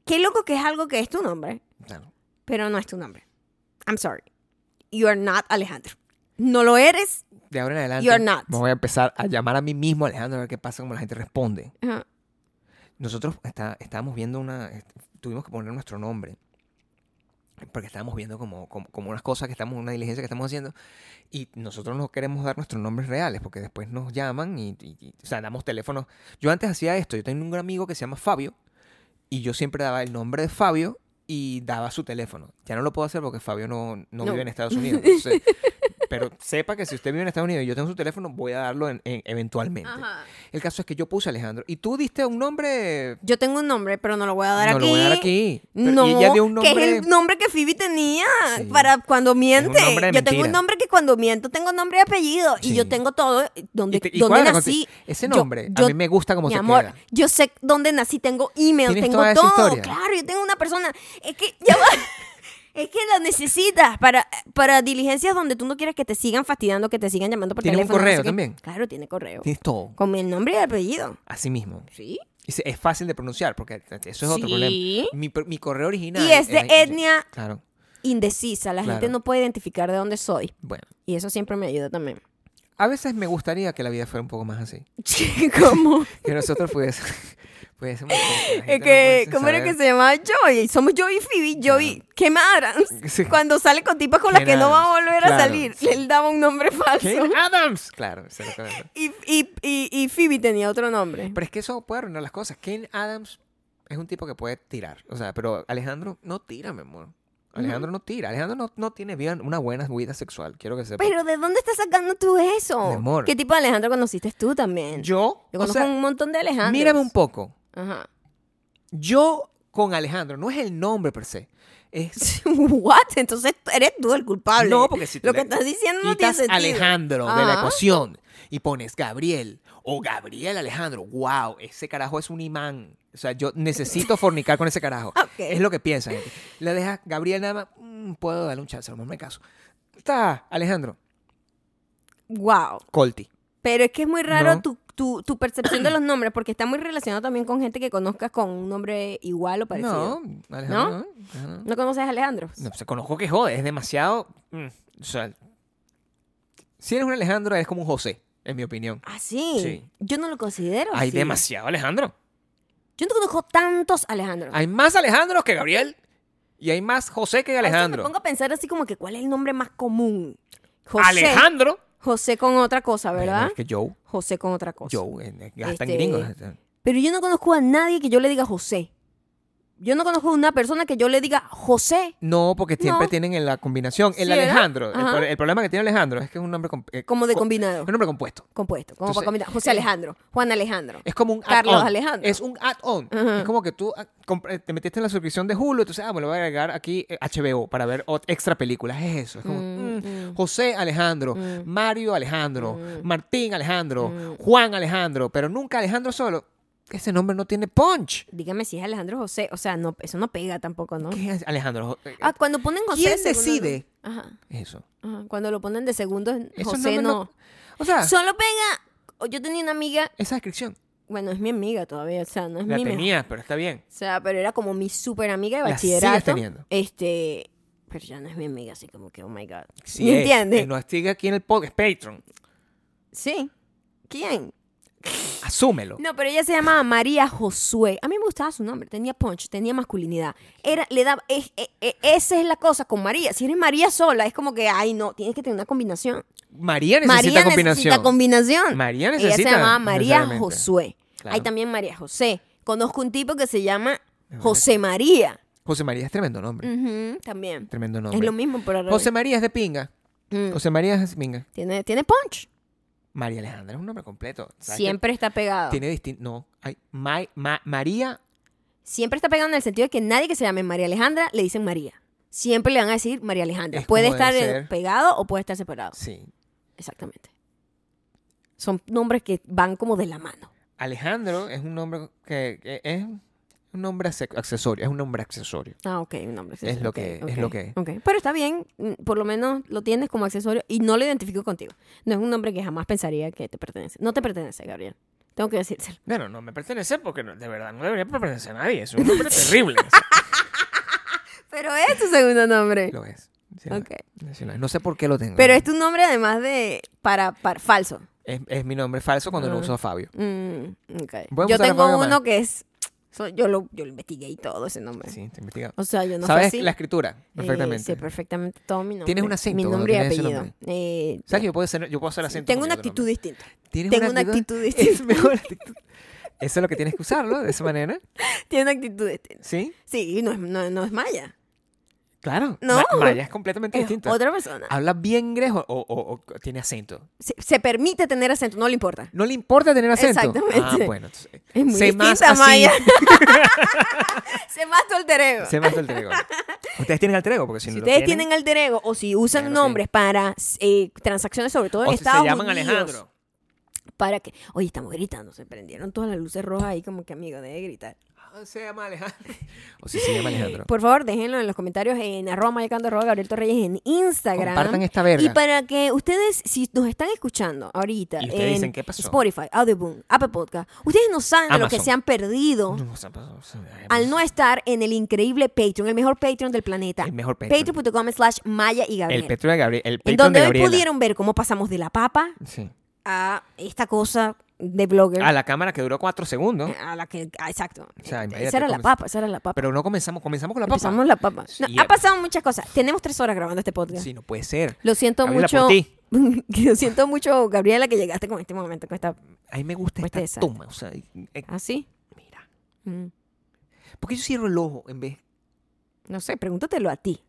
Qué loco que es algo que es tu nombre,
Claro.
pero no es tu nombre. I'm sorry. You are not Alejandro. No lo eres.
de ahora en adelante
You're not.
me voy a empezar a llamar a mí mismo Alejandro a ver qué pasa cómo la gente responde
Ajá.
Nosotros está- estábamos viendo una. est- Tuvimos que poner nuestro nombre. Porque estábamos viendo como, como, como unas cosas que estamos, una diligencia que estamos haciendo. Y nosotros no queremos dar nuestros nombres reales. Porque después nos llaman y, y- y- o sea, damos teléfonos. Yo antes hacía esto. Yo tenía un gran amigo que se llama Fabio. Y yo siempre daba el nombre de Fabio y daba su teléfono. Ya no lo puedo hacer porque Fabio no, no,
No.
vive en Estados Unidos. entonces- pero sepa que si usted vive en Estados Unidos y yo tengo su teléfono, voy a darlo en- en- eventualmente.
Ajá.
El caso es que yo puse Alejandro. Y tú diste un nombre.
Yo tengo un nombre, pero no lo voy a dar
no
aquí.
lo voy a dar aquí. Pero-
No,
y ella dio un nombre.
que es el nombre que Phoebe tenía
Sí.
para cuando miente.
Es un nombre de
yo tengo
mentira.
un nombre que cuando miento tengo nombre y apellido.
Sí.
Y yo tengo todo.
y
Donde,
te- y
donde
cuadra
nací.
contigo. Ese
Yo-
nombre
yo-
a mí me gusta como
Mi
se
amor,
queda.
yo sé dónde nací, tengo email,
Tienes
tengo
toda esa
todo.
historia.
Claro, yo tengo una persona. Es que ya va. Es que lo necesitas para, para diligencias donde tú no quieres que te sigan fastidiando, que te sigan llamando por
Tiene un
teléfono. no
correo
sé qué.
también.
Claro, tiene correo.
Tienes todo.
Con el nombre y el apellido.
Así mismo.
Sí.
Y se- es fácil de pronunciar porque eso es otro
Sí.
problema. Mi, pro- mi correo original.
Y es de
era-
etnia-
Claro.
Indecisa, la gente
Claro.
no puede identificar de dónde soy.
Bueno.
Y eso siempre me ayuda también.
A veces me gustaría que la vida fuera un poco más así.
¿Cómo?
Que nosotros pudiese- pudiésemos. como que la gente
Es
no
que,
pudiese
¿cómo era
saber
que se llamaba Joey? Somos Joey y Phoebe. Joey, ¿qué más
Sí.
Cuando sale con tipas con las
Ken
que no va a
Adams,
volver a
claro,
salir.
sí.
Él daba un nombre falso.
Jane Adams. Claro. eso es lo que-
Y, y, y, y Phoebe tenía otro nombre.
Pero es que eso puede arruinar las cosas. Ken Adams es un tipo que puede tirar. O sea, pero Alejandro no tira, mi amor. Alejandro no tira. Alejandro no, no tiene vida- una buena vida sexual. Quiero que sepa.
Pero ¿de dónde estás sacando tú eso?
Mi amor.
¿Qué tipo de Alejandro conociste tú también?
yo,
Yo
o
conozco
sea,
un montón de Alejandro.
mírame un poco.
Ajá.
Yo con Alejandro, no es el nombre per se. Es
What? Entonces eres tú el culpable.
No, porque si tú
lo
le
que estás diciendo no tiene
quitas
sentido.
Alejandro de la
Ajá.
ecuación y pones Gabriel o Gabriel Alejandro. ¡Wow! Ese carajo es un imán. O sea, yo necesito fornicar con ese carajo.
Ok.
Es lo que piensa. gente. Le dejas Gabriel nada más. mm, puedo darle un chance, a lo mejor me caso. Está Alejandro.
Wow.
Colti.
Pero es que es muy raro
No.
tu, tu, tu percepción de los nombres porque está muy relacionado también con gente que conozcas con un nombre igual o parecido.
No, Alejandro. No, Alejandro no.
¿No conoces a Alejandro?
No, se conozco que jode. Es demasiado. mm, o sea, si eres un Alejandro, eres como un José, en mi opinión.
Ah, sí.
Sí.
Yo no lo considero
Hay
así.
demasiado Alejandro.
Yo no conozco tantos Alejandros.
Hay más Alejandros que Gabriel. Y hay más José que
A veces Ah,
Alejandro.
Me pongo a pensar así como que cuál es el nombre más común. José.
Alejandro.
José con otra cosa,
Bueno,
¿verdad?
es que Joe.
José con otra cosa.
Joe. eh, eh, Hasta en
Este-
gringos.
Pero yo no conozco a nadie que yo le diga José. Yo no conozco una persona que yo le diga José.
No, porque siempre
No.
tienen en la combinación. El
Sí, ¿verdad?
Alejandro. El,
Ajá.
pro- el problema que tiene Alejandro es que es un nombre, com- eh,
Como de
co-
combinado.
es un nombre compuesto.
Compuesto. Como
Entonces, eh,
para combinar. José Alejandro. Juan Alejandro.
Es como un
Carlos
add-on.
Alejandro.
Es un add-on.
Ajá.
Es como que tú ah, comp- eh, te metiste en la suscripción de Hulu, entonces, ah, me lo voy a agregar aquí eh, HBO para ver ot- extra películas. Es eso. Es como
Mm,
mm,
mm.
José Alejandro,
Mm.
Mario Alejandro,
Mm.
Martín Alejandro,
Mm.
Juan Alejandro, pero nunca Alejandro solo. Ese nombre no tiene punch.
Dígame si es Alejandro José. O sea, no, eso no pega tampoco, ¿no?
¿Qué es Alejandro? Jo- eh,
Ah, cuando ponen José.
¿Quién
segundo,
decide?
no. Ajá,
Eso.
ajá. Cuando lo ponen de segundo,
Esos
José
nombres
no.
O sea,
Solo pega. Yo tenía una amiga.
esa descripción.
Bueno, es mi amiga todavía. O sea, no es
La
mi mejor.
tenías, pero está bien.
O sea, pero era como mi súper amiga de
La sigues
bachillerato.
teniendo.
Este. Pero ya no es mi amiga, así como que, oh my God.
Sí
¿Me
eh, es.
entiendes?
Que Nos sigue aquí en el podcast, Patreon.
Sí. ¿Quién?
Asúmelo.
No, pero ella se llamaba María Josué. A mí me gustaba su nombre. Tenía punch, tenía masculinidad. Era, le daba, es- es- es- esa es la cosa con María. Si eres María sola, es como que, ay, no, tienes que tener una combinación.
María necesita
María
combinación.
necesita combinación.
María
Ella se
necesita,
llamaba María
necesariamente.
Josué.
Claro.
Hay también María José. Conozco un tipo que se llama
verdad.
José María.
José María es tremendo nombre.
Ujú, también.
Tremendo nombre.
Mm. Es lo mismo, pero al revés.
José María es de pinga.
Mm.
José María es de pinga.
Tiene, tiene punch.
María Alejandra es un nombre completo. ¿Sabes qué?
Siempre está pegado.
Tiene distinto. No. Hay Ma- Ma- María.
Siempre está pegado en el sentido de que nadie que se llame María Alejandra le dicen María. Siempre le van a decir María Alejandra.
Es
puede
como debe
estar eh,
ser.
pegado o puede estar separado.
Sí.
Exactamente. Son nombres que van como de la mano.
Alejandro es un nombre que, que es un nombre ac- accesorio. Es un nombre accesorio.
Ah, ok, un nombre.
Es lo que-
ok,
es lo que-
ok. Pero está bien, mm, por lo menos lo tienes como accesorio y no lo identifico contigo. No es un nombre que jamás pensaría que te pertenece. No te pertenece, Gabriel. Tengo que decírselo.
Bueno, no me pertenece porque no- de verdad no debería pertenecer a nadie. Es un nombre terrible. O sea,
Pero es tu segundo nombre.
lo es. Sí,
Ok.
no- sí, no- No sé por qué lo tengo.
Pero es tu nombre además de para, para falso.
es, es mi nombre falso cuando lo
Ah.
uso a Fabio.
Mm, ok.
Voy a
Yo
buscar a Fabio
tengo
Amaya.
uno que es. so- yo, lo, yo lo investigué y todo ese nombre.
Sí, te investigado.
O sea, yo no Eh,
Sabes
sé si
la escritura perfectamente.
sí, perfectamente todo mi nombre.
Tienes un acento
Mi
cuando
nombre y
tienes ese
apellido.
nombre.
Eh,
¿Sabes que yo puedo hacer, yo puedo hacer acento?
tengo
con
una
mi otro
actitud
nombre?
distinta.
¿Tienes
Tengo una actitud
Es
distinta.
mejor actitud. Eso es lo que tienes que usarlo de esa manera.
Tiene una actitud distinta.
¿Sí?
Sí, no es, no, no es maya.
Claro.
No.
Ma- Maya es Ah. completamente
Es
distinto.
otra persona.
Habla bien inglés o, o- o- o tiene acento.
Se, se permite tener acento, no le importa.
No le importa tener acento. Ah,
Exactamente.
bueno. entonces,
Es muy
sé más
distinta a
así.
Maya. Se más tu alter ego.
Sé más del alter ego. Ustedes tienen alter ego porque si, no
si
lo
ustedes tienen alter ego o si usan
Claro, sí.
nombres para eh, transacciones, sobre todo en
o si
Estados
se llaman
Unidos,
Alejandro.
para que, oye, estamos gritando, se prendieron todas las luces rojas ahí como que amigo, debe gritar.
Ah, Se llama Alejandro. O si se llama Alejandro.
Por favor, déjenlo en los comentarios en arroba mayacando, arroba Gabriel Torreyes en Instagram.
Compartan esta verga.
Y para que ustedes, si nos están escuchando ahorita
Y ustedes
en
dicen, ¿qué pasó?
Spotify, Audioboom, Apple Podcast, ustedes no saben de lo que
Amazon.
se han perdido
No, o sea, pues, o sea,
al no estar en el increíble Patreon, el mejor Patreon del planeta.
El mejor Patreon.
Patreon.com slash Maya y Gabriel.
El Petro de Gabriel. El
en
Patreon
donde
de
hoy
Gabriela.
pudieron ver cómo pasamos de la papa
Sí.
a esta cosa de blogger.
A la cámara que duró cuatro segundos.
a la que, ah, exacto.
O sea, imagínate
esa era la
cómo-
papa, esa era la papa.
Pero no comenzamos, comenzamos con la papa.
Empezamos la papa. No,
Sí,
ha
eh.
pasado muchas cosas. Tenemos tres horas grabando este podcast.
Sí, no puede ser.
Lo siento
Gabriela,
mucho.
por ti.
Lo siento mucho, Gabriela, que llegaste con este momento, con esta.
A mí me gusta
Pues
esta
te desata.
toma. O sea, eh,
Así.
mira.
Mm.
¿Por qué yo cierro el ojo en vez?
No sé, pregúntatelo a ti.